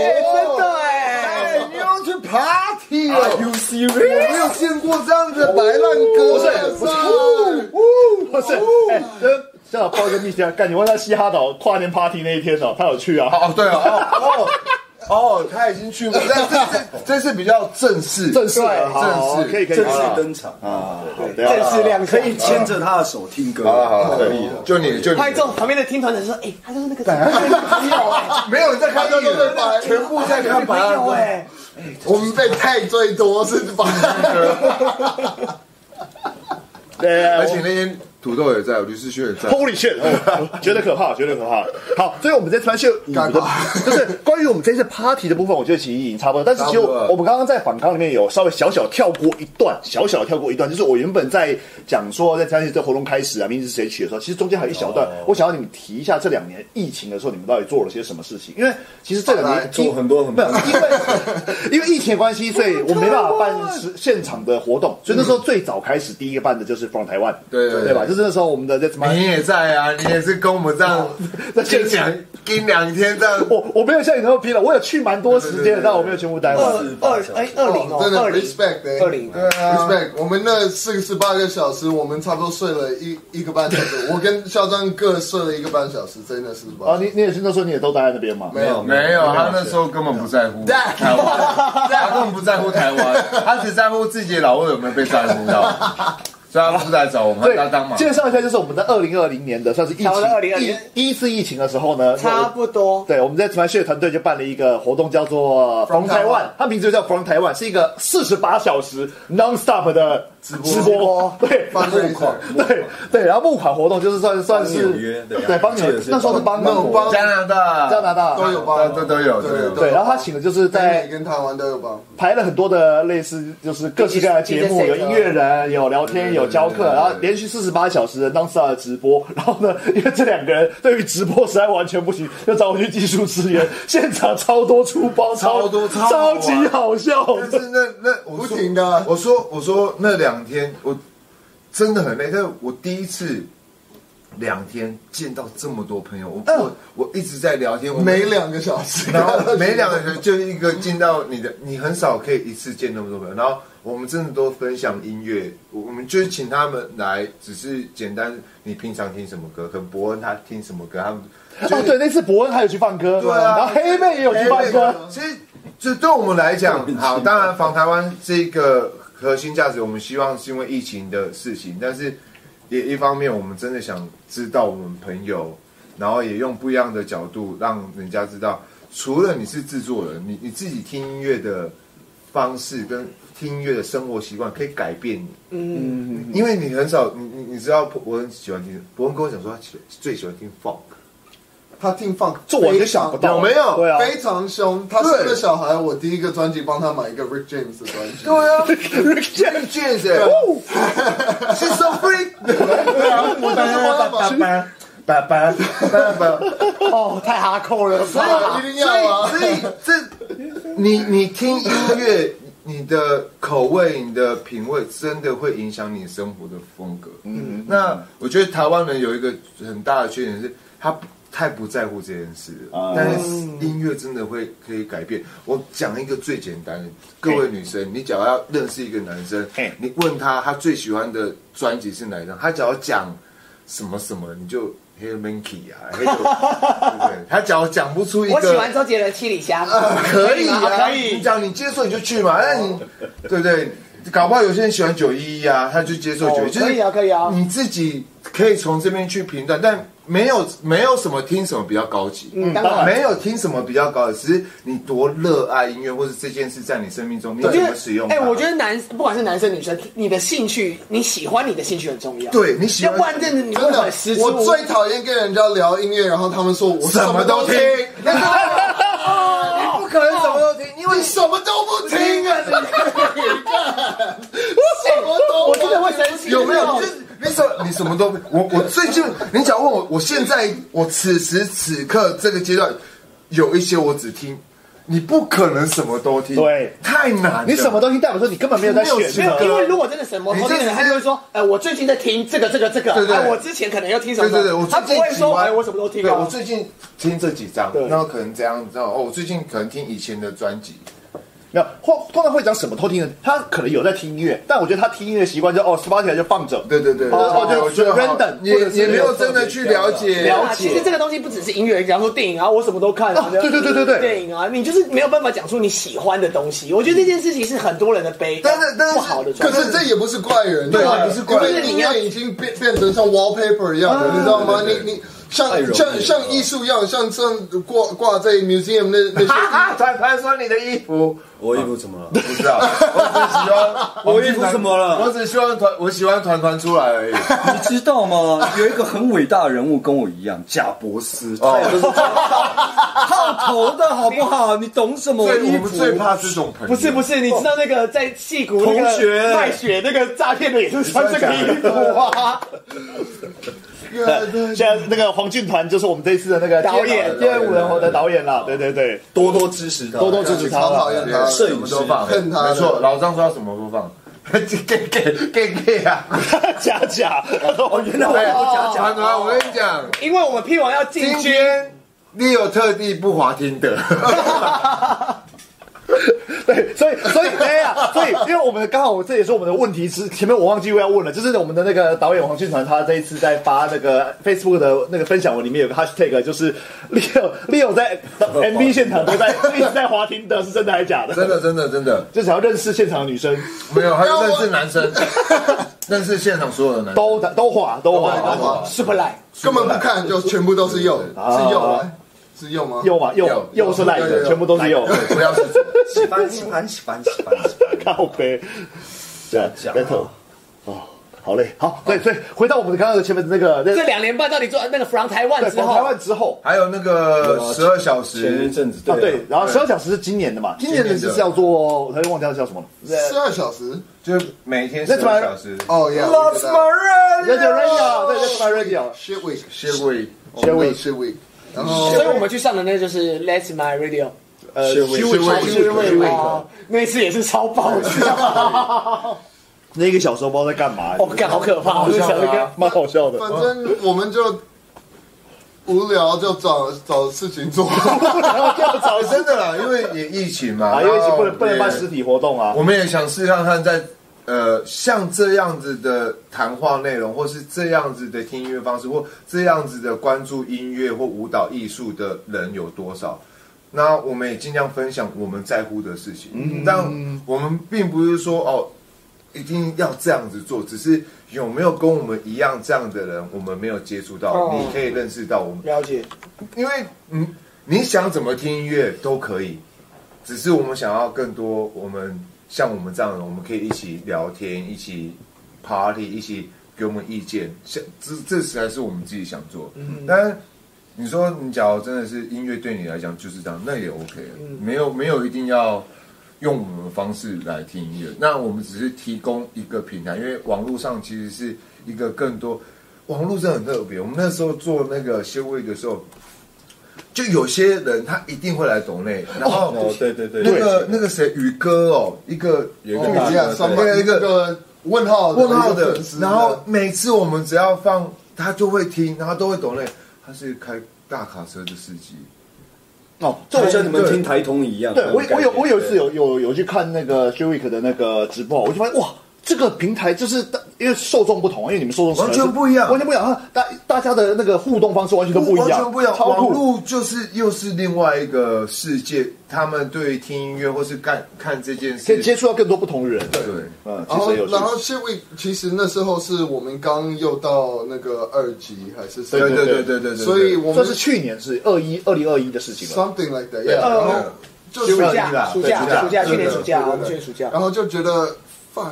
B: 哎真的哎。
D: 你要去 party 啊？
H: You serious？
C: 没有见过这样的白烂哥，不是，
A: 不是，哎，真正好报一个秘辛，干你问他嘻哈岛跨年 party 那一天哦，他有去啊，
D: 哦，对啊，哦哦哦，他已经去过，但这这这是比较正式，
A: 正式的，
D: 对
A: 好
D: 正式
A: 可以可以，
H: 正
A: 好
H: 式
A: 了
H: 登场啊！
A: 对啊
B: 正式亮相
H: 可以牵着他的手听歌。
D: 好了啊好了，可以了，就你就你
B: 拍照旁边的听团者说：“哎，他就是那个朋友哎，
D: 没有人在看
C: 大家
D: 到
C: 都在白，
D: 全部在看
B: 朋
D: 白烂
B: 友
D: 哥，
B: 哎。
C: 我们被派最多是白烂哥，
A: 对啊，
D: 而且那天土豆也在，吕世轩也在。
A: Holy shit！哦
D: 哎
A: 绝对可怕，绝对可怕。好，所以我们这次 Smash 五的，就是关于我们这次 party 的部分，我觉得其实已经差不多。但是其实
D: 差不多了
A: 我们刚刚在反抗里面有稍微小小跳过一段，小小跳过一段，就是我原本在讲说在参与这活动开始啊，名字是谁取的时候，其实中间还有一小段，
D: 哦
A: 我想要你们提一下这两年疫情的时候，你们到底做了些什么事情？因为其实这两
C: 来
A: 年
G: 做很多很
A: 没
G: 多
A: 有，因为 因为疫情的关系，所以我没办法办实现场的活动，所以那时候最早开始第一个办的就是 from 台湾，
D: 对对对
A: 对吧？就是那时候我们的 That's My
D: 你也在啊，你也是跟我们这样
A: 在
D: 跟
A: 现
D: 两跟两天这样。
A: 我我没有像你那么拼了，我有去蛮多时间的，但我没有全部待
B: 二
A: 完。
B: 二哎二零
C: 真
B: 哦，
C: 的
B: 二零
C: respect 哎
B: 二零，
D: 对啊，
C: respect，我们那四十八个小时，我们差不多睡了一一个半小时，我跟肖张各睡了一个半小时，真的是
A: 啊，
C: 吧？
A: 你你也是那时候你也都待在那边嘛？
C: 没有，
D: 没有，他那时候根本不在乎台湾，他根本不在乎台湾，他只在乎自己的老二有没有被照顾到，所以他不是来找我们，
A: 对
D: 他当马，
A: 介绍一下，就是我们在二零二零年的算是疫情
B: 差不多2020
A: 一第一次疫情的时候呢，
B: 差不多。
A: 对，我们在 Smash 团队就办了一个活动，叫做
D: From
A: From 台
D: Taiwan
A: 湾，它名字就叫 From 台湾，是一个四十八小时 non stop 的直播，直播对
C: 放瑞克，
A: 对对，然后募款活动就是算算是
G: 帮纽约对
A: 对，帮你
G: 记得是
A: 那时候是帮
C: 没有
A: 美国
C: 帮
D: 加拿大，
A: 加拿大
C: 都有
D: 大
C: 吧？
D: 都都有
C: 对
D: 都有
A: 对，然后他请的就是在
C: 在跟台湾都有吧？
A: 排了很多的类似就是各式各样的节目，有音乐人，有聊天，有教
D: 嗯
A: 课，然后连续四十八小时的 nonstop 的直播。然后呢，因为这两个人对于直播实在完全不行，就找我去技术支援，现场超多出包，超
D: 超多超好
A: 超
D: 玩
A: 级好笑
D: 但
A: 的。
D: 是那那我
C: 不
D: 说
C: 停的
D: 我说我说那两天我真的很累，但是我第一次两天见到这么多朋友，我我我一直在聊天，我
C: 每嗯两个小时，
D: 然后每两个人就一个进到你的，你很少可以一次见那么多朋友。然后我们真的都分享音乐，我我们就是请他们来，只是简单你平常听什么歌，可能伯恩他听什么歌，他们
A: 哦，对，那次伯恩还有去放歌，
D: 对啊
A: 然后黑妹也有去放歌。
D: 其实，这对我们来讲，好，当然防台湾是一个核心价值，我们希望是因为疫情的事情，但是也一方面我们真的想知道我们朋友，然后也用不一样的角度让人家知道，除了你是制作人，你你自己听音乐的方式跟听音乐的生活习惯可以改变你。嗯，因为你很少，你你你知道，伯恩喜欢听，伯恩跟我讲说他喜最喜欢听 funk。
C: 他听放，
A: 这我就想不到，
D: 有没有
A: 对啊，
C: 非常凶。他是个小孩，我第一个专辑帮他买一个 Rick James 的专辑。
D: 对 啊，Rick James，是 so free，对啊，我当然要把班。爸爸，爸爸，
B: 哦，太哈扣了，所以
C: 啊一定要啊！
D: 所以这你你听音乐，你的口味、你的品味，真的会影响你生活的风格。嗯，那我觉得台湾人有一个很大的缺点是，他太不在乎这件事了。但是音乐真的会可以改变。我讲一个最简单的，各位女生，你只要要认识一个男生
A: 嘿，
D: 你问他他最喜欢的专辑是哪一张，他只要讲什么什么，你就。黑 monkey 啊，黑对不对？他只要讲不出一 个，
B: 我喜欢周杰伦《七里香》，
D: 啊可以
B: 吗
D: 啊，
B: 可以哦
D: 你。讲你接受你就去嘛，那你对不对？搞不好有些人喜欢九一一啊，他就接受九一，
B: 哦
D: 就是
B: 可以啊可以啊
D: 你自己可以从这边去评断，但没有没有什么听什么比较高级，嗯
B: 当然
D: 没有听什么比较高级，只是你多热爱音乐，或是这件事在你生命中你
B: 我
D: 怎
B: 觉
D: 么
B: 得
D: 使用它。
B: 哎、我觉得男不管是男生女生，你的兴趣，你喜欢你的兴趣很重要。，
D: 对你喜
B: 要
D: 欢
B: 不然真的你会
C: 真的
B: 很失，足
C: 我最讨厌跟人家聊音乐，然后他们说我
D: 什么都听， 那是你不可能什么都听，因为
C: 你什么都不听啊！你看，什么都
B: 哎我真的会生气。
D: 有没有？就是你什你什么都没我我最近你只要问我，我现在我此时此刻这个阶段，有一些我只听，你不可能什么都听，
A: 对，
D: 太难了。
A: 你什么东西代表说你根本没有在选
D: 没有
B: 没
A: 择
B: 有，因为如果真的什么，
D: 你
B: 投
D: 这
B: 资人他就会说，哎、我最近在听这个这个这个，
D: 对对
B: 哎我之前可能又听什么，
D: 对对对，我
B: 他
D: 最
B: 不
D: 近
B: 会
D: 喜
B: 说，
D: 欢
B: 哎、我什么都听、
D: 对
B: 啊，
D: 我最近听这几张，然后可能这样，然后哦，我最近可能听以前的专辑，
A: 没有，或通常会讲什么偷听的，他可能有在听音乐，但我觉得他听音乐习惯就哦，Spotify 就放着，
D: 对对对，
A: 哦就
D: 我觉得好
A: random，或者
D: 也
A: 是
D: 也没有真的去了解
B: 对啊，其实这个东西不只是音乐，比方说电影啊，我什么都看啊
A: 啊，对对对对对
B: 电影啊，你就是没有办法讲出你喜欢的东西。我觉得这件事情是很多人的悲，
D: 但是但是
B: 不好的状
C: 可
B: 态。
C: 是这也不是怪人，
D: 对啊
C: 吧
D: 不是怪人啊
C: 因为音乐已经变变成像 wallpaper 一样的，你知道吗？你你像
G: 太容易了
C: 像像艺术一样，像像挂挂在 museum 那那些，
D: 他他说你的衣服
G: 我衣服怎么了？
D: 不知道， 我只喜欢
G: 我衣服怎么了
D: 我只希望团，我喜欢团团出来而已。
G: 你知道吗？有一个很伟大的人物跟我一样，贾伯斯，
A: 哦
G: 他也是 烫头的好不好？你懂什么？我
D: 最
G: 衣
D: 我们
G: 服
D: 最怕这种朋友，
B: 不是不是，你知道那个在戏骨那
G: 同学
B: 个卖血那个诈骗的也是穿这个衣服啊，
A: 现在那个黄俊团就是我们这一次的那个
B: 导演
A: 《第二五人猴》的导演了，对对对，
G: 多多支持他，
A: 多多支 持他
C: 超讨
A: 了。
C: 厌他。
G: 摄影
D: 我们
G: 师
D: 都放，
C: 恨他的
D: 没错，老张说要什么都放。 给给给给啊！
A: 假假，
G: 哦，原来我
D: 哎，
G: 不讲
D: 团团，我跟你讲，
B: 因为我们 P 王要进
D: 今
B: 军，
D: 天你有特地不滑听的，
A: 对，所以所以哎呀，所以因为我们刚好我这也是我们的问题之前面我忘记要问了，就是我们的那个导演黄俊传，他这一次在发那个 Facebook 的那个分享文里面有个 hashtag，就是 Leo Leo 在 MV 现场都在一直在滑听的，是真的还是假的？
D: 真的真的真的
A: 就想要认识现场的女生，
D: 没有，还有认识男生，认识现场所有的男生。
A: 都都滑都滑，
B: Super Light，
C: 根本不看，就全部都是右，是右吗？是右吗？
A: 右嘛右
D: 有
A: 右是赖
C: 有有
A: 的，
C: 有
A: 全部都是右。
D: 对不要自主，
G: 喜欢喜欢喜欢喜欢喜 欢，
A: 靠背，对啊
G: 讲啊
A: ，battle，哦，好嘞，好，对，所以回到我们刚刚的前面那个，
B: 这
A: 对，
B: 两年半到底做那个 From 台湾之
A: 往台
B: 后，
A: 湾之后，
D: 还有那个十二小
G: 前一
D: 时，
G: 阵子
A: 啊，对
G: 啊，
A: 然后十二小时是今年的嘛，今年的是叫做，我才忘掉叫什么了，
C: 十二小时
D: 就每天十二小时。
C: 哦，Yeah，Lost my
A: 那叫 radio，对，啊那叫 radio，
C: shit week，
D: 谢伟，
C: shit week，shit week，然
D: 哦
C: 后
B: 所以我们去上的那个就是 Let's My Radio，
A: 呃，
G: 是为
A: 虚
D: 是为
A: 虚伪
D: 是为
A: 哦
B: 哦，那一次也是超爆笑，
A: 那一个小时候不知道在干嘛，
B: 我哦干好可怕，我就想那个。
A: 蛮好笑 的，
C: 反正我们就无聊就找找事情做。
A: 要 找
D: 哦真的啦，因为也疫情嘛，
A: 啊，因为一起不
D: 然
A: 能
D: 后
A: 不能办
D: 也
A: 实体活动啊，
B: 哦
D: 我们也想试看看在，呃像这样子的谈话内容，或是这样子的听音乐方式，或这样子的关注音乐或舞蹈艺术的人有多少。那我们也尽量分享我们在乎的事情，但我们并不是说哦一定要这样子做，只是有没有跟我们一样这样的人，我们没有接触到，
B: 哦
D: 你可以认识到我们。
B: 了解，
D: 因为嗯，你想怎么听音乐都可以，只是我们想要更多，我们像我们这样的人，我们可以一起聊天，一起 party，一起给我们意见，像这这才是我们自己想做。嗯，但你说你假如真的是音乐对你来讲就是这样，那也 OK，了没有没有一定要。用我们的方式来听音乐，那我们只是提供一个平台，因为网络上其实是一个更多，网络真的很特别。我们那时候做那个修位的时候，就有些人他一定会来懂内，然后
G: 哦对对对，
D: 那个那个谁宇哥哦，一个哦
G: 有一
C: 我
G: 个
C: 们
G: 大
C: 这样上
D: 对
C: 班
D: 对
C: 一个问号
D: 问号
C: 一个
D: 的
C: 粉，丝
D: 然后每次我们只要放，他就会听，然后都会懂内。他是开大卡车的司机，
A: 哦，这
G: 就像你们听台通一样，
A: 对我我有我有一次
G: 是
A: 有有有去看那个 s h e w i k 的那个直播，我就发现哇，这个平台就是因为受众不同，因为你们受众是
D: 完全不一样
A: 完全不一样，啊大大家的那个互动方式完全都不一样，
D: 完全不一样。
A: 超
D: 网
A: 酷。
D: 络就是又是另外一个世界，他们对于听音乐或是干看这件
A: 可
D: 事
A: 以，接触到更多不同的人，
D: 对，
A: 嗯，其
C: 然后
A: 实有趣
C: 然后 shit week 其实那时候是我们刚又到那个二级还是
D: 对
C: 三级
D: 对对对对对，
C: 所以我
A: 这
C: 们
A: 是去年是二一二零二一的事情了，
C: something like that，yeah，然后就
B: 暑
C: 是
B: 假，暑
D: 对暑
B: 假，
D: 假
B: 暑假，
D: 对
B: 去年
D: 对
B: 暑假，
C: 对对
B: 我们去年暑假
C: 然，后就觉得 fuck，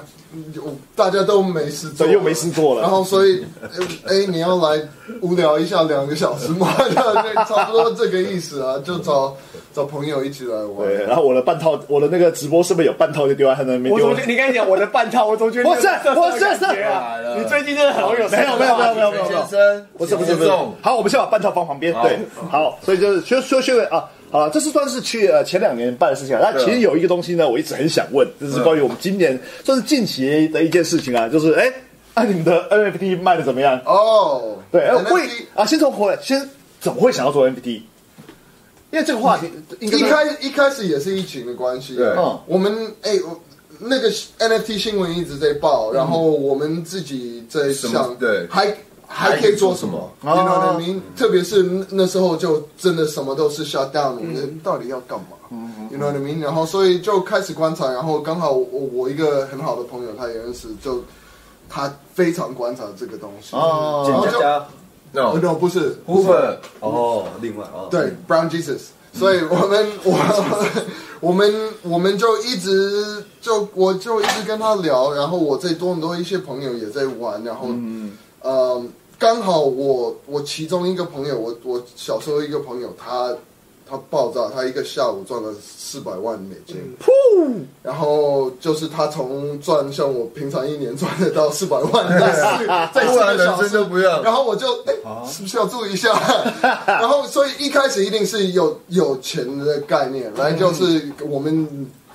C: 我大家都没事做，
A: 对又没事做了
C: 然后所以，呃哎，你要来无聊一下两个小时嘛，对差不多这个意思啊，就找找朋友一起来玩。
A: 对，然后我的半套，我的那个直播是不是有半套就丢在他那边
B: 我
A: 丢
B: 总
A: 了
B: 觉？得你刚才讲我的半套，我总觉得
A: 不是不是
B: 是，啊你最近真的很 有
A: 没有没有没有没有没有没有
D: 先，生
A: 不是不是不是
D: 严重，
A: 好，我们先把半套放旁边。对，好，所以就是说说学啊，好了，这是算是去呃前两年办的事情啊。那其实有一个东西呢，我一直很想问，就是关于我们今年算是近期的一件事情啊，就是哎，那、你们的 NFT 卖的怎么样？
C: 哦，
A: 对，哎，
C: NFT
A: 会啊，先从回来，先怎么会想要做 NFT？因为这个话题应该
C: 一开一开始也是疫情的关系，
D: 对
A: 嗯
C: 我们哎、我那个 NFT 新闻一直在报，然后我们自己在
D: 什么
C: 想，
D: 对
C: 还还可以做什么？你
A: 还可以做什么啊
C: 懂您特别是那那时候就真的什么都是 shut down，我
A: 嗯
C: 们到底要干嘛？You know what I mean？然后所以就开始观察，然后刚好我我一个很好的朋友，他也认识，就他非常观察这个东西，
A: 哦
C: 然后
G: 简
C: 就
G: 佳佳，
D: No
C: 哦 no，不是
D: Hoover
G: 哦，另外哦，
C: 对，Brown Jesus。所以我们
D: 嗯
C: 我我们我们就一直就我就一直跟他聊，然后我在多伦多一些朋友也在玩，然后嗯、呃，刚好我我其中一个朋友，我我小时候一个朋友，他他爆炸，他一个下午赚了四百万美金，
D: 嗯
C: 然后就是他从赚像我平常一年赚得到四百 万，但是在
D: 突然
C: 四个
D: 人
C: 小
D: 生
C: 时
D: 就不一样。
C: 然后我就哎、
A: 哦
C: 是不是要注意 一下？然后所以一开始一定是有有钱的概念，来就是我们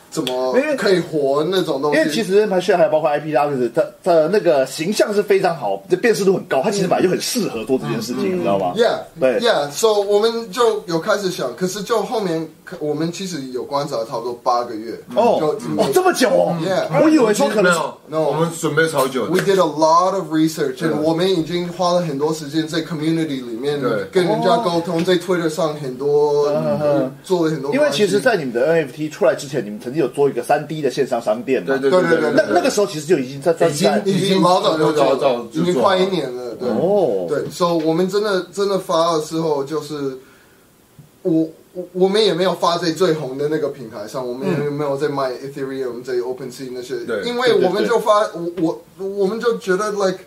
C: 怎么
A: 嗯因为
C: 可以活那种东
A: 因
C: 西。
A: 为其实蛮炫，还有包括 IP 拉克斯，他他的那个形象是非常好，这辨识度很高，他其实本来就很适合做这件事情，你知道吗？
C: Yeah，
A: 对
C: Yeah，so 我们就有开始想，可是就后面我们其实有观察差不多八个月
A: 哦
C: 嗯就嗯
A: 哦，这么久哦
C: Yeah，
A: 我以为说可
D: 没
A: 能
D: 有，
C: No
D: 我们准备超久的
C: We。did a lot of research，、
D: 对
C: and 我们已经花了很多时间在 community 里面
D: 对
C: 跟人
A: 哦
C: 家沟通，在 Twitter 上很多、做了很多关系。
A: 嗯因为其实，在你们的 NFT 出来之前，你们曾经有做一个三 D 的线上商店嘛？
D: 对对
C: 对
D: 对
C: 对
D: 对
C: 对
A: 那那个时候其实就已经在在
D: 已经
A: 在
C: 已经老早就
D: 早早就
C: 已经
D: 做
C: 快
D: 了
C: 一年了，对。
A: 哦
C: 对，所、以我们真的真的发了之后，就是我我我们也没有发在最红的那个平台上，我们也没有在卖 Ethereum、在 OpenSea 那些
D: 嗯对，
C: 因为我们就发我我我们就觉得 like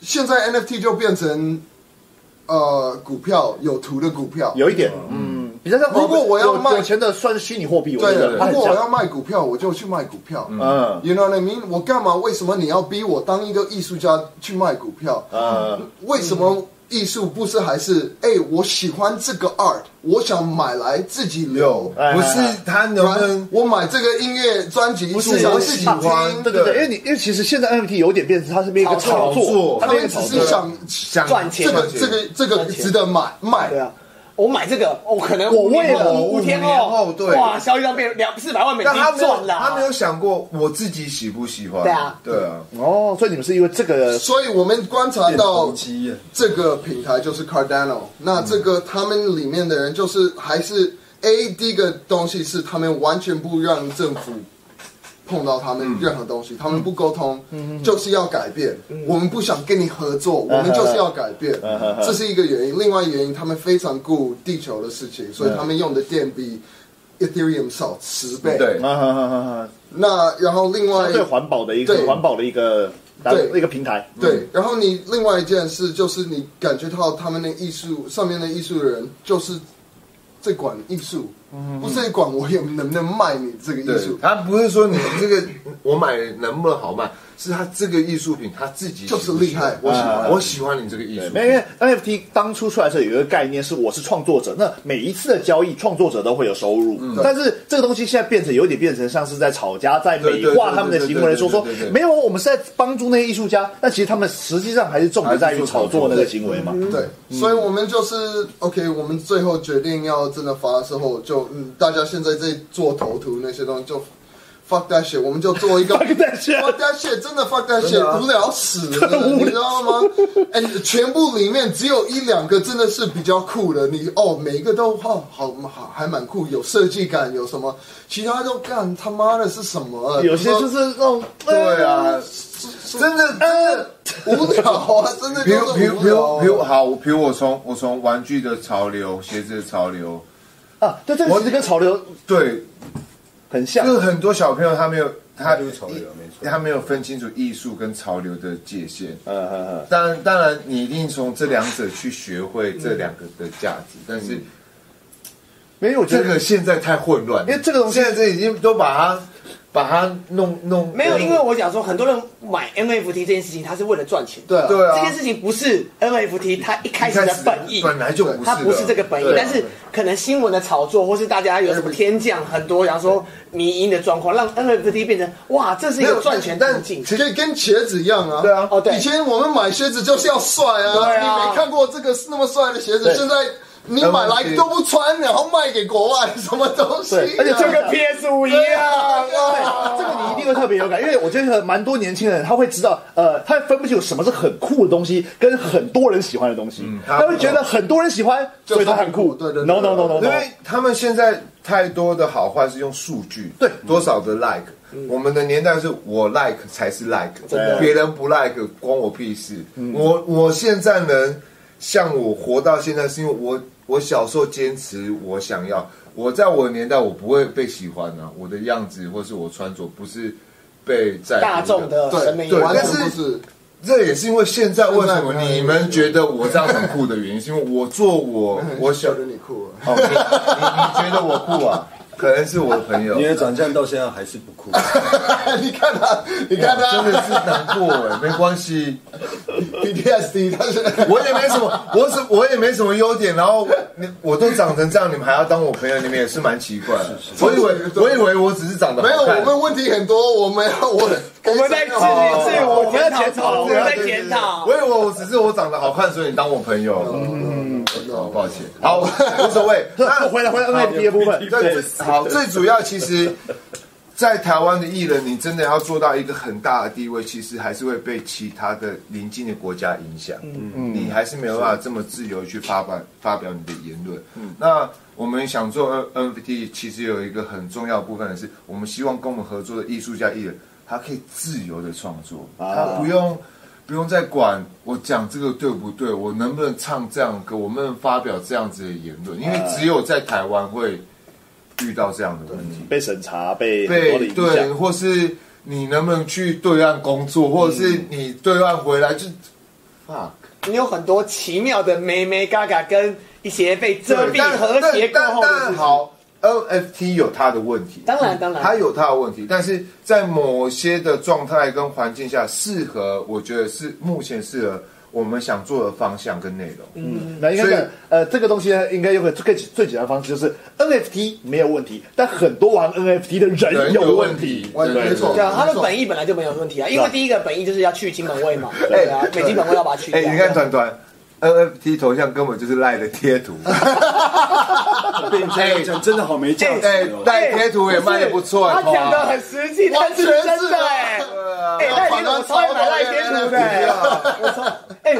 C: 现在 NFT 就变成呃股票有图的股票，
A: 有一点，嗯，比较像
C: 如果我要
A: 有
C: 卖
A: 有钱的算是虚拟货币，我
C: 对
A: 觉得它
C: 如
A: 很
C: 果我要
A: 像，
C: 卖股票，我就去卖股票，嗯。
A: 嗯
C: You know what I mean？我干嘛？为什么你要逼我当一个艺术家去卖股票？
A: 呃，
C: 为什么艺术不是还是哎、我喜欢这个 art，我想买来自己留。
A: 哎
D: 不是他能不能
C: 然我买这个音乐专辑
D: 不是
C: 想
D: 我
C: 自己
D: 喜欢
C: 听，
A: 对对对，因为你因为其实现在 NFT 有点变成它是变一个
D: 炒
A: 炒
D: 作
A: 作，它
C: 他
A: 变一
C: 们
A: 个
C: 只
A: 炒
C: 是
A: 作。
C: 想
D: 想
B: 赚钱
C: 这个这个这个值得买卖
B: 对。啊，我买这个，我可能
A: 我
B: 五
A: 为
B: 年
A: 了
B: 后五天
D: 五年后对
B: 哇，交易量变两四百万美金
D: 但他没有
B: 赚了啊，
D: 他没有想过我自己喜不喜欢。
B: 对啊
D: 对啊，
A: 哦，所以你们是因为这 个
C: 所以我们观察到
G: 投机耶
C: 这个平台就是 Cardano，那这个他们里面的人就是还是 A 第一个东西是他们完全不让政府碰到他
A: 嗯
C: 们任何东西，他们不沟通，就是要改变。
A: 嗯
C: 我们不想跟你合作，我们就是要改变，
A: 嗯
C: 这是一个原因。另外一个原因，他们非常顾地球的事情，所以他们用的电比 Ethereum 少十倍。
D: 对，
A: 啊哈哈哈哈，
C: 那然后另外
A: 相对环保的一个
C: 对
A: 环保的一个
C: 对
A: 一个平台，
C: 对，然后你另外一件事就是你感觉到他们的艺术上面的艺术人就是在管艺术，不是在管我有能不能卖你这个艺
D: 对
C: 术，，
D: 他不是说你这个我买能不能好卖，是他这个艺术品他自己喜
C: 就是
D: 不喜
C: 厉
D: 欢
C: 害，我喜欢。
D: 我喜欢你这个艺术
A: 没
D: 品
A: 有，因为 NFT 当初出来的时候有一个概念是我是创作者，那每一次的交易创作者都会有收入，
D: 嗯
A: 但是这个东西现在变成有点变成像是在吵架，在美化他们的行为，说说没有，我们是在帮助那些艺术家，但其实他们实际上还是重点在于炒作那个行为嘛。
D: 嗯
C: 对，所以我们就是 OK，我们最后决定要真的发的时候，就嗯，大家现在在做头图那些东西，就 fuck that shit，我们就做一个
A: Fuck that shit
C: fuck that shit，真的 fuck that shit，、无聊死了，你知道吗？哎，全部里面只有一两个真的是比较酷的，你哦，每一个都好好好还蛮酷，有设计感，有什么，其他都干他妈的是什么？啊
A: 有些就是那种
D: 对啊，真的真的。
C: 无聊啊，真的
D: 比
C: 就是
D: 如比如
C: 无
D: 比
C: 聊
D: 如
C: 啊
D: 比如好，比如我从我从玩具的潮流、鞋子的潮流，
A: 啊，对，这个其实跟潮流
D: 对，
A: 很像
D: 就。是很多小朋友他没有他
G: 就是潮流没错
D: 他没有分清楚艺术跟潮流的界限。
A: 嗯嗯嗯，
D: 当然，当然，你一定从这两者去学会这两个的价值，但是
A: 没有，我觉
D: 这
A: 得
D: 个现在太混乱了，
A: 因为这个东西
D: 现在这已经都把它把它弄弄
B: 没有，因为我讲说很多人买 NFT 这件事情，他是为了赚钱。
C: 对啊
D: 对啊
B: 这件事情不是 NFT 它一开始的本意，
D: 本来就不是的，
B: 它不是这个本意，
D: 对啊
B: 但是可能新闻的炒作，或是大家有什么天降很多，然后说迷因的状况，让 NFT 变成哇，这是一
D: 没
B: 个
D: 有
B: 赚钱途径。
C: 可以跟鞋子一样啊。
D: 对啊
B: 哦对
C: 以前我们买鞋子就是要帅啊，
B: 对啊
C: 你没看过这个那么帅的鞋子，现在你买来都不穿，然后卖给国外，什么东西啊、
A: 对而且
B: 就跟 PS 五一
D: 啊
B: 样，啊
A: 对，这个你一定会特别有感，因为我觉得蛮多年轻人他会知道，呃，他分不清楚什么是很酷的东西跟很多人喜欢的东西，
D: 他
A: 他会觉得很多人喜欢，所以他很酷。
C: 对对对
A: n o no no no
D: 因
A: no，
D: 为他们现在太多的好坏是用数据，对多少的 like。我
B: 嗯
D: 们的年代是我 like 才是 like，
A: 的
D: 别人不 like 关我屁事。我我现在能像我活到现在，是因为我我小时候坚持我想要。我在我的年代，我不会被喜欢啊，我的样子或是我穿着不是被在乎
B: 大众的审美
C: 对
D: 对
C: 完
D: 但
C: 全
D: 是
C: 不是。
D: 这也是因为现在为什么
C: 现在
D: 你们觉得我这样很酷的原因，是因为我做我我想
C: 觉得你酷啊，
D: 哦，你你觉得我酷啊？可能是我的朋友，
G: 你的转战到现在还是不酷，
C: 你看他，你看
D: 哇
C: 他
D: 真的是难过哎，没关系，
C: PTSD，他现在
D: 我也没什么，我是我也没什么优点，然后你我都长成这样，你们还要当我朋友，你们也是蛮奇怪的。我以为我以为我只是长得好
C: 没有，
D: 看
C: 我们问题很多，我们要我
B: 我们在自
C: 啊
B: 己自我检讨中，我
D: 对
B: 们
D: 啊
B: 在
D: 对对
B: 检
D: 对
B: 讨。
D: 我以为我只是我长得好看，所以你当我朋友。嗯，哦抱歉，好，无所谓。那
A: 回来回来 NBA 的部分，
G: 哎
D: 对，最好，最主要其实，在台湾的艺人，你真的要做到一个很大的地位，其实还是会被其他的邻近的国家影响。嗯，你还是没有办法这么自由去发表发表你的言论。嗯，那我们想做 N NFT，其实有一个很重要的部分的是，我们希望跟我们合作的艺术家艺人，他可以自由的创作，他不用。不用再管我讲这个对不对，我能不能唱这样的歌，我能不能发表这样子的言论，因为只有在台湾会遇到这样的问题，
A: 被审查，被很多的
D: 被
A: 影
D: 对，
A: 响，
D: 或是你能不能去对岸工作，或者是你对岸回来就 fuck，
B: 你有很多奇妙的美美嘎嘎跟一些被遮蔽和谐过
D: 但
B: 后
D: 但
B: 的
D: 但
B: 事情。
D: 好，NFT 有它的问题，
B: 当然当然
D: 它有它的问题，但是在某些的状态跟环境下，适合，我觉得是目前适合我们想做的方向跟内容。
B: 嗯
A: 那应该
D: 所以
A: 讲，呃，这个东西呢，应该用个最最简单的方式，就是 NFT 没有问题，但很多玩 NFT 的人
D: 人
A: 有
D: 有
A: 问
D: 问
A: 题
D: 题。
C: 完全没错，
B: 对啊，他
C: 没
B: 的
C: 错
B: 本意本来就没有问题啊，因为第一个本意就是要去金本位嘛，对啊，美金本位要把它去掉。
D: 哎、你看
B: 啊
D: 团团 NFT 头像根本就是赖的贴图，
G: 变成讲真的好没价值
D: 哎、
G: 哦。
D: 赖贴图也卖的不错、
B: 他
D: 欸，
B: 讲的很实际，但是真的哎、哎、赖天我超爱买赖天图的、哎我超哎、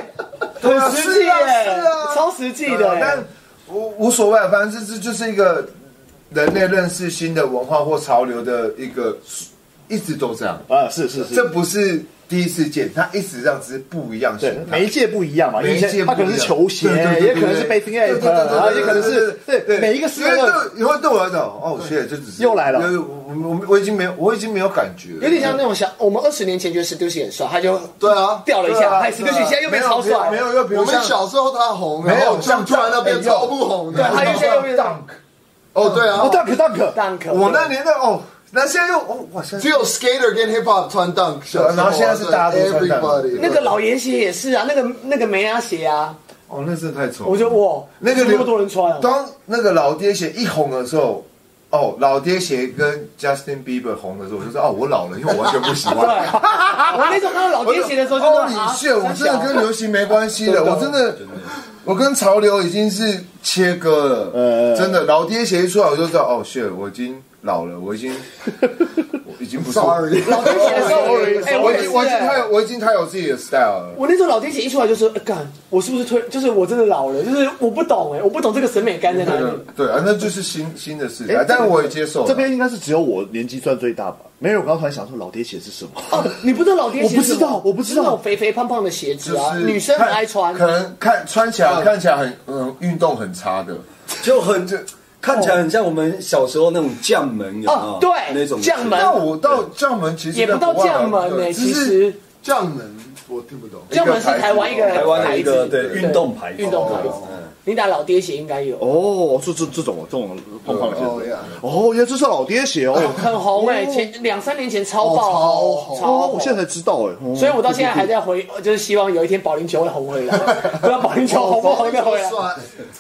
B: 很实际哎、超实际的、哎
D: 但无无所谓，反正这这就是一个人类认识新的文化或潮流的一个，一直都这样，
A: 啊，是是是，
D: 这不是第一次见，它一直这样只是不一样
A: 对
D: 形态
A: 媒。介不一样嘛，以
D: 媒介
A: 前
D: 不
A: 它
D: 一样
A: 可能是球鞋，
D: 对对对
A: 也可能是 Basing App，然啊后也可能是对每一个时代
D: 因为
A: 的
D: 对以后对我来讲，哦，现在就只是
A: 又来了
D: 因为我我我我已经没有，我已经没有感觉了，
B: 有点像那种小，我们二十年前觉得史杜西很帅，他就
C: 对啊。
B: 掉了一
D: 对
B: 下，
D: 啊
B: 哎、史杜西现在又变
D: 没有
B: 超帅，
D: 没有，又比
C: 我
D: 如
C: 们
D: 像
C: 小时候他红，
D: 没有
C: 然后就
D: 像
C: 突然那边
D: 哎呦
C: 超不红的，
B: 对，啊他又现在又变上
C: 哦对啊
A: 哦，，Dunk Dunk，
B: Dunk，
D: 我那年代哦，那现在又哦，哇，现在
C: 只有 skater 跟 hip hop 穿 dunk，小时候啊
D: 然后现在是大家都穿 dunk
C: everybody
B: 那个老岩鞋也是啊，那个那个梅亚鞋啊，
D: 哦，那真的太丑了。
B: 我觉得哇，
D: 那个
B: 这
D: 流
B: 么多人穿啊，
D: 当那个老爹鞋一红的时候，哦，老爹鞋跟 Justin Bieber 红的时候，我就说哦，我老了，因为我完全不喜
B: 对，
D: 欢。
B: 我那时候看到老
D: 我
B: 爹鞋的时候就
D: 哦，
B: 觉
D: 你
B: 得啊
D: 线，我
B: 三
D: 真的
B: 小
D: 跟流行没关系了，
B: 真的
D: 我真的，我跟潮流已经是切割了。
B: 呃
A: 嗯嗯
D: 真的，老爹鞋一出来，我就知道哦，shit，我已经老了，我 已经，我已经不是。
C: ，sorry，
B: 老爹鞋的时候，哎、我
D: 我
B: 也
D: 已
B: 是、
D: 经，我已经太
B: 哎
D: 有，我已经太有自己的 style 了。
B: 我那时候老爹鞋一出来就说，哎干、我是不是推？就是我真的老了，就是我不懂哎、我不懂这个审美感在哪里。
D: 对啊，那就是新新的时代
A: 哎，
D: 但我也接受了。
A: 这边应该是只有我年纪算最大吧？没有，我刚刚突然想说老爹鞋是什么？
B: 哦，你不知道老爹鞋是
A: 我不知
B: 什么？
A: 道我不知道
B: 就是那种肥肥胖胖的鞋子
D: 就
B: 啊，
D: 是
B: 女生很爱穿。
D: 可能看穿起来看起来很嗯运动很差的，
G: 就很就看起来很像我们小时候那种将门有没有
B: 哦对
G: 那种
B: 将门
D: 那我到将门其实
B: 也不到将门哎、
D: 啊
A: 欸
D: 对
B: 其
D: 就是
B: 实
C: 将门我听不懂，
B: 将门是台湾一个
G: 台湾的一
B: 牌
G: 个
B: 子
G: 对运动牌子
B: 运动牌子，你打老爹鞋应该有，
A: 哦，是这这种这种胖胖的鞋
C: 哦
A: 子。
C: 呀，
A: 哦，原来这是老爹鞋哦。
B: 很红哎、前两三年前超爆
C: 哦超
B: 红，
C: 红
B: 超
A: 哦，
B: 红。
A: 我现在才知道哎。哦
B: 所以我到现在还在回，就是希望有一天保龄球会红回来， 不知道保龄球红不
D: 哦
B: 红得回 来。
C: 帅，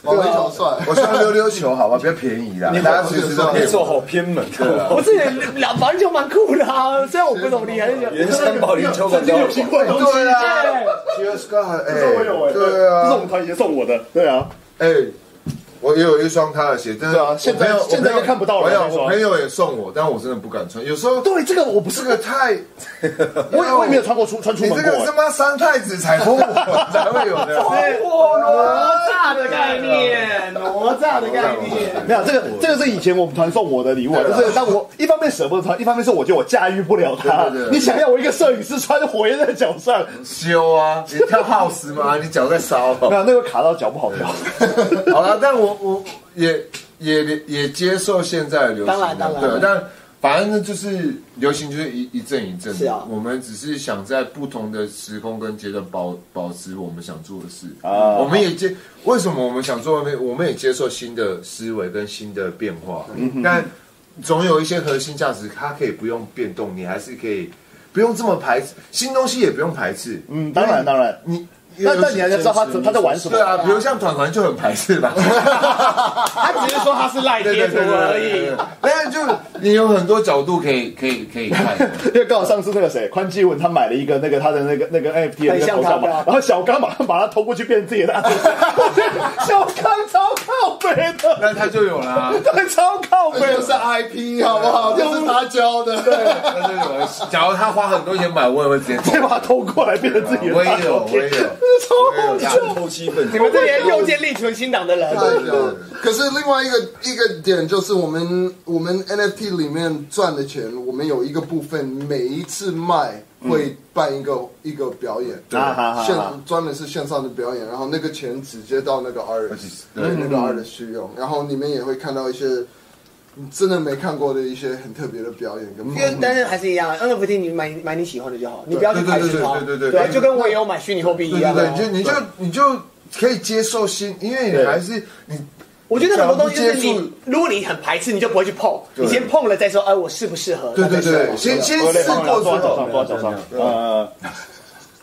C: 保龄球帅，
D: 我上溜溜球好吧，比较便宜啦，大家随时都可以
G: 没错，好偏门哦。
B: 不是，两保龄球蛮酷的啊，虽然我不怎么厉害，就觉得
G: 原啊生保龄球馆都有
A: 怪东西，
D: 对啊
B: 哎
D: ，Cheers God，哎，
A: 这我有哎，
D: 对
A: 这是我
D: 啊，
A: 们团姐送我的，对啊，
D: 哎。我也有一双他的鞋，但是
A: 对啊
D: 我
A: 现在
D: 朋友
A: 现在应该看不到了
D: 我朋友
A: 那双
D: 我朋友也送我，但我真的不敢穿。有时候
A: 对这个我不
D: 这
A: 是，
D: 个太，
A: 我也我也没有穿过出穿出
D: 你
A: 门
D: 这
A: 过
D: 个
A: 哎
D: 他。妈三太子才风我才会有的。
B: 我哪炸的概念，哪吒的概念。
A: 没有这个，这个是以前我们团送我的礼物啊，就是但我一方面舍不得穿，一方面是我觉得我驾驭不了它
D: 对对。对
A: 你想要我一个摄影师穿围在脚上，
D: 修啊，你跳 house 嘛，你脚在烧、
A: 没有那个卡到脚不好 跳。
D: 好了，但我我也也也接受现在的流行啊，
B: 当然当然
D: 对，但反正就是流行就是一一阵一阵的，
B: 是啊
D: 我们只是想在不同的时空跟阶段保保持我们想做的事
A: 啊
D: 我们也接为什么我们想做的，我们也接受新的思维跟新的变化，
A: 嗯
D: 但总有一些核心价值，它可以不用变动，你还是可以不用这么排斥，新东西也不用排斥，
A: 嗯，当然当然，
D: 你。
A: 那但你还要知道他他在玩什么
D: 对啊，比如像团团就很排 斥吧，
B: 他只是说他是赖贴图而已。。
D: 但是就你有很多角度可以可以可以看，
A: 因为刚好上次那个谁宽基文他买了一个那个他的那个那个 NFT 的那个头像嘛
B: 很像他对啊，
A: 然后小刚马上把它偷过去变成自己的，小刚超靠北的，
D: 那他就有啦，
A: 对，超靠北
C: 这就
A: 的
C: 是。IP 好不好？这是他教的。
D: 那就有了。假如他花很多钱买，我也会直接
A: 直接把它偷过来变成自己的
D: 啊我
A: 大
D: 也有，
A: 头
D: 我
A: 啊贴，哦
D: 也有。
A: 超好笑。
G: 偷吸粉，
B: 你们这些右键立存新党的人，
C: 太屌了！可是另外一个一个点就是，我们我们 NFT 里面赚的钱，我们有一个部分，每一次卖会办一个、一个表演，
A: 啊哈哈
C: 线
A: 哈
C: 专门是线上的表演，然后那个钱直接到那个 artist，对那个 artist 去用，然后你们也会看到一些你真的没看过的一些很特别的表演跟方
B: 因
C: 法
B: 为但是还是一样，NFT 你买买你喜欢的就好，你不要去排斥它。
D: 对对对对对对
B: 啊就跟我也有买虚拟货币
D: 对
B: 一
D: 对
B: 样啊。
D: 对，就你就你就可以接受新，因为你还是你
B: 我觉得很多东西就是
D: 不接触
B: 你，如果你很排斥，你就不会去碰，你先碰了再说，哎，我适不适合？
D: 对对对，先先试过之
A: 抓
D: 后，
A: 抓抓抓，呃，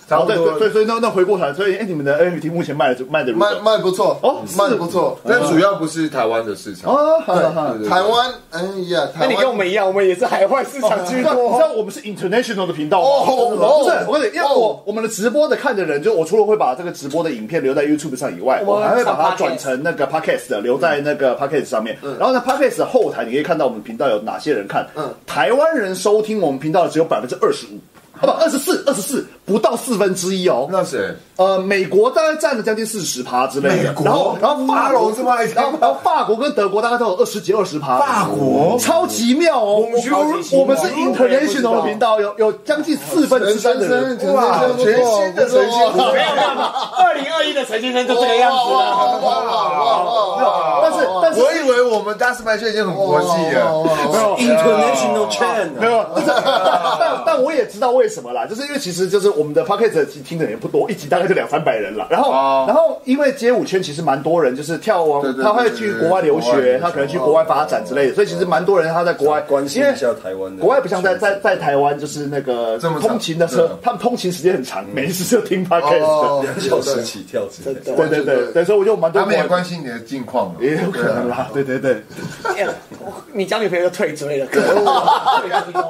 A: 然后对哦对对，所以那那回过头来，所以哎，你们的 NFT 目前卖的卖的如
C: 卖
A: 何？
C: 卖不错
A: 哦是
C: 卖得不错。
D: 但主要不是台湾的市场，
A: 哦，好好好。
C: 台湾，嗯呀，
B: 那
C: 台
B: 哎你跟我
C: 湾
B: 们一样，我们也是海外市场
A: 哦你
B: 居
A: 知道，你知
B: 多。
A: 道我们是 international 的频道吗？
C: 哦哦
A: 不是，我跟你，因为
C: 哦
A: 我我们的直播的看的人，就我除了会把这个直播的影片留在 YouTube 上以外，我还会把它转成那个嗯 Podcast 的，留在那个 Podcast 上面。然后呢，Podcast 的后台你可以看到我们频道有哪些人看。嗯，台湾人收听我们频道的只有百分之二十五。啊不，二十四，二十四，不到四分之一哦。
D: 那谁？
A: 呃，美国大概占了将近四十趴之类的，
D: 美国
A: 然后然后法
D: 阿
A: 国
D: 龙这么爱听吗
A: 然后然后法国跟德国大概都有二十几、二十趴，
D: 法国
A: 超级妙哦！我们
B: 奇妙
A: 我们是 international 的频道，有有将近四分之三的人，
C: 哇全新的全新的
B: 没有办法，二零二一的陈先生就这个样子
C: 哇
B: 了。
C: 哇哇哇哇哇！
A: 但是但是
D: 我以为我们大师麦现在已经很国际
A: 哦
D: 了，
A: 没有
G: international chain
A: 没有，但 但但我也知道为什么啦，就是因为其实就是我们的 podcast 听听的人也不多，一集大概就两三百人了。然后、
D: 哦
A: 然后因为街舞圈其实蛮多人，就是跳完
D: 对对对
A: 他会去国外留
D: 对对哦
A: 学
D: 对，
A: 他可能去国外发展之类的，所以其实蛮多人他在国外
G: 关心
A: 因为
G: 一下台湾的
A: 国外不像在在在台湾就是那个
D: 这么长嗯
A: 通勤的
D: 对
A: 车，他们通勤时间很长，没事就听 podcast 的。
C: 哦
G: 两小时起跳之类的。
A: 对对对对，所以我就蛮多
D: 他们也
A: 国外
D: 关心你啊的近况了。
A: 也有可能啦，对对对，
B: 哎我你交女朋友就退追了，可恶！
D: 啊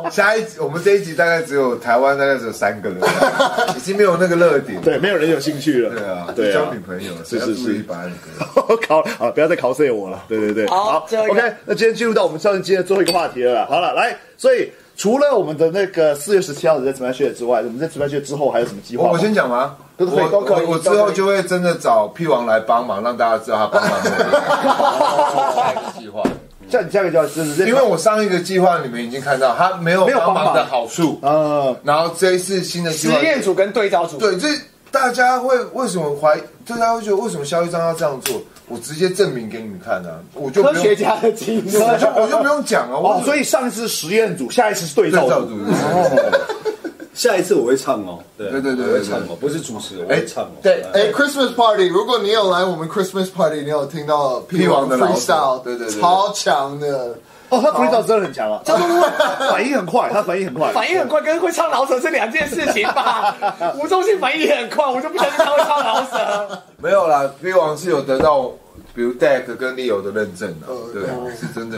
D: 下一集，我们这一集大概只有台湾大概只有 三个人，已经没有那个热点。
A: 对，没有人有兴趣了，
D: 对啊，
A: 对啊
D: 交女，朋友了，
A: 是
D: 谁要
A: 是
D: 注意
A: 是
D: 把你的
A: 考啊，不要再考碎我了。对对对，
B: 好最后一个
A: OK，那今天进入到我们上今天的最后一个话题了啦。好了，来，所以除了我们的那个四月十七号的在直班月之外，我们在直班月之后还有什么计划
D: 我
A: 吗？
D: 我先讲吗？我
A: 都可以都可以
D: 我我之后就会真的找屁王来帮忙，让大家知道他帮忙我。下一个计划，
A: 像你下个就要就是
D: 因为我上一个计划你们已经看到他没有
A: 没有帮忙
D: 的好处，
A: 呃，
D: 然后这一次新的计
B: 实
D: 划
B: 验组跟对照组，
D: 对，这大家会为什么怀疑？就大家会觉得为什么肖一章要这样做？我直接证明给你们看啊！我就不
B: 科
D: 用，
B: 学家的精神。
D: 我就我就不用讲啊！
A: 哦
D: 我，
A: 所以上一次是实验组，下一次是对
D: 对
A: 照
D: 照
A: 组。
D: 组，对
G: 下一次我会唱哦，对
D: 对对对
G: 我
D: 对
G: 会
D: 对
G: 唱哦，不是主持，我会唱哦。
D: 对
C: 哎，Christmas party！如果你有来我们 Christmas party，你有听到
D: 屁王的老师
C: freestyle，
D: 对对对对
C: 超强的。
A: 哦，他 freestyle 真的很强啊， 反应很快，他反应很快，
B: 反应很快跟会唱老舌是两件事情吧？吴宗宪反应也很快，我就不相信他会唱老舌。
D: 没有啦。飞王是有得到，比如 Deck 跟 Leo 的认证啊，对，是真的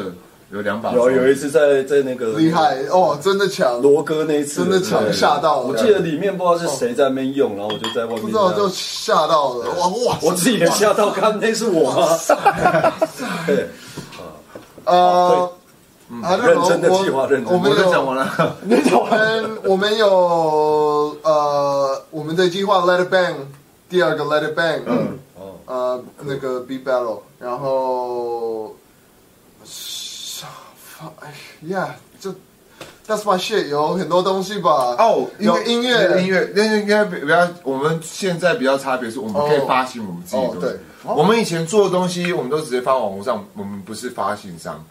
D: 有两把。
G: 有有一次在在那个
C: 厉害哦，真的强，
G: 罗哥那一次，
C: 真的强，
G: 对
C: 吓到了，
G: 我记得里面不知道是谁在那边用，然后我就在外面
C: 不
G: 这样，
C: 知道就吓到了，哇哇！
G: 我自己也吓到，看那是我吗？ 哎对，
C: 呃，啊
G: 认真的计划认真
C: 我们
D: 我都
C: 有
D: 讲完了，
A: 你懂
C: 我们我们有呃，我们的计划 Let It Bang，第二个 Let It Bang，嗯，
G: 哦，
C: 呃那个 B Battle，然后，Yeah，就 That's my shit，有很多东西吧。
D: 哦，
C: 有音乐，
D: 音乐，但是应该比比较，我们现在比较差别是，我们可以发行我们自己的东西。
C: 哦
D: 我们以前做的东西，我们都直接发网络上，我们不是发行商。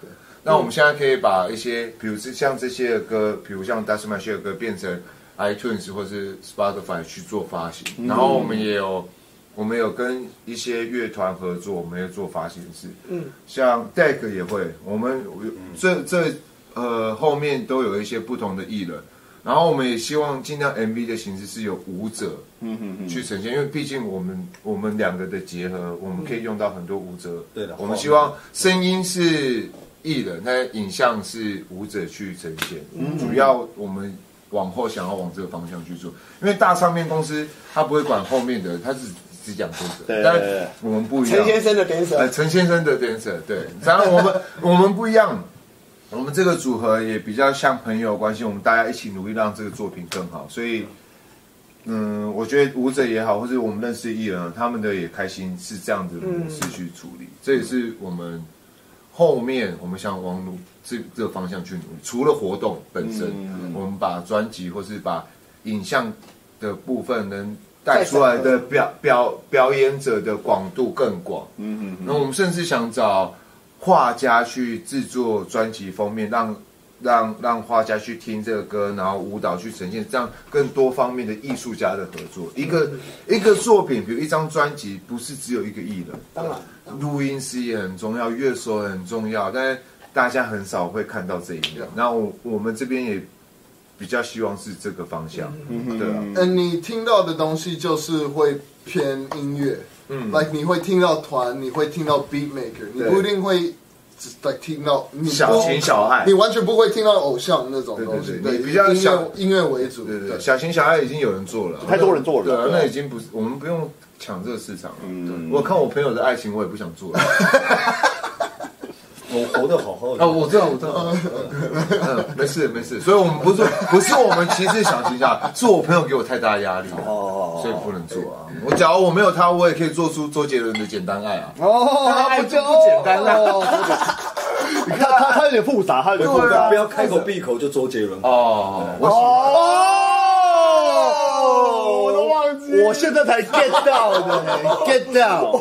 D: 那
C: 嗯
D: 我们现在可以把一些，比如像这些歌，比如像 d a s m a s h 的歌，变成 iTunes 或是 Spotify 去做发行。然后我
C: 嗯
D: 们也有，我们有跟一些乐团合作，我们也做发行事。嗯，像 Deck 也会，我们我这这呃后面都有一些不同的艺人。然后我们也希望尽量 MV 的形式是有舞者，嗯哼去呈现，因为毕竟我们我们两个的结合，我们可以用到很多舞者。
G: 对的
D: 我们希望声音是艺人，但影像是舞者去呈现。主要我们往后想要往这个方向去做，因为大唱片公司它不会管后面的，它只只讲作
A: 对
D: 者，但我们不一样。
B: 陈先生的 dancer，
D: 呃，陈先生的 dancer，对，然后 我们我们不一样，我们这个组合也比较像朋友关系，我们大家一起努力让这个作品更好，所以，嗯，我觉得舞者也好，或者我们认识的艺人，他们的也开心，是这样子的模式
B: 嗯
D: 去处理，这也是我们后面我们想往努这这个方向去努力，除了活动本身，我们把专辑或是把影像的部分能。带出来的表表表演者的广度更广，那我们甚至想找画家去制作专辑封面，让让让画家去听这个歌，然后舞蹈去呈现，这样更多方面的艺术家的合作。一个一个作品，比如一张专辑，不是只有一个艺人，
B: 当然，
D: 录音师也很重要，乐手也很重要，但是大家很少会看到这一
A: 啊
D: 面。那我我们这边也比较希望是这个方向，对啊。
C: 嗯，你听到的东西就是会偏音乐，嗯，like 你会听到团，你会听到 beat maker，你
D: 对
C: 不一定会只 like 听到你不
D: 小情小爱
C: 你完全不会听到偶像那种
D: 对对
C: 东西，
D: 对你比较
C: 音
D: 小
C: 乐音乐为主，
D: 对对对，小情小爱已经有人做了，
A: 太多人做了
D: 对啊，
A: 对啊
D: 那已经不是我们不用抢这个市场了。嗯，我看我朋友的爱情，我也不想做了。
G: 我活得好好的
D: 啊，，我知道，我知道。 嗯，没事没事。所以我们不是不是我们歧视小情 小爱，是我朋友给我太大压力了，
A: 哦
D: 所以不能做啊。我假如我没有他，我也可以做出周杰伦的《简单爱》啊。
A: 哦，
B: 爱
A: 不简单了。他他他有点复杂，他有点复杂
B: 啊
G: 不。要开口闭口就周杰伦。
D: 哦，我
A: 哦，我都忘记，我现在才 get 到的，get 哎到。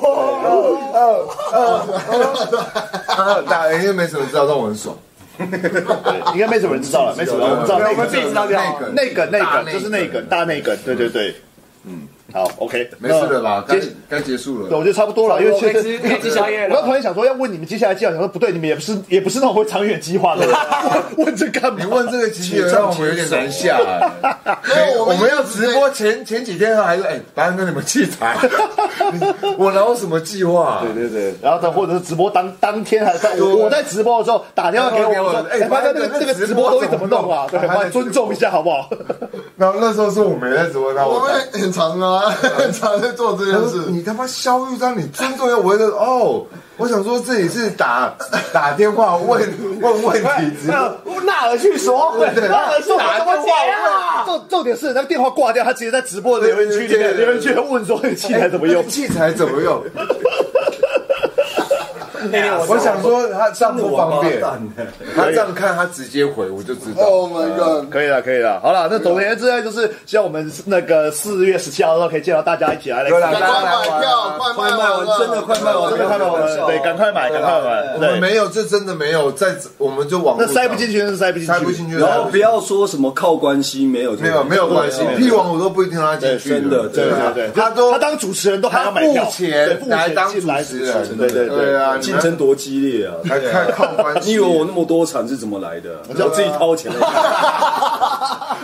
D: 啊大家因为没什么知道，但我很爽。
A: 应该没什么人知道了，没什么人知道，
D: 对
A: 那
D: 我
A: 个
D: 们自己知道就好了
A: 那个那
D: 大内
A: 个
D: 梗
A: 就是那个大那个，对对对，嗯，好，OK，
D: 没事了吧？
A: 那
D: 该
A: 接
D: 该结束
A: 对，
D: 了。
A: 我觉得差不多了，因为
B: 可
A: 确
B: 以吃
A: 实
B: 可以吃宵夜
A: 我刚突
B: 了。
A: 然想说要问你们接下来计划，想说不对，你们也不是也不是那种会长远计划的人，啊 问这干嘛？
D: 你问这个其实让我们有点难下来。哎
C: 没有，
D: 我
C: 我
D: 们
C: 们
D: 要直播前前几天还是哎，班长跟你们器材， 我哪有什么计划？啊
A: 对对对，然后等或者是直播当当天还是在我我在直播的时候打电话给我说，哎，发现那个那个直播东西怎么弄啊？对，我尊重一下好不 好？
D: 然后那时候是我没在直播，然后
C: 我
D: 我
C: 们很长 啊，
D: 嗯
C: 很 长在做这
D: 他
C: 件
D: 说
C: 事。
D: 你他妈肖玉章，你尊重一下我的哦。我想说这里是打打电话问问问题直播，
B: 纳尔去说，纳尔说怎么解啊？
A: 重重点是那个电话挂掉，他直接在直播的留言区里面，留言区问说你器材怎么用？
D: 哎器材怎么用？
B: 那天我
D: 我想说他这样不方便
G: 王八蛋，
D: 他这样看他直接回，我就知道。
C: Oh my
D: 嗯
C: god！
A: 可以了，可以了，好了，那总而言之呢，就是希望我们那个四月十七号的时候可以见到大家一起来来
D: 有啦
C: 赶
D: 大家
C: 快
D: 来
C: 买票，快
G: 快卖
C: 卖啊
G: 完，
C: 了，
G: 真的快卖完，
A: 真的看到我们，对，赶快买，赶快买，
D: 我们
A: 对，
D: 没有，这真的没有，在我们就网
A: 那
D: 络
A: 塞不进
D: 去，
A: 去是塞不进去，
D: 塞不进去，
G: 然后不要说什么靠关系，没有
D: 啊没有没有关系，屁王 我都不一定让他进去。
G: 真的
D: 对啊
A: 对对对
D: 他都
A: 他当主持人都还
D: 他
A: 要买票
D: 付，钱
A: 对
D: 来当
A: 付钱进
D: 主
A: 来
D: 持人，
A: 对对对
D: 对。啊，
G: 竞争多激烈啊！
D: 还看靠关
G: 你
D: 系
G: 以为，我那么多产是怎么来的？我自己掏钱的。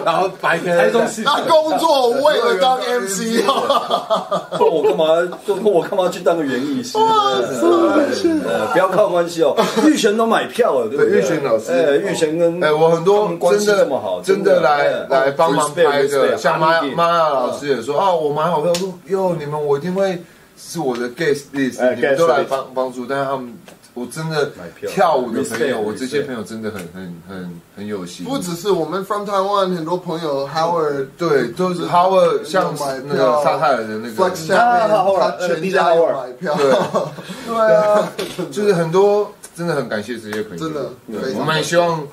D: 然后白天
G: 台中市，
C: 他工作为了当 MC 啊，
G: 我干嘛？我干嘛去当个园艺师？
D: 哦
G: 呃，不要靠关系哦。玉璇都买票了，对不
D: 对
G: 对？
D: 玉璇老师
G: 哎，玉�璇跟
D: 哎，我很
G: 他
D: 多
G: 们关
D: 真
G: 系
D: 的
G: 这么好，啊哎
D: 真的来来
G: 哦
D: 帮忙拍的，像妈
G: 妈
D: 妈亚老师也说啊，我蛮好朋友，我说哟，你们我一定会是我的 guest list，
A: 哎
D: 你们都
A: guest
D: 来
A: list
D: 帮帮助，但是他们我真的
G: 买票
D: 跳舞的朋
G: Respect，
D: 友，我这些
G: respect
D: 朋友真的很很很很有心。
C: 不只是我们 from Taiwan 很多朋友 Howard
D: 对，都是 Howard 像
C: 买票
D: 那个沙泰尔的那
C: Flex
D: 个，
C: 下面
A: 啊，Howard，
D: 呃
C: 他全家有买票， 对啊，
D: 就是很多真的很感谢这些朋友，
C: 真的
D: 对
C: 非常
D: 我们也希望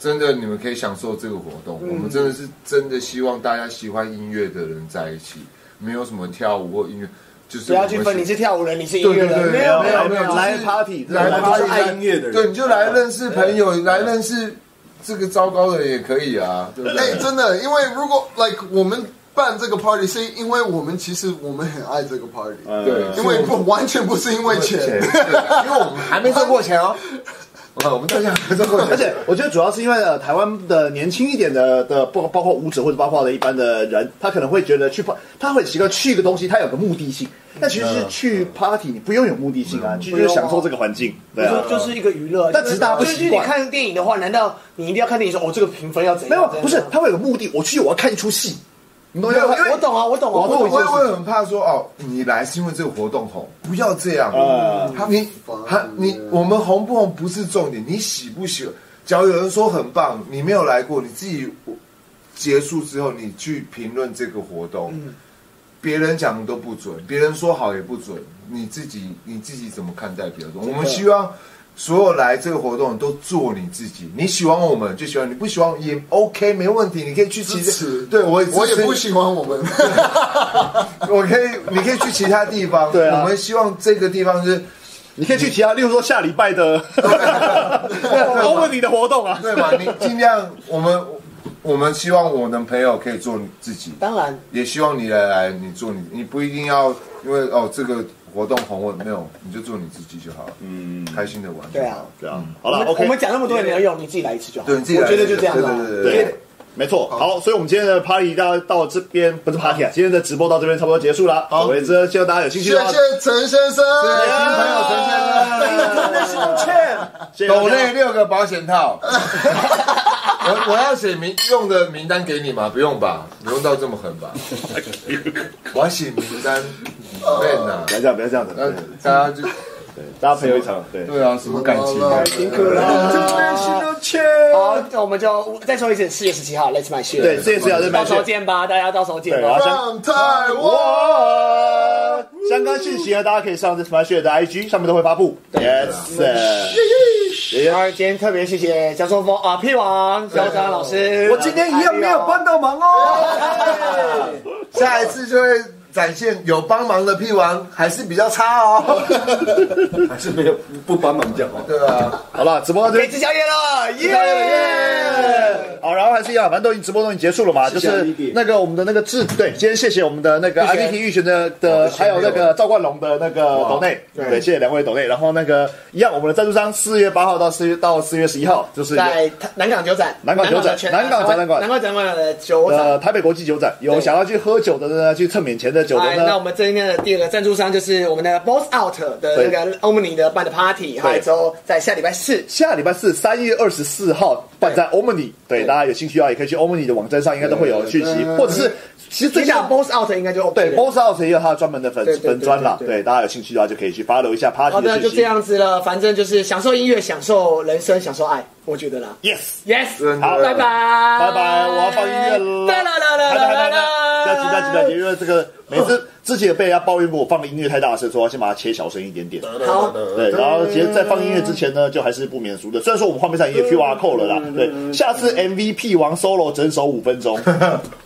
D: 真的你们可以享受这个活动。我们真的是真的希望大家喜欢音乐的人在一起，没有什么跳舞或音乐，就是
B: 不要去
D: 我们
B: 分
D: 喜
B: 你是跳舞人，你是音乐
D: 对对
B: 人，
D: 对
B: 没有
D: 没有没有就是
A: 来 party，
D: 来
A: 来
D: party
A: 就
D: 就是是
A: 爱
D: 爱
A: 音
D: 音
A: 乐的人，
D: 对，你就来认识朋友，来认识这个糟糕的人也可以啊，对不对？
C: 哎，真的，因为如果 like 我们办这个 party 是因为我们其实我们很爱这个 party，
D: 对，
C: 因为不完全不是因为钱，
D: 因为我们还没赚过钱哦，我们大家还没赚过钱，
A: 而且我觉得主要是因为呃，台湾的年轻一点的呃的包包括舞者或者包括的一般的人，他可能会觉得去 pa- 他会习惯去一个东西，他有个目的性。但其实
D: 嗯
A: 是去 party，你不用有目的性啊，就就是享受这个环境，对啊。
B: 就就是一个娱乐。
A: 但只是大家不
B: 就是
A: 习
B: 你
A: 惯
B: 看电影的话，难道你一定要看电影说哦这个评分要怎
A: 没
B: 样？
A: 有，
B: 怎样
A: 不是
B: 怎样
A: 他会有个目的，我去我要看一出戏，你懂吗？因为
B: 我懂啊，我懂啊，
A: 我
B: 我
A: 懂
B: 懂
D: 我
B: 啊。
D: 会我会很怕说哦，你来是因为这个活动红，不要这样。
A: 嗯
D: 他你他你我们红不红不是重点，你喜不喜欢？假如有人说很棒，你没有来过，你自己结束之后你去评论这个活动，别人讲的都不准，别人说好也不准，你自己你自己怎么看待别人？我们希望。所有来这个活动的都做你自己，你喜欢我们就喜欢，你不喜欢也 OK，没问题，你可以去其
C: 支持
D: 对我
C: 我也
D: 支持
C: 不喜欢我们，
D: 我可以，你可以去其他地方。
A: 对啊
D: 我们希望这个地方是，
A: 你可以去其他，例如说下礼拜的欧文你的活动啊，
D: 对嘛？你尽量，我们我们希望我的朋友可以做你自己，
B: 当然，
D: 也希望你来来，你做你，你不一定要因为哦这个活动红我没有，你就做你自己就好了，嗯，开心的玩。
B: 对啊，
A: 对啊，好
B: 我
A: 了
B: 们
A: ，OK，
B: 我们讲那么多也没有用，你自己来一次就好。
D: 对，你自己
B: 我
D: 来
B: 觉得就这样
D: 对
B: 了
D: 对。对对
A: 对，没错。好，所以我们今天的 party 到到这边不是 party 啊，今天的直播到这边差不多结束了。好，为之，希望大家有兴
C: 谢
A: 趣的话，
C: 谢陈先生，
D: 新朋友陈先生，
A: 谢谢大家
D: 抖内六个保险套。我我要写名用的名单给你吗？不用吧，不用到这么狠吧。我要写名单，man 啊
A: 不，要这样，不要这样子，
D: 那
A: 对
D: 大家就
A: 大家朋友一场，对。
D: 对啊，什么感情啊？
B: 辛苦了，好，那我们就再说一次，四月十七号，Let's My Shit。
A: 对，啊这也是要认
B: 到
A: 买
B: 时
A: 去
B: 候。见吧，大家到时候见
A: 对然
B: 吧
A: 后。
C: 让台湾。
A: 哇！相关讯息呢，啊大家可以上这 Smash 的 IG 上面都会发布。Yes，
B: 然后今天特别谢谢江松峰啊，屁王江山老师，
H: 我今天一样没有帮到忙
D: 哎
H: 哦。
D: 下一次就会展现有帮忙的屁王还是比较差 哦，
G: 还是没有不帮忙就好。
D: 对吧？
A: 好了，直播到这
B: 可以
A: 边
B: 吃宵夜了，耶！
A: 耶！好，然后还是一样，反正都已经直播都已经结束了嘛，就是那个我们的那个志，对，今天谢谢我们的那个 IPT 预选的的，还有那个赵冠龙的那个抖内，对，谢谢两位抖内。然后那个一样，我们的赞助商四月八号到四月到四月十一号，就是
B: 在南港酒展，
A: 南港酒展
B: 全
A: 南港展览馆
B: 南港展览的酒
A: 呃
B: 展。
A: 台北国际酒展，有
B: 对
A: 想要去喝酒的呢，去蹭免钱的酒的
B: 哎，那我
A: 呢，
B: 们今天的第二个赞助商就是我们的 Boss Out 的那个 Omni 的办的 party，还有之后在下礼拜四
A: 下礼拜四三月二十四号办在 Omni，对，大家有兴趣啊，也可以去 Omni 的网站上，应该都会有讯息，或者是其实最
B: 最
A: 近
B: 下 Boss Out 应该就 OK
A: 对
B: 了
A: b o s s Out 也有他的专门的粉
B: 对对对
A: 粉专啦，
B: 对对
A: 对，大家有兴趣的话就可以去 follow 一下 Party
B: 好的，
A: 的
B: 就
A: 讯
B: 这
A: 息。
B: 样子了，反正就是享受音乐，享受人生，享受爱，我觉得啦。
A: Yes，
B: Yes，
A: 好
B: 拜拜，拜
A: 拜拜，我要放音乐了。
B: 啦啦
A: 来来
B: 啦啦啦
A: 来
B: 啦
A: 来
B: 啦！
A: 不要急，不要急，不要急，因为这个每次之前被人家抱怨过我放的音乐太大声，说要先把它切小声一点点。
B: 好，
A: 对，然后其实，在放音乐之前呢，就还是不免俗的。虽然说我们画面上也有 QR code 了啦，对，下次 MVP 王 solo 整首五分钟，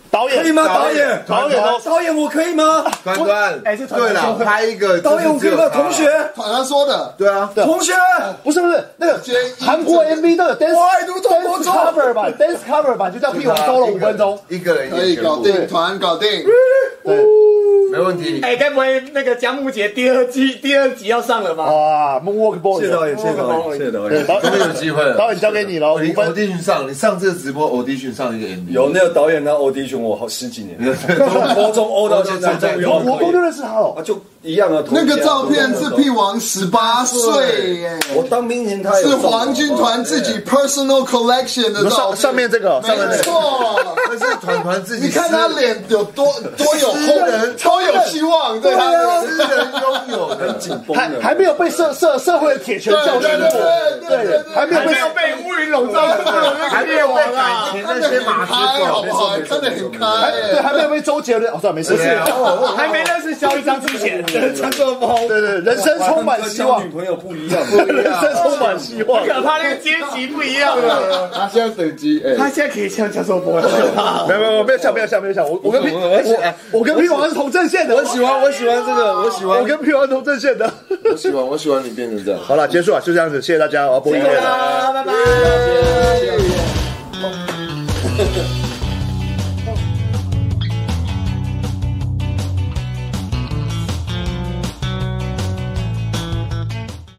A: 导演
D: 哎
G: 哎
H: 可以吗导演
A: 导演都
H: 导演，我可以吗？
D: 端端，
B: 哎是团
D: 对了，拍一个
H: 导演，我可
D: 就是
H: 以
D: 只有
H: 吗？
D: 他
H: 同学，，
C: 好像说的，
D: 对啊，
H: 同学，
A: 不是不是那个
C: 今天一
A: 韩国 MV 都有 dance
H: 我爱读中国
A: dance
H: 中。
A: cover 吧，dance cover 吧，就叫 P 王 solo 五分钟。
D: 一个人
C: 可以
D: 也
C: 搞定，团搞定，
A: 对，
D: 没问题。
B: 哎，该不会那个姜木杰第二季第二集要上了吧？
A: 哇，Moonwalk Boy，
H: 谢谢导演，谢谢导演，谢谢导演。
A: 导
D: 真的有机会 了，
A: 导演交给你了，
D: 我
A: 五分
D: audition 上，你上这个直播 audition 上一个 MV，
G: 有那个导演那 audition 我好十 几年，从高中 O 到现在终于
A: 我
G: O
A: 我
G: 可
A: 我
G: 以
A: 就认识他
G: 啊，
A: 了。
G: 就一样啊。
C: 那个照片
G: 同
C: 是
G: 家
C: 屁王十八岁耶，
G: 我当明星他有
C: 是
G: 送我
C: 黄军团自己 personal collection 的
A: 上
C: 照片，
A: 上面这个，上面
C: 没
A: 这个，
C: 错，
D: 那是团团自己
C: 你
D: 私人。
C: 看他脸有多多有
D: 私
C: 厚，
D: 人
C: 超多有希望，对他们
D: 私人拥有的，
G: 紧绷
A: 还
G: 的，
A: 还没有被社社社会的铁拳教训过，对，还没有被
H: 被乌云笼罩住，
I: 还没有被感情那些马
C: 很
I: 子
C: 开，好
I: 狗
C: 不好？看得很
A: 对，
C: 开。
A: 还没有被周杰伦，哦，算了没事，
B: 还没认识肖一章之前，
A: 陈泽峰，对对，人生充满希望
G: 跟交女，朋友不一样，
A: 人生充满希望，
B: 可怕那个阶级不一样了。
D: 他现在等级哎，
B: 他现在可以像教授播了，
A: 没有没有没有想没有想没有想，我我跟皮我我跟皮王是同阵线的，
I: 我喜欢，我喜欢这个，我喜欢
A: 我跟皮王同阵线的。
D: 我喜欢我喜欢你变成这样。
A: 好了，结束了，啊就这样子，
B: 啊
A: 谢谢大家，我要播音乐了。
B: 拜拜。